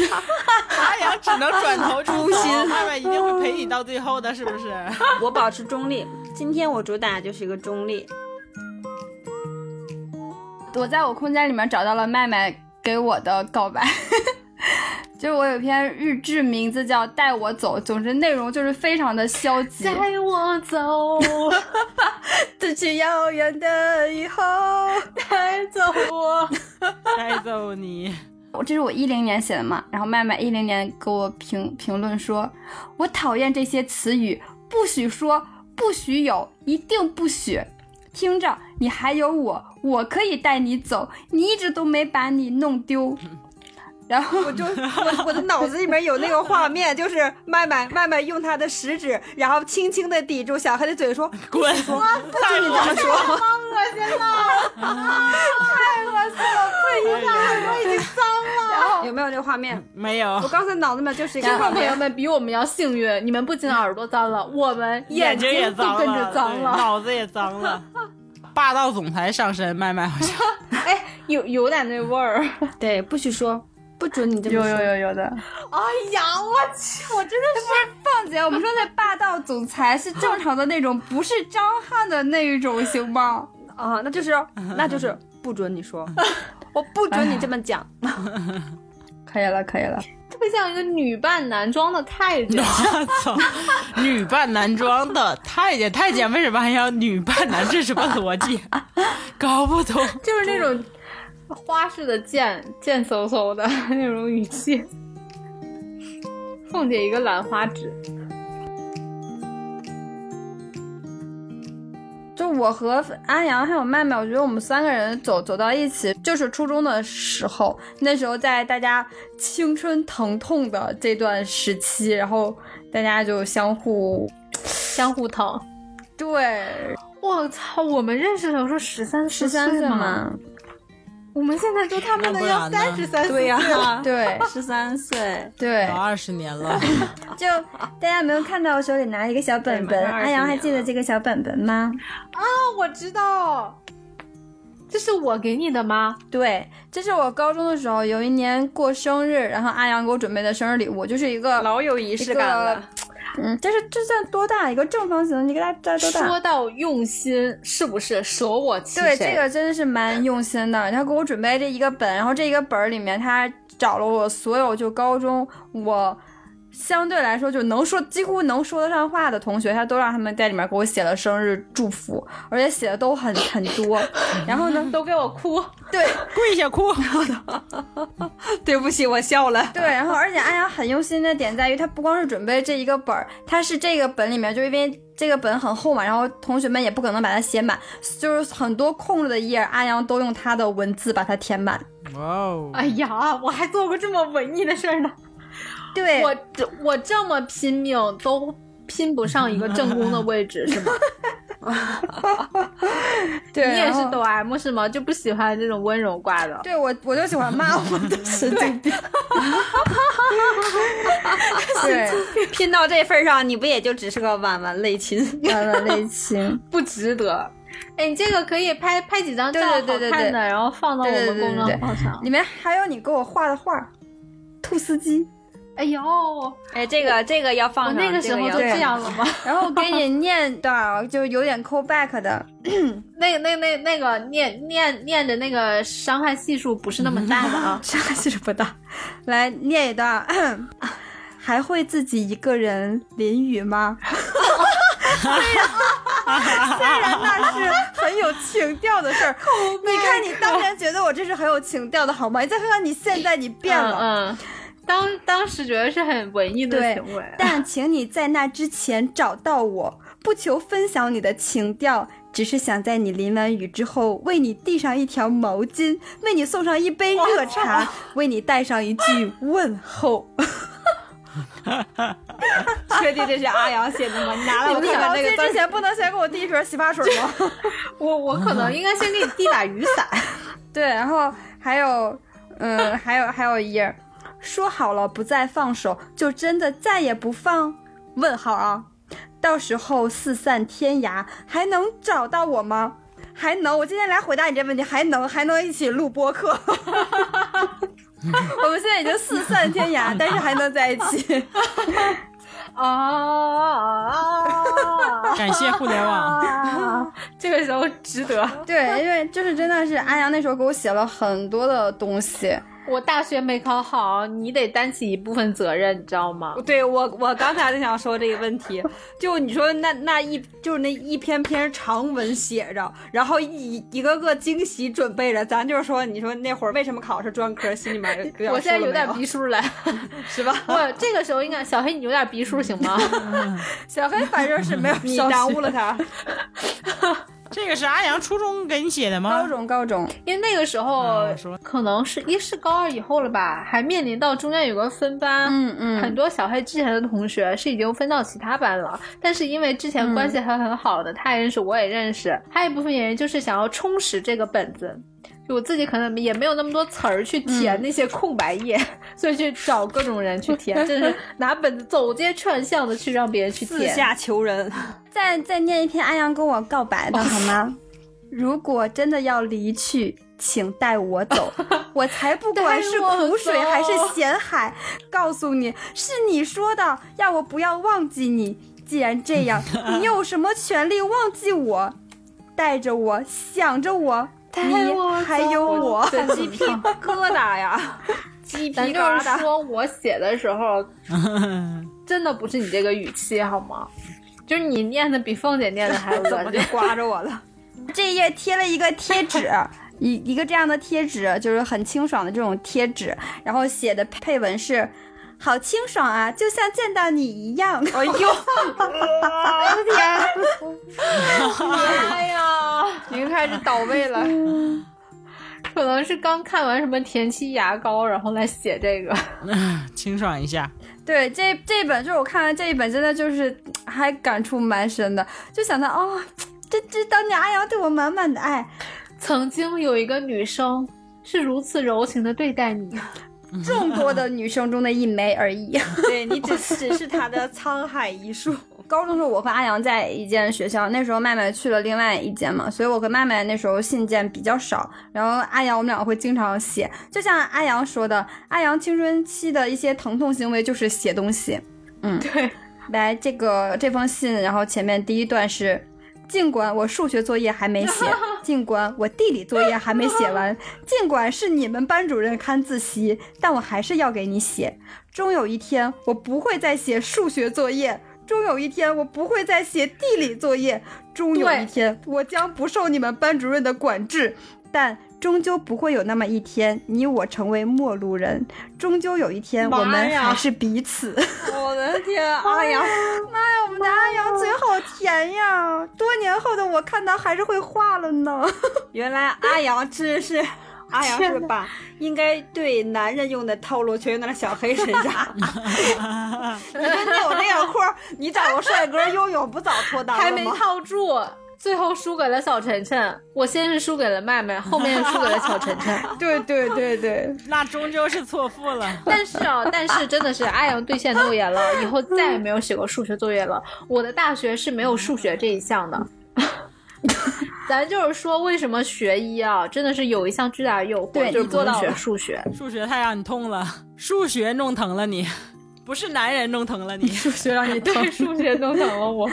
[SPEAKER 3] 阳只能转头 出心，麦麦一定会陪你到最后的，是不是？
[SPEAKER 4] 我保持中立，今天我主打就是一个中立。
[SPEAKER 5] 我在我空间里面找到了麦麦给我的告白， 就是我有篇日志，名字叫《带我走》，总之内容就是非常的消极。
[SPEAKER 1] 带我走，
[SPEAKER 4] 自去遥远的以后，
[SPEAKER 1] 带走 我。
[SPEAKER 3] 带走你，
[SPEAKER 5] 我这是我一零年写的嘛，然后麦麦一零年给我评评论说，我讨厌这些词语，不许说，不许有，一定不许。听着，你还有我，我可以带你走，你一直都没把你弄 丢。然后
[SPEAKER 4] 我就我我的脑子里面有那个画面，就是麦麦麦麦用他的食指，然后轻轻的抵住小黑的嘴，说
[SPEAKER 3] 滚！带
[SPEAKER 4] 你这么说，有没有这个画面？
[SPEAKER 3] 没有
[SPEAKER 4] 我。刚才脑子里面就是一个
[SPEAKER 1] 听
[SPEAKER 4] 画
[SPEAKER 1] 众朋
[SPEAKER 4] 面
[SPEAKER 1] 友。们比我们要幸运，你们不仅耳朵脏了，我们
[SPEAKER 3] 眼睛
[SPEAKER 1] 睛
[SPEAKER 3] 也
[SPEAKER 1] 都
[SPEAKER 3] 脏
[SPEAKER 1] 跟着
[SPEAKER 3] 了，
[SPEAKER 1] 脏
[SPEAKER 3] 对
[SPEAKER 1] 了。
[SPEAKER 3] 脑子也脏了。 霸道总裁上身，麦麦好像
[SPEAKER 5] 有有点那味儿，
[SPEAKER 4] 对，不许说，不准你这么
[SPEAKER 5] 有
[SPEAKER 4] 说。
[SPEAKER 5] 有有 有的。
[SPEAKER 1] 哎呀，我去，我真的是
[SPEAKER 5] 凤姐，我们说那霸道总裁是正常的那种，不是张翰的那一种，行吗？
[SPEAKER 4] 啊，那就是
[SPEAKER 5] 嗯
[SPEAKER 4] 那就是不准你说，我不准
[SPEAKER 5] 哎
[SPEAKER 4] 你这么讲。
[SPEAKER 5] 可以了，可以了。
[SPEAKER 1] 特别像一个女扮男装的太监。
[SPEAKER 3] 我操，女扮男装的太监，太监为什么还要女扮男？这什么逻辑？ 搞不懂。
[SPEAKER 1] 就是那种花式的贱贱嗖嗖的 那种语气。凤姐一个兰花指，
[SPEAKER 5] 就我和安阳还有麦麦，我觉得我们三个人走走到一起，就是初中的时候，那时候在大家青春疼痛的这段时期，然后大家就相互
[SPEAKER 1] 相互疼。
[SPEAKER 5] 对
[SPEAKER 1] 我操！我们认识的时候是十三
[SPEAKER 5] 十三岁
[SPEAKER 1] 嘛，
[SPEAKER 5] 嘛，
[SPEAKER 1] 我们现在都他妈
[SPEAKER 3] 那
[SPEAKER 1] 的
[SPEAKER 3] 不
[SPEAKER 1] 要
[SPEAKER 3] 然呢
[SPEAKER 1] 三十三
[SPEAKER 4] 对
[SPEAKER 1] 岁
[SPEAKER 4] 呀、
[SPEAKER 5] 对
[SPEAKER 4] 十三岁，
[SPEAKER 5] 对
[SPEAKER 3] 有，二十年了，
[SPEAKER 5] 就大家有没有看到我手里拿一个小本
[SPEAKER 4] 对
[SPEAKER 5] 本，
[SPEAKER 4] 马上
[SPEAKER 5] 安阳还
[SPEAKER 4] 20
[SPEAKER 5] 记得这个小本本吗？
[SPEAKER 1] 哦我知道，这是我给你的吗？
[SPEAKER 5] 对，这是我高中的时候，有一年过生日，然后安阳给我准备的生日礼物，就是一个，
[SPEAKER 4] 老有仪式感了。
[SPEAKER 5] 嗯，这是这算多大一个正方形？你给大家多大？
[SPEAKER 1] 说到用心，是不是舍我其
[SPEAKER 5] 对，
[SPEAKER 1] 谁？
[SPEAKER 5] 这个真的是蛮用心的。他给我准备这一个本，然后这一个本儿里面，他找了我所有就高中我相对来说就能说几乎能说得上话的同学，他都让他们在里面给我写了生日祝福，而且写的都很很多。然后呢，
[SPEAKER 1] 都给我哭。
[SPEAKER 5] 对，
[SPEAKER 3] 跪下哭。
[SPEAKER 4] 对不起，我笑了。
[SPEAKER 5] 对，然后而且安阳很用心的点在于，他不光是准备这一个本儿，他是这个本里面，就因为这个本很厚嘛，然后同学们也不可能把它写满，就是很多空着的页儿，安阳都用他的文字把它填满。
[SPEAKER 3] 哇哦！
[SPEAKER 1] 哎呀，我还做过这么文艺的事儿呢。
[SPEAKER 5] 对，
[SPEAKER 1] 我这我这么拼命都拼不上一个正宫的位置，是吗？
[SPEAKER 5] 对，
[SPEAKER 1] 你也是
[SPEAKER 5] 然后
[SPEAKER 1] 抖 M 是吗？就不喜欢这种温柔挂的。
[SPEAKER 5] 对我，我就喜欢骂我 们的神经病。 对，
[SPEAKER 4] 拼到这份儿上，你不也就只是个晚晚类亲？
[SPEAKER 5] 完了内情。
[SPEAKER 1] 不值得。哎，你这个可以拍拍几张照，
[SPEAKER 5] 对对对对
[SPEAKER 1] 好看的，
[SPEAKER 5] 对
[SPEAKER 1] 然后放到我
[SPEAKER 5] 对对
[SPEAKER 1] 们
[SPEAKER 5] 对
[SPEAKER 1] 公
[SPEAKER 5] 对对
[SPEAKER 1] 众号上。
[SPEAKER 5] 里面还有你给我画的画，兔司机，
[SPEAKER 1] 哎呦，
[SPEAKER 4] 哎，这个这个要放
[SPEAKER 1] 我
[SPEAKER 4] 上，
[SPEAKER 1] 那个
[SPEAKER 4] 这
[SPEAKER 1] 时候
[SPEAKER 4] 要
[SPEAKER 1] 就
[SPEAKER 4] 放
[SPEAKER 1] 这样了吗？
[SPEAKER 5] 然后给你念段儿，就有点 call back 的，，
[SPEAKER 1] 那那那那个念念念的那个伤害系数不是那么大的 啊
[SPEAKER 5] 这还是不大。来念一段儿， 还会自己一个人淋雨吗？ 虽然 那是很有情调的事儿，你看你当年觉得我这是很有情调的好吗？你再看看你现在，你变了。
[SPEAKER 1] 嗯，嗯当当时觉得是很文艺的
[SPEAKER 5] 对
[SPEAKER 1] 行为，
[SPEAKER 5] 但请你在那之前找到我，不求分享你的情调，只是想在你淋完雨之后，为你递上一条毛巾，为你送上一杯热茶，为你带上一句问候。
[SPEAKER 4] 确定这是阿阳写的吗？你拿来
[SPEAKER 5] 你
[SPEAKER 4] 我
[SPEAKER 5] 们写
[SPEAKER 4] 看看
[SPEAKER 5] 毛
[SPEAKER 4] 那个
[SPEAKER 5] 巾
[SPEAKER 4] 字
[SPEAKER 5] 之
[SPEAKER 4] 儿。
[SPEAKER 5] 前不能先给我递一瓶洗发水吗？
[SPEAKER 1] 我我可能应该先给你递把雨 伞。
[SPEAKER 5] 对，然后还有，嗯，还有还有一页，说好了不再放手，就真的再也不放？问号啊！到时候四散天涯，还能找到我吗？还能？我今天来回答你这问题，还能还能一起录播客？ 我们现在已经四散天涯，但是还能在一起。
[SPEAKER 1] 哦啊！
[SPEAKER 3] 感谢互联网，
[SPEAKER 1] 哦 这个时候值得。
[SPEAKER 5] 对，因为就是真的是安阳那时候给我写了很多的东西，
[SPEAKER 1] 我大学没考好，你得担起一部分责任，你知道吗？
[SPEAKER 4] 对我，我刚才就想说这个问题，就你说那那一就是那一篇篇长文写着，然后一一个个惊喜准备着，咱就是说，你说那会儿为什么考是专科，心里面有点
[SPEAKER 1] 我现在有点
[SPEAKER 4] 数了没
[SPEAKER 1] 逼数了，
[SPEAKER 4] 是吧？
[SPEAKER 1] 我这个时候应该小黑，你有点逼数行吗？
[SPEAKER 5] 小黑反正是没有
[SPEAKER 4] 你
[SPEAKER 5] 消
[SPEAKER 4] 耽
[SPEAKER 5] 息
[SPEAKER 4] 误了他，
[SPEAKER 3] 这个是阿阳初中给你写的
[SPEAKER 5] 高
[SPEAKER 3] 吗？
[SPEAKER 5] 中高中，
[SPEAKER 1] 因为那个时候
[SPEAKER 3] 嗯说
[SPEAKER 1] 可能是一是高二以后了吧，还面临到中间有个分班，
[SPEAKER 5] 嗯嗯，
[SPEAKER 1] 很多小黑之前的同学是已经分到其他班了，但是因为之前关系还很好的，他也认识，我也认识，还有一部分原因就是想要充实这个本子。就我自己可能也没有那么多词儿去填那些空白页，所以去找各种人去填，真的是拿本子走街串巷的去让别人 去
[SPEAKER 4] 四
[SPEAKER 1] 填。
[SPEAKER 4] 下求人，
[SPEAKER 5] 再再念一篇安阳跟我告白
[SPEAKER 1] 哦
[SPEAKER 5] 的好吗？如果真的要离去，请带我走， 我才不管是苦水还是咸海。告诉你，是你说的，要我不要忘记你。既然 这样，你有什么权利忘记我？带着我，想着我，
[SPEAKER 1] 带我
[SPEAKER 5] 你还
[SPEAKER 1] 走
[SPEAKER 5] 有我。
[SPEAKER 4] 鸡皮疙瘩呀， 鸡皮
[SPEAKER 1] 咱
[SPEAKER 4] 疙
[SPEAKER 1] 就是
[SPEAKER 4] 瘩。
[SPEAKER 1] 说我写的时 候，真的不是你这个语气好吗？就是你念的比凤姐念的 还
[SPEAKER 4] 怎么
[SPEAKER 1] 文
[SPEAKER 4] 就。刮着我了？
[SPEAKER 5] 这一页贴了一个贴纸，一一个这样的贴纸，就是很清爽的这种贴纸，然后写的配文是“好清爽啊，就像见到你一样”。哎呦，
[SPEAKER 1] 哎呀！
[SPEAKER 4] 您开始倒位了，
[SPEAKER 1] 可能是刚看完什么田七牙膏，然后来写这个。
[SPEAKER 3] 清爽一下，
[SPEAKER 5] 对，这这本就是我看完这一本，真的就是还感触蛮深的，就想到哦，这这当年阿阳对我满满的爱，
[SPEAKER 1] 曾经有一个女生是如此柔情的对待你，
[SPEAKER 5] 众多的女生中的一枚而已。
[SPEAKER 4] 对你只只是他的沧海一粟。
[SPEAKER 5] 高中的时候，我和阿阳在一间学校，那时候麦麦去了另外一间嘛，所以我跟麦麦那时候信件比较少。然后阿阳，我们两个会经常写，就像阿阳说的，阿阳青春期的一些疼痛行为就是写东西。
[SPEAKER 1] 对，
[SPEAKER 5] 来，这个这封信，然后前面第一段是。尽管我数学作业还没 写，尽管我地理作业还没写完， 尽管是你们班主任看自习，但我还是要给你写。终有一天，我不会再写数学作业；终有一天，我不会再写地理作业；终有一
[SPEAKER 1] 对
[SPEAKER 5] 天，我将不受你们班主任的管制。但终究不会有那么一天，你我成为陌路人。终究有一天，我
[SPEAKER 3] 妈
[SPEAKER 5] 们
[SPEAKER 3] 呀
[SPEAKER 5] 还是彼此。
[SPEAKER 4] 我的天，啊阿阳，
[SPEAKER 5] 我们的阿阳哎嘴好甜呀！多年后的我看到还是会画了 呢。
[SPEAKER 4] 原来阿阳这是。阿阳是把应该对男人用的套路全用在了小黑身 上。你说你有这个货儿，你找个帅哥游泳不早脱单
[SPEAKER 1] 还
[SPEAKER 4] 了
[SPEAKER 1] 没
[SPEAKER 4] 吗？
[SPEAKER 1] 套住，最后输给了小晨晨。我先是输给了麦麦，后面又输给了小晨晨。
[SPEAKER 5] 对对对对，
[SPEAKER 3] 那终究是错付了。
[SPEAKER 1] 但是啊，但是真的是阿阳兑现诺言了，以后再也没有写过数学作业了。我的大学是没有数学这一项的。 咱就是说，为什么学医啊，真的是有一项巨大的诱惑，
[SPEAKER 5] 对
[SPEAKER 1] 就是
[SPEAKER 5] 你
[SPEAKER 1] 不
[SPEAKER 5] 做
[SPEAKER 1] 能
[SPEAKER 5] 到
[SPEAKER 1] 学
[SPEAKER 5] 了
[SPEAKER 1] 数学。
[SPEAKER 3] 数学太让你痛了，数学弄疼了你。不是男人弄疼了你。
[SPEAKER 1] 数学让你对数学弄疼了我。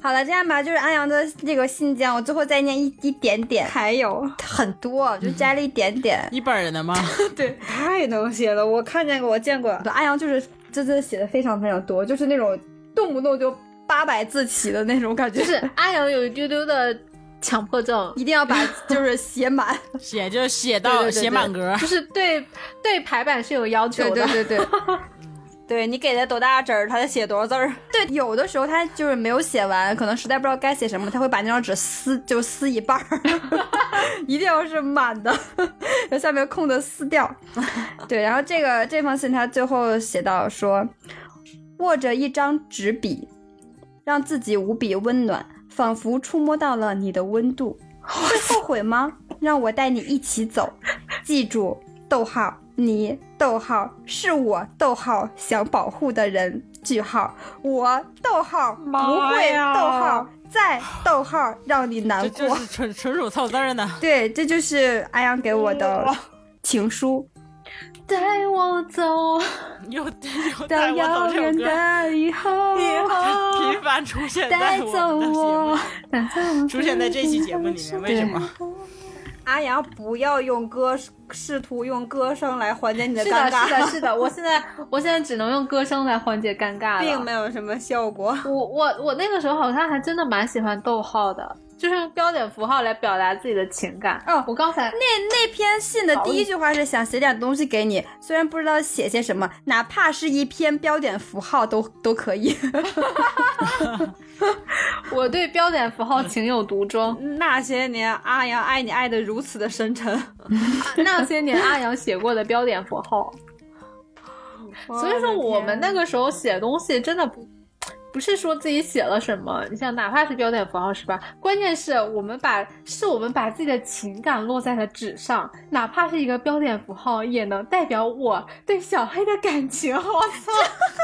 [SPEAKER 5] 好了，这样吧，就是安阳的那个信件，我最后再念一一点点，
[SPEAKER 4] 还有
[SPEAKER 5] 很多，就加了一点点。
[SPEAKER 3] 一本儿的吗？
[SPEAKER 5] 太能写了，我看见过，我见过。安阳就是真的写的非常非常多，就是那种动不动就八百字起的那种感觉，
[SPEAKER 1] 就是阿阳有一丢丢的强迫症，
[SPEAKER 5] 一定要把就是写 满。
[SPEAKER 3] 写就写到
[SPEAKER 1] 对对对对
[SPEAKER 3] 写满格儿。
[SPEAKER 1] 就是 对对排版是有要求
[SPEAKER 5] 对
[SPEAKER 1] 的。
[SPEAKER 5] 对对对
[SPEAKER 4] 对你给他多大纸儿，他得写多少字儿。
[SPEAKER 5] 对，有的时候他就是没有写完，可能实在不知道该写什么，他会把那张纸撕，就撕一半儿， 一定要是满的，然后下面空的撕 掉。对，然后这个这封信他最后写到说，握着一张纸笔，让自己无比温暖，仿佛触摸到了你的温度。会后悔吗？ 让我带你一起走，记住，逗号，你，逗号，是我，逗号，想保护的人，句号，我，逗号，不
[SPEAKER 3] 妈
[SPEAKER 5] 会，
[SPEAKER 3] 呀
[SPEAKER 5] 逗号，再，逗号，让你难
[SPEAKER 3] 这
[SPEAKER 5] 过。
[SPEAKER 3] 就是纯纯属凑字儿呢，
[SPEAKER 5] 对，这就是阿阳给我的情书。
[SPEAKER 1] 带我走
[SPEAKER 3] 又又
[SPEAKER 5] 到
[SPEAKER 3] 带我
[SPEAKER 5] 遥
[SPEAKER 3] 走这
[SPEAKER 5] 远
[SPEAKER 3] 首歌，
[SPEAKER 5] 的以后，
[SPEAKER 3] 频繁出现
[SPEAKER 5] 带
[SPEAKER 3] 在
[SPEAKER 5] 走
[SPEAKER 3] 我们的节目
[SPEAKER 5] 我
[SPEAKER 3] 里。，出现在这期节目里面，为什么？
[SPEAKER 4] 阿阳不要用歌，试图用歌声来缓解你的
[SPEAKER 1] 是
[SPEAKER 4] 尴
[SPEAKER 1] 的，是
[SPEAKER 4] 尬，
[SPEAKER 1] 的，是的，我现在我现在只能用歌声来缓解尴尬了。
[SPEAKER 4] 并没有什么效果。
[SPEAKER 1] 我我我那个时候好像还真的蛮喜欢逗号的，就是用标点符号来表达自己的情感。
[SPEAKER 5] 哦
[SPEAKER 1] 我刚才
[SPEAKER 5] 那那篇信的第一句话是想写点东西给你，虽然不知道写些什么，哪怕是一篇标点符号都都可以。
[SPEAKER 1] 我对标点符号情有独钟。
[SPEAKER 4] 那些年，阿阳爱你爱的如此的深 沉，
[SPEAKER 1] 那些年阿阳写过的标点符号，所以说我们那个时候写东西真的不。不是说自己写了什么，你像哪怕是标点符号是吧？关键是我们把是我们把自己的情感落在了纸上，哪怕是一个标点符号，也能代表我对小黑的感情。我操，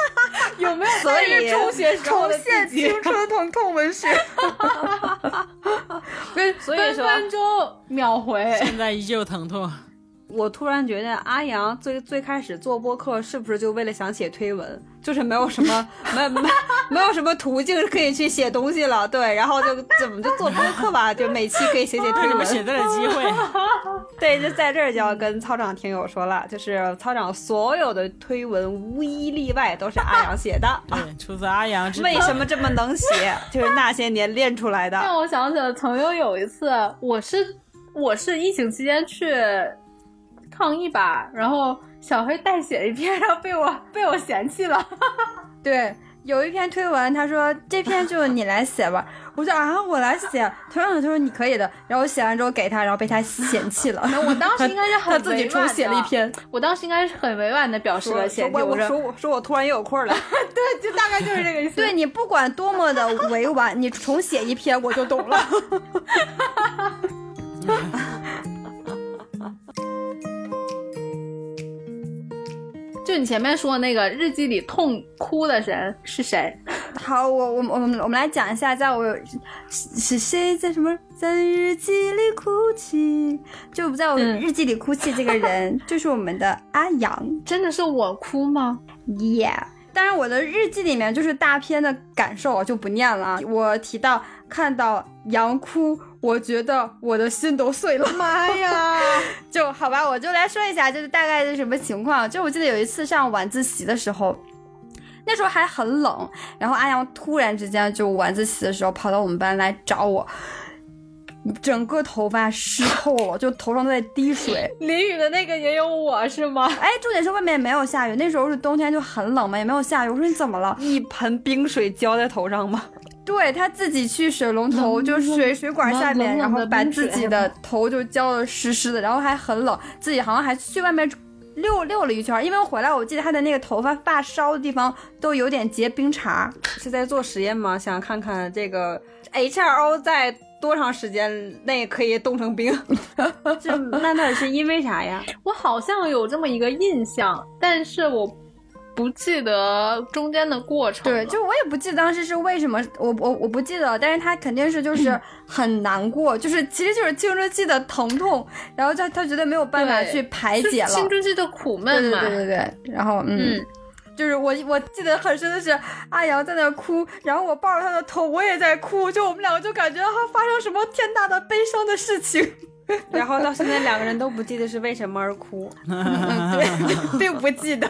[SPEAKER 1] 有没有？
[SPEAKER 4] 所以
[SPEAKER 1] 学时候的自己
[SPEAKER 5] 青春疼痛文学，
[SPEAKER 4] 所以
[SPEAKER 1] 分
[SPEAKER 4] 说
[SPEAKER 1] 分钟秒回。
[SPEAKER 3] 现在依旧疼痛。
[SPEAKER 4] 我突然觉得阿阳最最开始做播客是不是就为了想写推文，就是没有什么没没没有什么途径可以去写东西了，对，然后就怎么就做播客吧，就每期可以写写
[SPEAKER 3] 为
[SPEAKER 4] 推
[SPEAKER 3] 什么
[SPEAKER 4] 文。
[SPEAKER 3] 写字的机 会？
[SPEAKER 4] 哦对，就在这儿就要跟操场听友说了，就是操场所有的推文无一例外都是阿阳写的。
[SPEAKER 3] 对，出自阿阳之
[SPEAKER 4] 为
[SPEAKER 3] 笔
[SPEAKER 4] 什 么这么能写？就是那些年练出来的。
[SPEAKER 1] 让我想起了曾经有一次，我是我是疫情期间去抗议吧，然后小黑代写一篇， 然后被我被我嫌弃了。
[SPEAKER 5] 对。有一篇推文，他说这篇就你来写吧，我说啊，我来写。他说嗯他说你可以的，然后我写完之后给他，然后被他嫌 弃了。
[SPEAKER 1] 我当时应该是很
[SPEAKER 5] 他自己
[SPEAKER 1] 委
[SPEAKER 5] 重
[SPEAKER 1] 婉
[SPEAKER 5] 写了一
[SPEAKER 1] 的，
[SPEAKER 5] 篇，
[SPEAKER 1] 我当时应该是很委婉的表示
[SPEAKER 4] 说
[SPEAKER 1] 了嫌弃，
[SPEAKER 4] 我我
[SPEAKER 1] 说
[SPEAKER 4] 说我说我突然又有空了，
[SPEAKER 1] 就大概就是这个意思。
[SPEAKER 5] 对你不管多么的委婉，你重写一篇我就懂了。
[SPEAKER 1] 就你前面说的那个日记里痛哭的人是谁？
[SPEAKER 5] 好，我我们我们我们来讲一下，在我是是谁在什么在日记里哭泣，就在我
[SPEAKER 1] 嗯
[SPEAKER 5] 日记里哭泣这个人、就是我们的阿阳
[SPEAKER 1] 真的是我哭吗？
[SPEAKER 5] ，Yeah。当然，我的日记里面就是大篇的感受，我就不念了啊。我提到看到羊哭，我觉得我的心都碎了。
[SPEAKER 1] 哎
[SPEAKER 5] 妈呀！就好吧，我就来说一下，就是大概是什么情况。就我记得有一次上晚自习的时候，那时候还很冷，然后阿阳突然之间就晚自习的时候跑到我们班来找我，整个头发湿透了，就头上都在滴水。
[SPEAKER 1] 淋雨的那个也有我是吗？
[SPEAKER 5] 哎，重点是外面也没有下雨，那时候是冬天就很冷嘛，也没有下雨。我说你怎么了？
[SPEAKER 4] 一盆冰水浇在头上吗？
[SPEAKER 5] 对他自己去水龙头，就是水水管下
[SPEAKER 1] 冷
[SPEAKER 5] 面，
[SPEAKER 1] 冷
[SPEAKER 5] 然后
[SPEAKER 1] 的
[SPEAKER 5] 把
[SPEAKER 1] 冰啊
[SPEAKER 5] 自
[SPEAKER 1] 水
[SPEAKER 5] 己的头就浇得湿湿的，然后还很冷，自己好像还去外面溜溜了一圈儿，因为我回来我记得他的那个头发发梢的地方都有点结冰碴。
[SPEAKER 4] 是在做实验吗？想看看这个 HRO 在多长时间内可以冻成 冰？这那到底是因为啥呀？
[SPEAKER 1] 我好像有这么一个印象，但是我不记得中间的过程了。
[SPEAKER 5] 对，就我也不记得当时是为什么，我我我不记得了，但是他肯定是就是很难过，就是其实就是青春期的疼痛，然后他他觉得没有办法
[SPEAKER 1] 对
[SPEAKER 5] 去排
[SPEAKER 1] 就是
[SPEAKER 5] 解了，
[SPEAKER 1] 青春期的苦
[SPEAKER 5] 对
[SPEAKER 1] 闷
[SPEAKER 5] 对
[SPEAKER 1] 嘛。
[SPEAKER 5] 对对对，然后嗯
[SPEAKER 1] 嗯，
[SPEAKER 5] 就是我我记得很深的是阿瑶在那哭，然后我抱着她的头，我也在哭，就我们两个就感觉啊发生什么天大的悲伤的事情，
[SPEAKER 4] 然后到现在两个人都不记得是为什么而哭，
[SPEAKER 5] 嗯，对， 并不记得，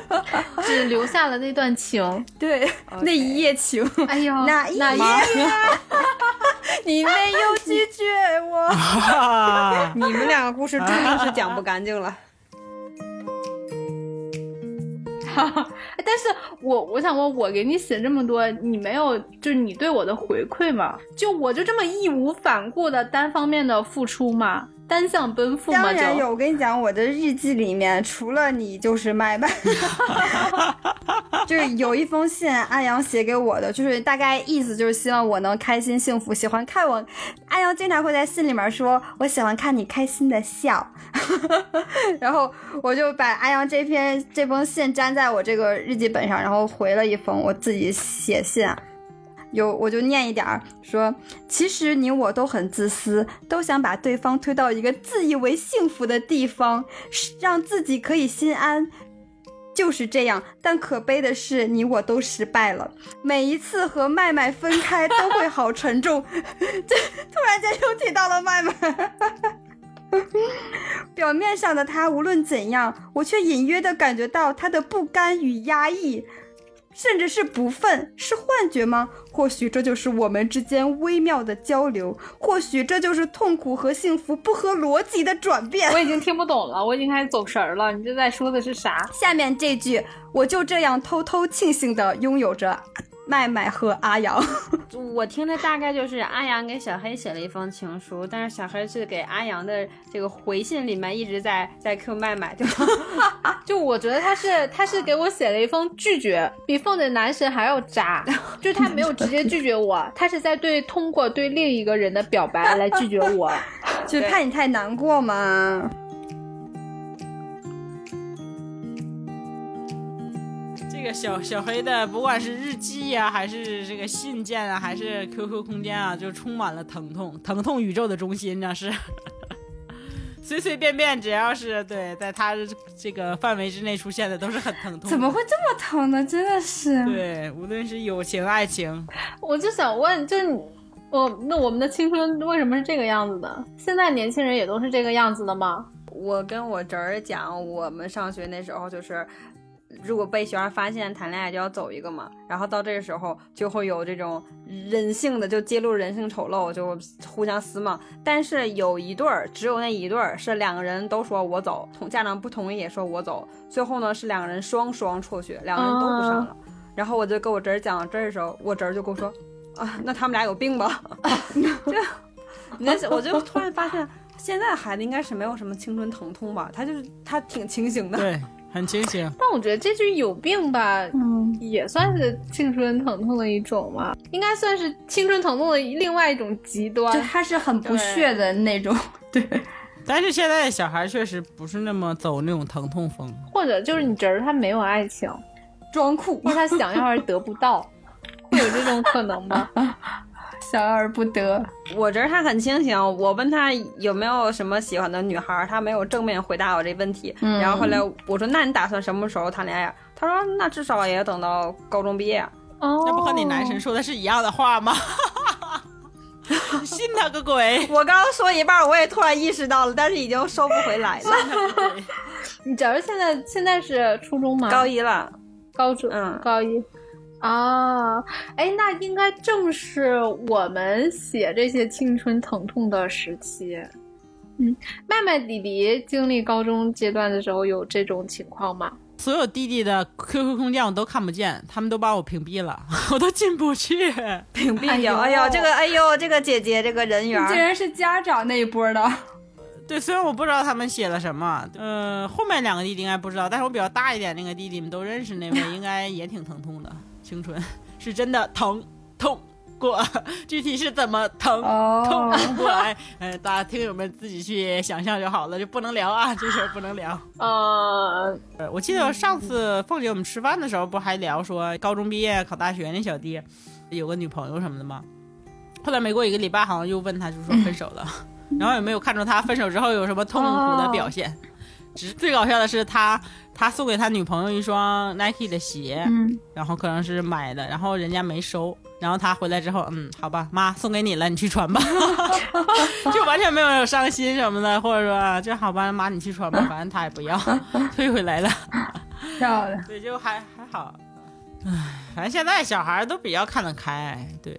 [SPEAKER 1] 只留下了那段情。
[SPEAKER 5] 对那一夜情，
[SPEAKER 1] 哎呦，
[SPEAKER 5] 那一
[SPEAKER 1] 那一
[SPEAKER 5] 夜， 你没有拒绝我。
[SPEAKER 3] 啊
[SPEAKER 4] 你们两个故事注定是讲不干净了。
[SPEAKER 1] 但是我我想问，我给你写这么多，你没有就是你对我的回馈吗？就我就这么义无反顾的单方面的付出吗？单向奔赴吗？
[SPEAKER 5] 当然
[SPEAKER 1] 就
[SPEAKER 5] 有，我跟你讲，我的日记里面除了你就是麦麦， 就是有一封信安阳写给我的，就是大概意思就是希望我能开心幸福，喜欢看我。安阳经常会在信里面说，我喜欢看你开心的笑， 然后我就把安阳这篇这封信粘在我这个日记本上，然后回了一封我自己写信啊。有我就念一点儿，说其实你我都很自私，都想把对方推到一个自以为幸福的地方，是让自己可以心安。就是这样，但可悲的是，你我都失败了。每一次和麦麦分开都会好沉重。 这突然间又提到了麦 麦。表面上的他无论怎样，我却隐约的感觉到他的不甘与压抑。甚至是不忿，是幻觉吗？或许这就是我们之间微妙的交流，或许这就是痛苦和幸福不合逻辑的转变。
[SPEAKER 1] 我已经听不懂了，我已经开始走神儿了。你这在说的是啥？
[SPEAKER 5] 下面这句，我就这样偷偷庆幸的拥有着麦麦和阿瑶。
[SPEAKER 4] 我听的大概就是阿阳给小黑写了一封情书，但是小黑是给阿阳的这个回信里面一直在在 Q 麦麦， 对吧？
[SPEAKER 1] 就我觉得他是他是给我写了一封拒绝，比凤姐男神还要 渣，就是他没有直接拒绝我，他是在对通过对另一个人的表白来拒绝我。
[SPEAKER 5] 就是怕你太难过嘛。
[SPEAKER 3] 这个小小黑的，不管是日记呀、还是这个信件啊，还是 QQ 空间啊，就充满了疼痛，疼痛宇宙的中心呢是。随随便便，只要是对在他这个范围之内出现的，都是很疼痛的。
[SPEAKER 5] 怎么会这么疼呢？真的是。
[SPEAKER 3] 对，无论是友情、爱情，
[SPEAKER 1] 我就想问，就是你我那我们的青春为什么是这个样子的？现在年轻人也都是这个样子的吗？
[SPEAKER 4] 我跟我侄儿讲，我们上学那时候就是，如果被学生发现谈恋爱就要走一个嘛，然后到这个时候就会有这种人性的，就揭露人性丑陋，就互相撕嘛。但是有一对儿，只有那一对儿是两个人都说我走，同家长不同意也说我走，最后呢是两个人双双辍学，两个人都不上了。
[SPEAKER 5] 哦
[SPEAKER 4] 然后我就跟我侄儿讲这儿的时候，我侄儿就跟我说，啊，那他们俩有病吧？ 这，那是我就突然发现。现在孩子应该是没有什么青春疼痛吧？他就是他挺清醒的。
[SPEAKER 3] 对，很清醒。
[SPEAKER 1] 但我觉得这句有病吧，
[SPEAKER 5] 嗯，
[SPEAKER 1] 也算是青春疼痛的一种嘛，应该算是青春疼痛的另外一种极端
[SPEAKER 5] 就。他是很不屑的那 种。
[SPEAKER 3] 但是现在的小孩确实不是那么走那种疼痛风。
[SPEAKER 5] 哦
[SPEAKER 1] 或者就是你侄儿他没有爱情，
[SPEAKER 5] 装酷
[SPEAKER 1] 或，者他想要而得不到，会有这种可能吗？
[SPEAKER 5] 想而不得。
[SPEAKER 4] 我觉得他很清醒。我问他有没有什么喜欢的女孩，他没有正面回答我这问题。
[SPEAKER 5] 嗯
[SPEAKER 4] 然后后来我说：“那你打算什么时候谈恋爱啊？”他说：“那至少也要等到高中毕业。啊
[SPEAKER 1] 哦，
[SPEAKER 3] 那不和你男神说的是一样的话吗？ 你信他个 鬼”！
[SPEAKER 4] 我刚刚说一半，我也突然意识到了，但是已经收不回来 了。
[SPEAKER 1] 你侄儿现在现在是初中吗？
[SPEAKER 4] 高一了，
[SPEAKER 1] 高中，
[SPEAKER 4] 嗯
[SPEAKER 1] 高一。啊，哎，那应该正是我们写这些青春疼痛的时期。嗯，麦麦弟弟经历高中阶段的时候有这种情况吗？
[SPEAKER 3] 所有弟弟的 QQ 空间我都看不见，他们都把我屏蔽了， 我都进不去。
[SPEAKER 4] 屏蔽掉。
[SPEAKER 5] 哎
[SPEAKER 4] 哎
[SPEAKER 5] 呦
[SPEAKER 4] 呦，这个哎呦，这个姐姐这个人缘
[SPEAKER 5] 竟
[SPEAKER 4] 儿。
[SPEAKER 5] 然是家长那一波的，
[SPEAKER 3] 对，虽然我不知道他们写了什么，呃，后面两个弟弟应该不知道，但是我比较大一点那个弟弟们都认识那位，应该也挺疼痛的，青春是真的疼痛过， 具体是怎么疼痛
[SPEAKER 5] 哦，
[SPEAKER 3] 不过来， 呃，大家听友们自己去想象就好了，就不能聊啊，这事儿不能聊。
[SPEAKER 1] 呃，
[SPEAKER 3] 呃我记得上次凤姐我们吃饭的时候，不还聊说高中毕业考大学那小弟有个女朋友什么的吗？后来没过一个礼拜，好像又问他，就说分手了，然后也没有看出他分手之后有什么痛苦的表现。只是最搞笑的是他，他他送给他女朋友一双 Nike 的鞋，
[SPEAKER 5] 嗯，
[SPEAKER 3] 然后可能是买的，然后人家没收，然后他回来之后，嗯，好吧，妈送给你了，你去穿吧， 就完全没有伤心什么的，或者说啊就好吧，妈你去穿吧，反正他也不要，退回来了，
[SPEAKER 5] 漂亮。
[SPEAKER 3] 对，就还还好，唉，反正现在小孩都比较看得开，对，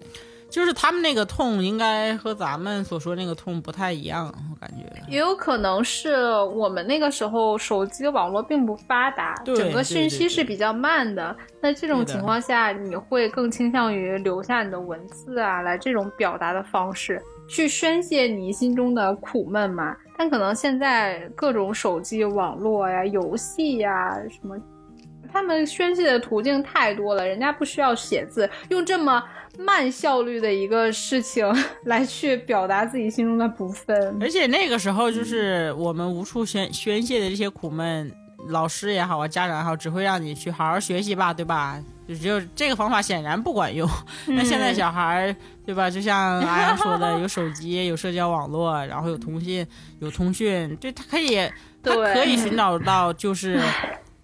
[SPEAKER 3] 就是他们那个痛应该和咱们所说那个痛不太一样，我感觉，
[SPEAKER 1] 也有可能是我们那个时候手机网络并不发达，
[SPEAKER 3] 对
[SPEAKER 1] 整个
[SPEAKER 3] 对
[SPEAKER 1] 讯
[SPEAKER 3] 对
[SPEAKER 1] 息是
[SPEAKER 3] 对
[SPEAKER 1] 比较慢的。那这
[SPEAKER 3] 对
[SPEAKER 1] 种
[SPEAKER 3] 的
[SPEAKER 1] 情况下，你会更倾向于留下你的文字啊，来这种表达的方式去宣泄你心中的苦闷嘛？但可能现在各种手机网络呀、游戏呀什么。他们宣泄的途径太多了，人家不需要写字，用这么慢效率的一个事情 来去表达自己心中的不忿。
[SPEAKER 3] 而且那个时候就是我们无处宣宣泄的这些苦闷，老师也好啊，家长也好，只会让你去好好学习吧，对吧？就只有这个方法显然不管用。那、现在小孩儿，对吧？就像阿阳说的，有手机，有社交网络，然后有通信，有通讯，对他可以，他
[SPEAKER 1] 对
[SPEAKER 3] 可以寻找到，就是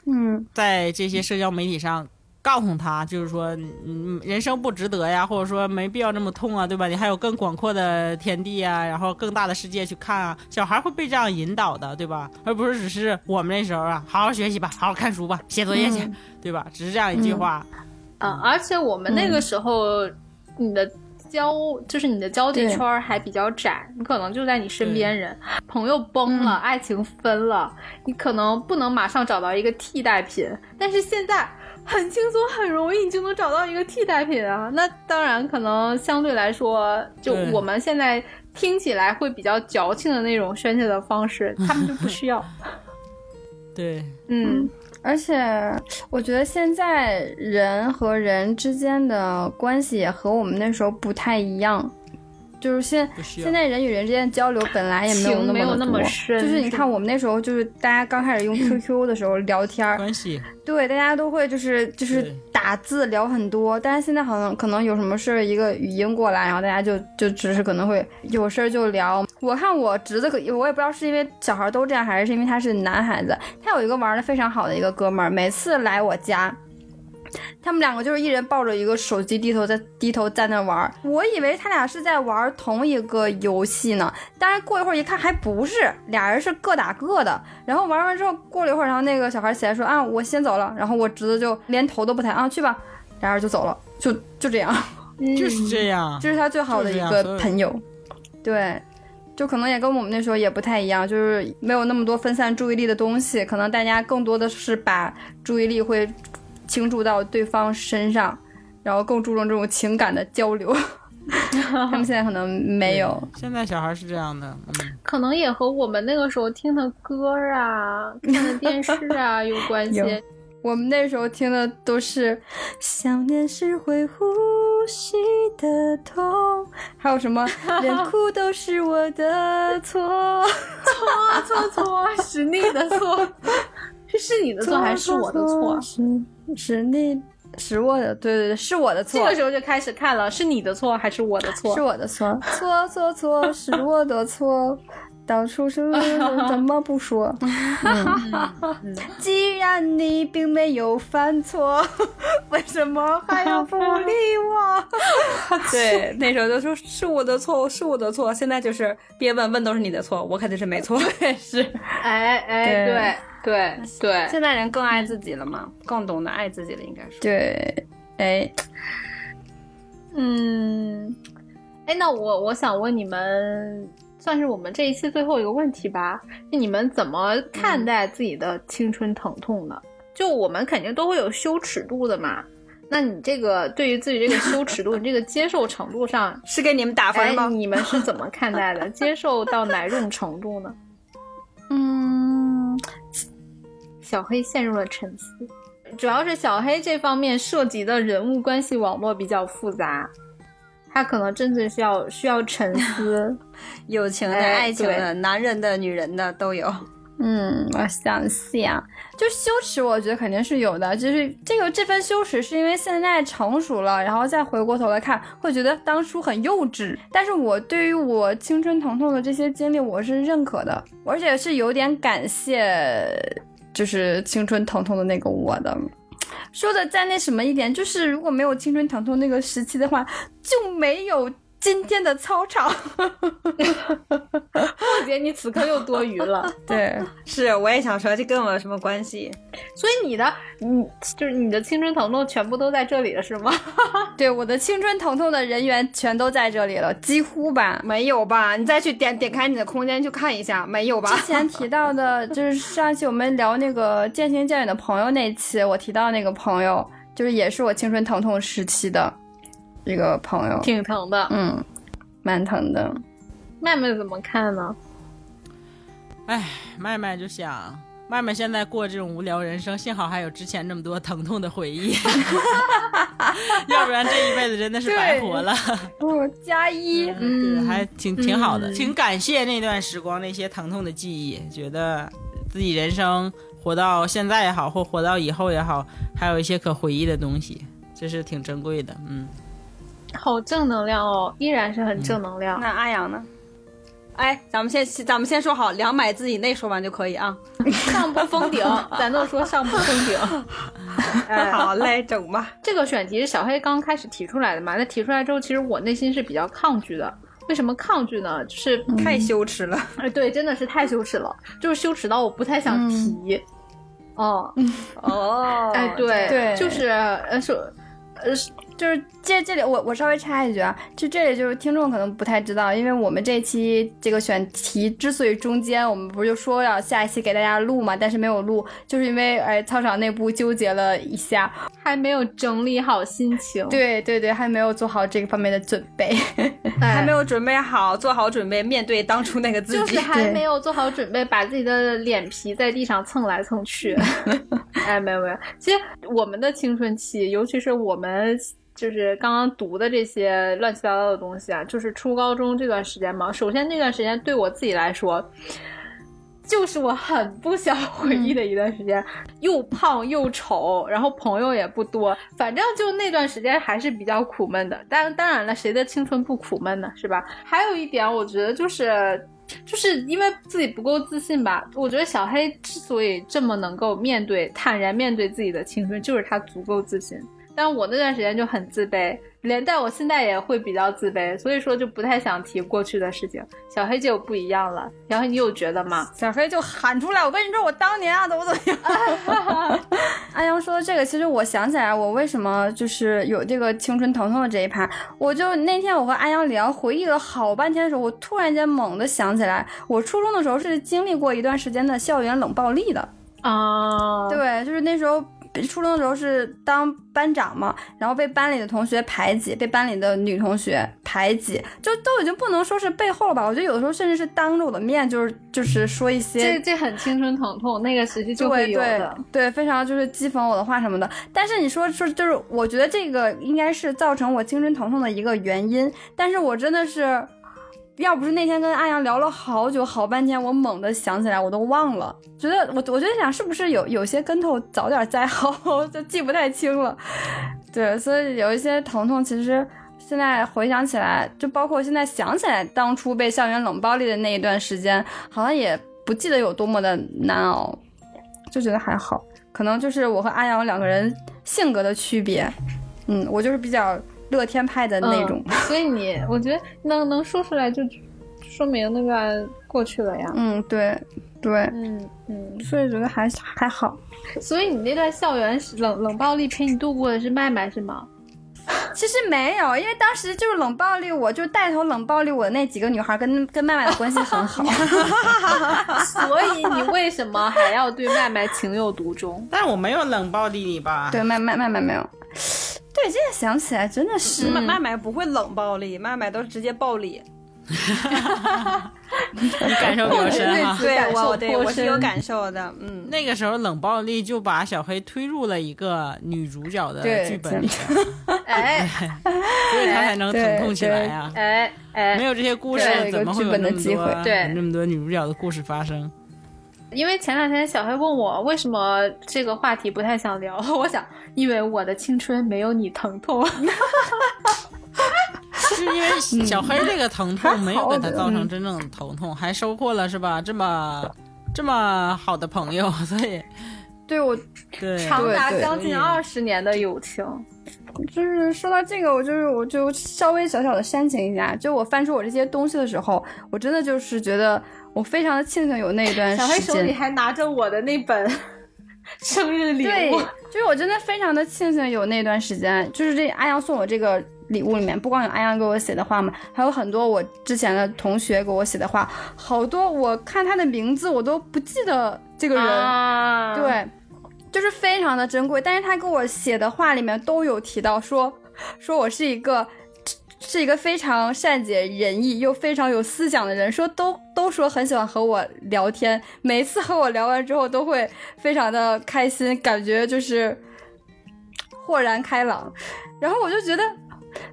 [SPEAKER 5] 嗯，
[SPEAKER 3] 在这些社交媒体上。告诉他，就是说，嗯，人生不值得呀，或者说没必要这么痛啊，对吧？你还有更广阔的天地啊，然后更大的世界去看啊。小孩会被这样引导的，对吧？而不是只是我们那时候啊，好好学习吧，好好看书吧，写作业去，
[SPEAKER 5] 嗯
[SPEAKER 3] 对吧？只是这样一句话，
[SPEAKER 1] 啊，而且我们
[SPEAKER 5] 嗯
[SPEAKER 1] 那个时候，你的交就是你的交际
[SPEAKER 5] 对
[SPEAKER 1] 圈儿还比较窄，你可能就在你身边人，朋友崩
[SPEAKER 5] 嗯
[SPEAKER 1] 了，爱情分了，你可能不能马上找到一个替代品，但是现在。很轻松，很容易，你就能找到一个替代品啊！那当然，可能相对来说，就
[SPEAKER 3] 对
[SPEAKER 1] 我们现在听起来会比较矫情的那种宣泄的方式，他们就不需要。
[SPEAKER 3] 对，
[SPEAKER 1] 嗯，
[SPEAKER 5] 而且我觉得现在人和人之间的关系也和我们那时候不太一样，就是现
[SPEAKER 3] 不需要
[SPEAKER 5] 现。在人与人之间的交流本来也没有
[SPEAKER 1] 情
[SPEAKER 5] 那
[SPEAKER 1] 没有
[SPEAKER 5] 么
[SPEAKER 1] 那
[SPEAKER 5] 的
[SPEAKER 1] 么
[SPEAKER 5] 多
[SPEAKER 1] 深
[SPEAKER 5] 就是你
[SPEAKER 1] 是
[SPEAKER 5] 看我们那时候就是大家刚开始用 QQ 的时候聊 天儿，
[SPEAKER 3] 关系，
[SPEAKER 5] 对，大家都会就是就是
[SPEAKER 3] 对
[SPEAKER 5] 打字聊很多，但是现在好像可能有什么事儿，一个语音过来，然后大家就就只是可能会有事儿就聊。我看我侄子可，我也不知道是因为小孩都这样，还是因为他是男孩子。他有一个玩的非常好的一个哥们儿，每次来我家。他们两个就是一人抱着一个手机，低头在低头在那玩儿。我以为他俩是在玩儿同一个游戏呢，但是过一会儿一看还不是，俩人是各打各的。然后玩完之后，过了一会儿，然后那个小孩起来说：“啊，我先走了。”然后我侄子就连头都不抬，啊，去吧，俩人就走了，就就这样。
[SPEAKER 1] 嗯
[SPEAKER 3] 就是这样。
[SPEAKER 5] 嗯这是他最好的一个朋友，对，就可能也跟我们那时候也不太一样，就是没有那么多分散注意力的东西，可能大家更多的是把注意力会倾注到对方身上，然后更注重这种情感的交流。 他们现在可能没有，
[SPEAKER 3] 现在小孩是这样的，嗯，
[SPEAKER 1] 可能也和我们那个时候听的歌啊、看的电视啊有关系
[SPEAKER 5] 有。我们那时候听的都是“想念是会呼吸的痛”，还有什 么“人哭都是我的错
[SPEAKER 1] 错 错错，是你的错，是是你”，的错还是我的错？
[SPEAKER 5] 是是你是我的，对对对，是我的错，
[SPEAKER 1] 这个时候就开始看了，是你的错还是我的错
[SPEAKER 5] 是？我的错，错错错是我的 错，当初是怎么不 说？嗯既然你并没有犯错， 为什么还要不理我？
[SPEAKER 6] 对，那时候就说是我的错，是我的错。现在就是别问，问都是你的错，我肯定是没错。是，
[SPEAKER 1] 哎哎，对对对，
[SPEAKER 6] 现在人更爱自己了嘛，更懂得爱自己了，应该是。
[SPEAKER 5] 对，哎，
[SPEAKER 1] 嗯，哎，那我我想问你们，算是我们这一期最后一个问题吧？那你们怎么
[SPEAKER 6] 嗯
[SPEAKER 1] 看待自己的青春疼痛呢？就我们肯定都会有羞耻度的嘛。那你这个对于自己这个羞耻 度，你这个接受程度上，
[SPEAKER 6] 是给你们打
[SPEAKER 1] 哎
[SPEAKER 6] 分吗？，
[SPEAKER 1] 你们是怎么看待的？接受到哪种程度呢？
[SPEAKER 5] 嗯，
[SPEAKER 1] 小黑陷入了沉思，主要是小黑这方面涉及的人物关系网络比较复杂，他可能真的是要需要沉思。
[SPEAKER 6] 友情的、
[SPEAKER 1] 哎
[SPEAKER 6] 爱情
[SPEAKER 1] 对
[SPEAKER 6] 的、男人的、女人的都有。
[SPEAKER 5] 嗯，我想想，就羞耻，我觉得肯定是有的。就是这个这份羞耻，是因为现在成熟了，然后再回过头来看，会觉得当初很幼稚。但是我对于我青春疼痛的这些经历，我是认可的，而且是有点感谢就是青春疼痛的那个我的。说的再那什么一点，就是如果没有青春疼痛那个时期的 话，就没有今天的操场。
[SPEAKER 1] 梦姐，你此刻又多余 了。
[SPEAKER 5] 对，
[SPEAKER 4] 是，我也想说，这跟我有什么关系？
[SPEAKER 1] 所以你的，你就是你的青春疼痛全部都在这里了，是吗？
[SPEAKER 5] 对，我的青春疼痛的人员全都在这里了，几乎吧。
[SPEAKER 6] 没有吧？你再去点点开你的空间去看一下，没有吧？
[SPEAKER 5] 之前提到的，就是上期我们聊那个渐行渐远的朋友那期，我提到那个朋友，就是也是我青春疼痛时期的一个朋友，
[SPEAKER 1] 挺疼的。
[SPEAKER 5] 嗯，蛮疼的。
[SPEAKER 1] 麦麦怎么看呢？
[SPEAKER 3] 哎，麦麦就想，麦麦现在过这种无聊人生，幸好还有之前那么多疼痛的回忆， 要不然这一辈子真的是白活 了。
[SPEAKER 5] 哦，加一，
[SPEAKER 3] 对，还挺挺好
[SPEAKER 5] 嗯
[SPEAKER 3] 的，挺感谢那段时光那些疼痛的记忆，觉得自己人生活到现在也好，或活到以后也好，还有一些可回忆的东西，这是挺珍贵的。嗯，
[SPEAKER 1] 好正能量哦，依然是很正能量。
[SPEAKER 4] 那阿阳呢？
[SPEAKER 6] 哎，咱们先咱们先说好，两百字以内说完就可以啊。
[SPEAKER 1] 上不封 顶，咱都说上不封顶。
[SPEAKER 4] 哎，好嘞，整吧。
[SPEAKER 1] 这个选题是小黑刚开始提出来的嘛？那提出来之后，其实我内心是比较抗拒的。为什么抗拒呢？就是
[SPEAKER 4] 太羞耻了，
[SPEAKER 1] 哎，对，真的是太羞耻了，就是羞耻到我不太想提。哦，
[SPEAKER 4] 哦，
[SPEAKER 1] 哎，对，
[SPEAKER 5] 对
[SPEAKER 1] 就是呃，说
[SPEAKER 5] 就是这这里我我稍微插一句啊，就这里就是听众可能不太知道，因为我们这期这个选题之所以中间我们不是就说要下一期给大家录嘛，但是没有录，就是因为哎操场内部纠结了一下，
[SPEAKER 1] 还没有整理好心情，，
[SPEAKER 5] 对对对，还没有做好这个方面的准备，
[SPEAKER 1] 哎、
[SPEAKER 4] 还没有准备好，做好准备面对当初那个自己。
[SPEAKER 1] 就是 还没有做好准备，把自己的脸皮在地上蹭来蹭去。 哎，没有没有，其实我们的青春期，尤其是我们就是刚刚读的这些乱七八糟的东西啊，就是初高中这段时间嘛。首先那段时间对我自己来说。就是我很不想回忆
[SPEAKER 4] 嗯
[SPEAKER 1] 的一段时间，又胖又丑，然后朋友也不多，反正就那段时间还是比较苦闷的。但当然了，谁的青春不苦闷呢？是吧？还有一点，我觉得就是。就是因为自己不够自信吧，我觉得小黑之所以这么能够面对、坦然面对自己的青春，就是他足够自信。但我那段时间就很自卑，连带我现在也会比较自卑，所以说就不太想提过去的事情。小黑就不一样了，小黑你有觉得吗？
[SPEAKER 5] 小黑就喊出来，我跟你说我当年啊怎么怎么样。安阳说的这个，其实我想起来，我为什么就是有这个青春疼痛的这一趴。我就那天我和安阳聊，回忆了好半天的时候，我突然间猛地想起来，我初中的时候是经历过一段时间的校园冷暴力的。
[SPEAKER 1] 啊、
[SPEAKER 5] 对，就是那时候初中的时候是当班长嘛，然后被班里的同学排挤，被班里的女同学排挤，就都已经不能说是背后了吧，我觉得有的时候甚至是当着我的面，就是就是说一些
[SPEAKER 1] 这这很青春疼痛，那个时期就
[SPEAKER 5] 对
[SPEAKER 1] 会有
[SPEAKER 5] 对
[SPEAKER 1] 的。
[SPEAKER 5] 对，非常就是讥讽我的话什么的。但是你说说，就是我觉得这个应该是造成我青春疼痛的一个原因。但是我真的是，要不是那天跟阿阳聊了好久好半天，我猛地想起来，我都忘了。觉得我我就在想，是不是有有些跟头早点栽好， 就记不太清了。对，所以有一些疼痛，其实现在回想起来，就包括现在想起来当初被校园冷暴力的那一段时间，好像也不记得有多么的难熬，就觉得还好。可能就是我和阿阳两个人性格的区别，嗯，我就是比较乐天派的那种，
[SPEAKER 1] 所以你，我觉得能能说出来就说明那个过去了呀。
[SPEAKER 5] 嗯，对对，
[SPEAKER 1] 嗯嗯。
[SPEAKER 5] 所以觉得还还好。
[SPEAKER 1] 所以你那段校园是冷冷暴力陪你度过的是麦麦是吗？
[SPEAKER 5] 其实没有，因为当时就是冷暴力，我就带头冷暴力我那几个女孩跟跟麦麦的关系很 好，
[SPEAKER 1] 所以你为什么还要对麦麦情有独钟？
[SPEAKER 3] 但我没有冷暴力你吧？
[SPEAKER 5] 对麦麦麦麦没有。对，现在想起来真的是，
[SPEAKER 4] 麦麦麦不会冷暴力，麦麦都直接暴力。
[SPEAKER 3] 你感受比我深哈。
[SPEAKER 4] 对
[SPEAKER 1] 感，受
[SPEAKER 4] 我我对
[SPEAKER 1] 颇
[SPEAKER 4] 我是有
[SPEAKER 1] 深
[SPEAKER 4] 感受的，嗯，
[SPEAKER 3] 那个时候冷暴力就把小黑推入了一个女主角的
[SPEAKER 5] 对
[SPEAKER 3] 剧本里边，
[SPEAKER 1] 哎
[SPEAKER 3] 所以他才能疼痛起来啊。
[SPEAKER 1] 哎
[SPEAKER 3] 没
[SPEAKER 1] 哎，
[SPEAKER 3] 有这些故事
[SPEAKER 5] 对，
[SPEAKER 3] 怎么会有那么
[SPEAKER 5] 有一个剧本的
[SPEAKER 3] 多
[SPEAKER 5] 机
[SPEAKER 1] 会对
[SPEAKER 3] 那么多女主角的故事发 生？
[SPEAKER 1] 因为前两天小黑问我为什么这个话题不太想聊， 我想因为我的青春没有你疼 痛。
[SPEAKER 3] 是因为
[SPEAKER 5] 嗯
[SPEAKER 3] 小黑这个疼痛没有给他造成真正的疼痛，还收获了是吧？这么这么好的朋友， 所以
[SPEAKER 1] 对我
[SPEAKER 3] 对
[SPEAKER 1] 长达
[SPEAKER 5] 对对
[SPEAKER 1] 将近二十年的友情，
[SPEAKER 5] 就是说到这个，我就是我就稍微小小的煽情一下，就我翻出我这些东西的时候，我真的就是觉得我非常的庆幸有那一段
[SPEAKER 1] 小黑
[SPEAKER 5] 时
[SPEAKER 1] 手里
[SPEAKER 5] 间。
[SPEAKER 1] 还拿着我的那本 生日礼
[SPEAKER 5] 对
[SPEAKER 1] 物，，
[SPEAKER 5] 就是我真的非常的庆幸有那段时间，就是这阿阳送我这个礼物里面，不光有阿阳给我写的话嘛，还有很多我之前的同学给我写的话，好多我看他的名字我都不记得这个人，
[SPEAKER 1] 啊，
[SPEAKER 5] 对，就是非常的珍贵。但是他给我写的话里面都有提到说，说我是一个是一个非常善解人意又非常有思想的人，说都都说很喜欢和我聊天，每一次和我聊完之后都会非常的开心，感觉就是豁然开朗。然后我就觉得。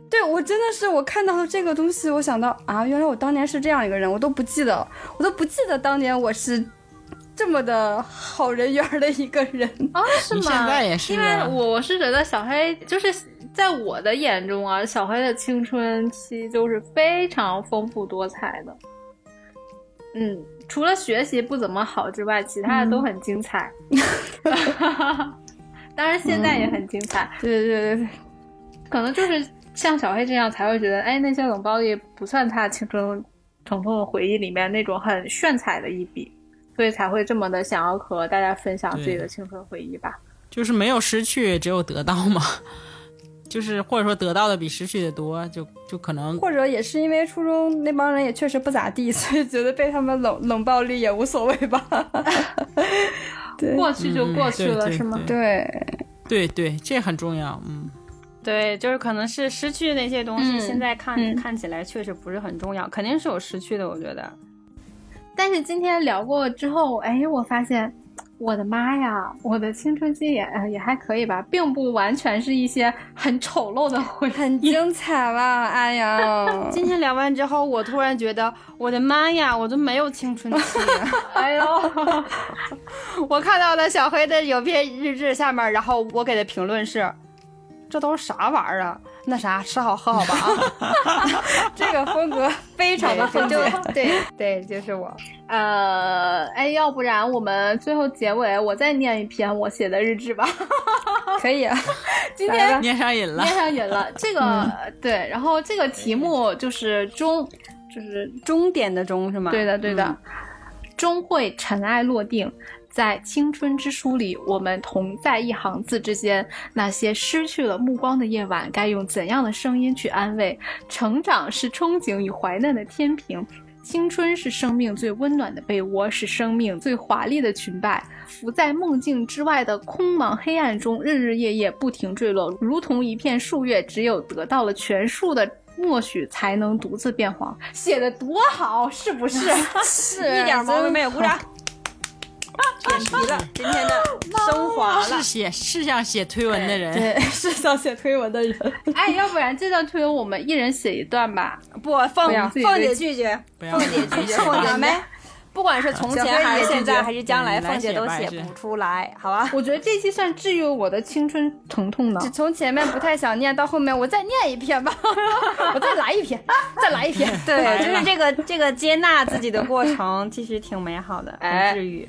[SPEAKER 5] 对我真的是，我看到这个东西，我想到啊，原来我当年是这样一个人，我都不记得，我都不记得当年我是这么的好人缘儿的一个人。
[SPEAKER 1] 啊，是
[SPEAKER 3] 你
[SPEAKER 1] 吗？
[SPEAKER 3] 现在也是
[SPEAKER 1] 因为
[SPEAKER 3] 啊
[SPEAKER 1] 我我是觉得小黑就是在我的眼中啊，小黑的青春期就是非常丰富多彩的。嗯，除了学习不怎么好之外，其他的
[SPEAKER 3] 嗯
[SPEAKER 1] 都很精彩。 当然，现在也很精彩，
[SPEAKER 5] 对对对对，
[SPEAKER 3] 嗯
[SPEAKER 1] 可能就是像小黑这样才会觉得，哎，那些冷暴力不算他青春疼痛的回忆里面那种很炫彩的一笔，所以才会这么的想要和大家分享自己的
[SPEAKER 3] 对
[SPEAKER 1] 青春回忆吧。
[SPEAKER 3] 就是没有失去，只有得到嘛。 就是或者说得到的比失去的多，就就可能
[SPEAKER 5] 或者也是因为初中那帮人也确实不咋地，所以觉得被他们冷 冷暴力也无所谓 吧。对
[SPEAKER 1] 过去就
[SPEAKER 3] 嗯
[SPEAKER 1] 过去
[SPEAKER 3] 对
[SPEAKER 1] 了，
[SPEAKER 3] 对
[SPEAKER 1] 是吗？
[SPEAKER 3] 对
[SPEAKER 5] 对，
[SPEAKER 3] 对对，这很重要。嗯，
[SPEAKER 4] 对，就是可能是失去那些东西，
[SPEAKER 5] 嗯
[SPEAKER 4] 现在看、
[SPEAKER 5] 嗯
[SPEAKER 4] 看起来确实不是很重要，肯定是有失去的，我觉得。，
[SPEAKER 1] 但是今天聊过之后，哎，我发现，我的妈呀，我的青春期也呃也还可以吧，并不完全是一些很丑陋的回
[SPEAKER 5] 很
[SPEAKER 1] 忆。
[SPEAKER 5] 精彩啦，哎呀
[SPEAKER 4] 今天聊完之后，我突然觉得，我的妈呀，我都没有 青春期。
[SPEAKER 1] 哎呦，
[SPEAKER 4] 我看到了小黑的有篇日志下面，然后我给的评论是：这都是啥玩意儿啊？那啥，吃好喝好吧啊！
[SPEAKER 5] 这个风格非常的分
[SPEAKER 4] 对
[SPEAKER 5] 解。
[SPEAKER 1] 对，
[SPEAKER 5] 对，就是我。
[SPEAKER 1] 呃，哎，要不然我们最后结尾我再念一篇我写的日志吧。
[SPEAKER 5] 可以啊，
[SPEAKER 1] 今天
[SPEAKER 3] 念上瘾了
[SPEAKER 1] 念，上瘾了，嗯这个、对，然后这个题目就是中，就是
[SPEAKER 4] 终点的终是吗？
[SPEAKER 1] 对的，对的，嗯终会尘埃落定。在青春之书里，我们同在一行字之间。那些失去了目光的夜晚，该用怎样的声音去安慰？成长是憧憬与怀念的天平，青春是生命最温暖的被窝，是生命最华丽的裙摆。浮在梦境之外的空茫黑暗中，日日夜夜不停坠落，如同一片树叶，只有得到了全树的默许，才能独自变黄。写的多好，是不 是？
[SPEAKER 5] 是
[SPEAKER 4] 一点毛病没有，鼓掌。
[SPEAKER 3] 点题了，
[SPEAKER 4] 今天 的升华了
[SPEAKER 3] 是，写是想写推文的人，
[SPEAKER 5] 对，是想写推文的人。
[SPEAKER 1] 哎，要不然这段推文我们一人写一段吧。
[SPEAKER 4] 不，凤
[SPEAKER 1] 要
[SPEAKER 4] 凤姐拒绝，
[SPEAKER 3] 不要
[SPEAKER 4] 凤姐拒绝，
[SPEAKER 3] 不要
[SPEAKER 4] 凤姐没。不管是从
[SPEAKER 5] 啊小黑
[SPEAKER 4] 前
[SPEAKER 5] 也
[SPEAKER 4] 还是
[SPEAKER 5] 拒
[SPEAKER 4] 现
[SPEAKER 5] 绝
[SPEAKER 4] 在还是将来，
[SPEAKER 3] 嗯来
[SPEAKER 4] 凤姐
[SPEAKER 3] 写
[SPEAKER 4] 都
[SPEAKER 3] 吧
[SPEAKER 4] 写
[SPEAKER 3] 是
[SPEAKER 4] 不出来，好吧？
[SPEAKER 1] 我觉得这期算治愈我的青春疼痛呢。
[SPEAKER 5] 只从前面不太想念到后面，我再念一篇吧， 我再来一篇， 再来一篇。
[SPEAKER 4] 对，就是这个这个接纳自己的过程，其实挺美好的，
[SPEAKER 1] 哎
[SPEAKER 4] 很治愈。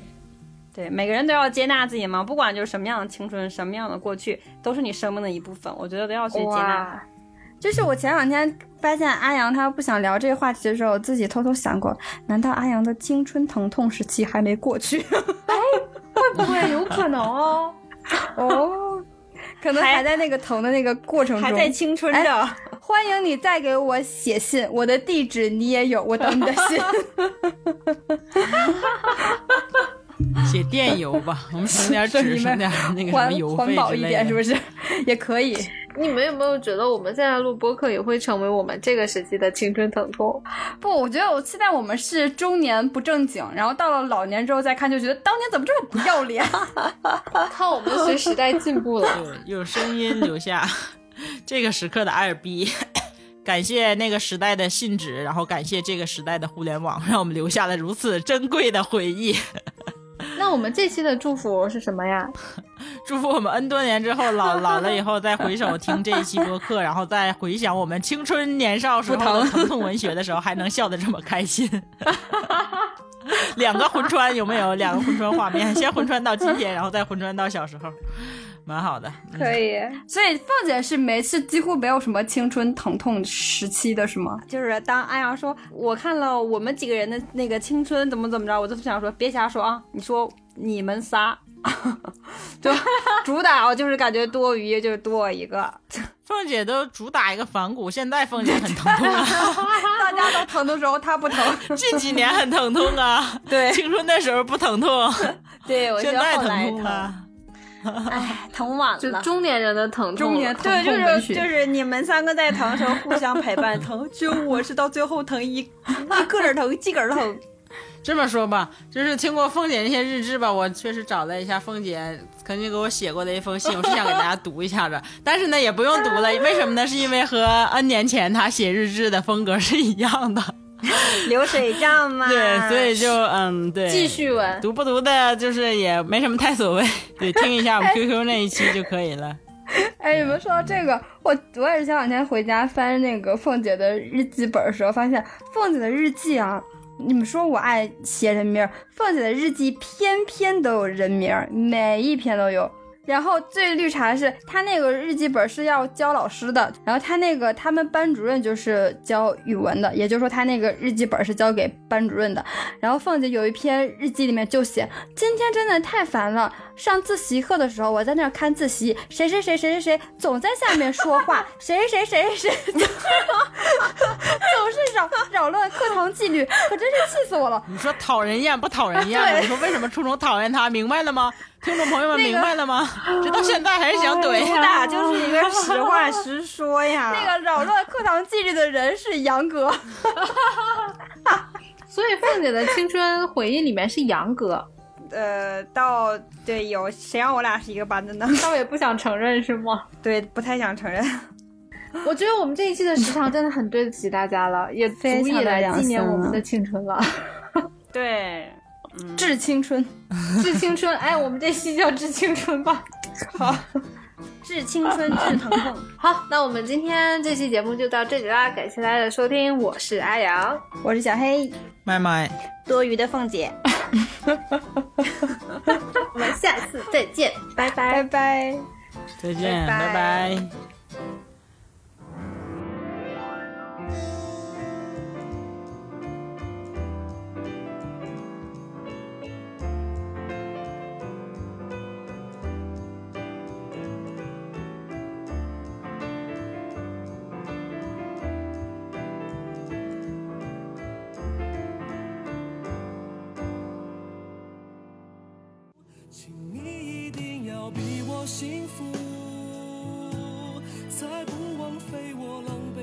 [SPEAKER 4] 对，每个人都要接纳自己嘛，不管就是什么样的青春，什么样的过去，都是你生命的一部分。我觉得都要去接纳。
[SPEAKER 1] 哇，
[SPEAKER 5] 就是我前两天发现阿阳他不想聊这个话题的时候，我自己偷偷想过，难道阿阳的青春疼痛时期还没过去？
[SPEAKER 1] 会不会有可能哦？
[SPEAKER 5] 哦，可能还在那个疼的那个过程
[SPEAKER 4] 还
[SPEAKER 5] 中。
[SPEAKER 4] 在青春着，
[SPEAKER 5] 欢迎你再给我写信，我的地址你也有，我等你的信。
[SPEAKER 3] 写电邮吧，我们省 点纸，
[SPEAKER 5] 你们
[SPEAKER 3] 省点那个什么
[SPEAKER 5] 环
[SPEAKER 3] 邮费
[SPEAKER 5] 环保
[SPEAKER 3] 之
[SPEAKER 5] 一
[SPEAKER 3] 类
[SPEAKER 5] 点
[SPEAKER 3] 的
[SPEAKER 5] 是不是？ 也可以。
[SPEAKER 1] 你们有没有觉得我们现在录播客也会成为我们这个时期的青春疼 痛？
[SPEAKER 5] 不，我觉得我期待我们是中年不正经，然后到了老年之后再看，就觉得当年怎么这么不要脸？
[SPEAKER 1] 看我们随时代进步 了。
[SPEAKER 3] 对，有声音留下 这个时刻的二逼。 感谢那个时代的信纸，然后感谢这个时代的互联网，让我们留下了如此珍贵的回忆。
[SPEAKER 1] 那我们这期的祝福是什么 呀？
[SPEAKER 3] 祝福我们 N 多年之后老老了以后再回首听这一期播客，然后再回想我们青春年少时候的疼痛文学的时候，还能笑得这么开心。两个魂穿有没有？两个魂穿画面，先魂穿到今天，然后再魂穿到小时候，蛮好的。嗯
[SPEAKER 5] 可以。所以凤姐是没是几乎没有什么青春疼痛时期的，是吗？
[SPEAKER 4] 就是当安阳说我看了我们几个人的那个青春怎么怎么着，我就想说别瞎说啊，你说你们仨， 就主打我就是感觉多余，就是多我一个，
[SPEAKER 3] 凤姐都主打一个反骨，现在凤姐很疼痛啊，
[SPEAKER 4] 大家都疼的时候他不疼，
[SPEAKER 3] 近几年很疼痛啊，
[SPEAKER 4] 对
[SPEAKER 3] 青春的时候不疼痛，
[SPEAKER 4] 对，我
[SPEAKER 3] 现
[SPEAKER 4] 觉得
[SPEAKER 3] 在
[SPEAKER 4] 后来
[SPEAKER 3] 疼
[SPEAKER 4] 疼
[SPEAKER 3] 痛，啊。
[SPEAKER 4] 哎，疼晚
[SPEAKER 1] 就
[SPEAKER 4] 了。
[SPEAKER 1] 中年人的疼痛，
[SPEAKER 5] 中
[SPEAKER 3] 哦
[SPEAKER 5] 年疼
[SPEAKER 4] 对，
[SPEAKER 5] 痛
[SPEAKER 4] 就
[SPEAKER 5] 文
[SPEAKER 4] 是
[SPEAKER 5] 学
[SPEAKER 4] 就是你们三个在疼的时候互相陪伴 疼，只有我是到最后疼一一个人疼，自个儿疼。
[SPEAKER 3] 这么说吧，就是听过凤姐那些日志吧，我确实找了一下凤姐曾经给我写过的一封信，我是想给大家 读一下的，但是呢也不用读了，为什么呢？是因为和 N 年前她写日志的风格是一样 的，
[SPEAKER 4] 流水账嘛。
[SPEAKER 3] 对，所以就嗯对，
[SPEAKER 5] 记叙文，
[SPEAKER 3] 读不读的，就是也没什么太所谓，对，听一下我们 QQ 那一期就可以了。
[SPEAKER 5] 哎，你们说到这个，我我也是前两天回家翻那个凤姐的日记本的时候，发现凤姐的日记啊，你们说我爱写人名儿，凤姐的日记篇篇都有人名儿，每一篇都有。然后最绿茶的是，她那个日记本是要教老师的，然后她那个他们班主任就是教语文的，也就是说她那个日记本是交给班主任的。然后凤姐有一篇日记里面就写，今天真的太烦了。上自习课的时候，我在那儿看自习，谁谁谁谁谁谁总在下面说话，谁谁谁谁谁总是总是扰扰乱课堂纪律，可真是气死我了。
[SPEAKER 3] 你说讨人厌不讨人厌吗？你说为什么初中讨厌他？明白了吗？听众朋友们明白了吗？直到现在还是想怼。
[SPEAKER 4] 主打就是一个实 话实说呀。
[SPEAKER 5] 啊那个扰乱课堂纪律的人是杨哥，
[SPEAKER 1] 所以凤姐的青春回忆里面是杨哥，
[SPEAKER 4] 呃，到对有谁让我俩是一个班的呢？
[SPEAKER 1] 倒也不想承认是吗？
[SPEAKER 4] 对，不太想承认。
[SPEAKER 1] 我觉得我们这一期的时长真的很对得起大家了，也足
[SPEAKER 5] 非
[SPEAKER 1] 以
[SPEAKER 5] 常的
[SPEAKER 1] 来
[SPEAKER 5] 良
[SPEAKER 1] 纪念
[SPEAKER 5] 心
[SPEAKER 1] 我们
[SPEAKER 5] 了
[SPEAKER 1] 的青春了，
[SPEAKER 4] 对，
[SPEAKER 5] 致青春。
[SPEAKER 1] 致青春。哎，我们这期叫致青春吧。
[SPEAKER 4] 致青春，致疼痛。
[SPEAKER 1] 好，那我们今天这期节目就到这里啦，感谢大家的收听，我是阿阳，
[SPEAKER 5] 我是小黑，
[SPEAKER 3] 麦麦，
[SPEAKER 4] 多余的凤姐，
[SPEAKER 1] 我们下次再见，拜拜。
[SPEAKER 5] 拜拜。
[SPEAKER 3] 再见，
[SPEAKER 4] 拜拜
[SPEAKER 3] 拜拜
[SPEAKER 10] 请你一定要比我幸福，才不枉费我狼狈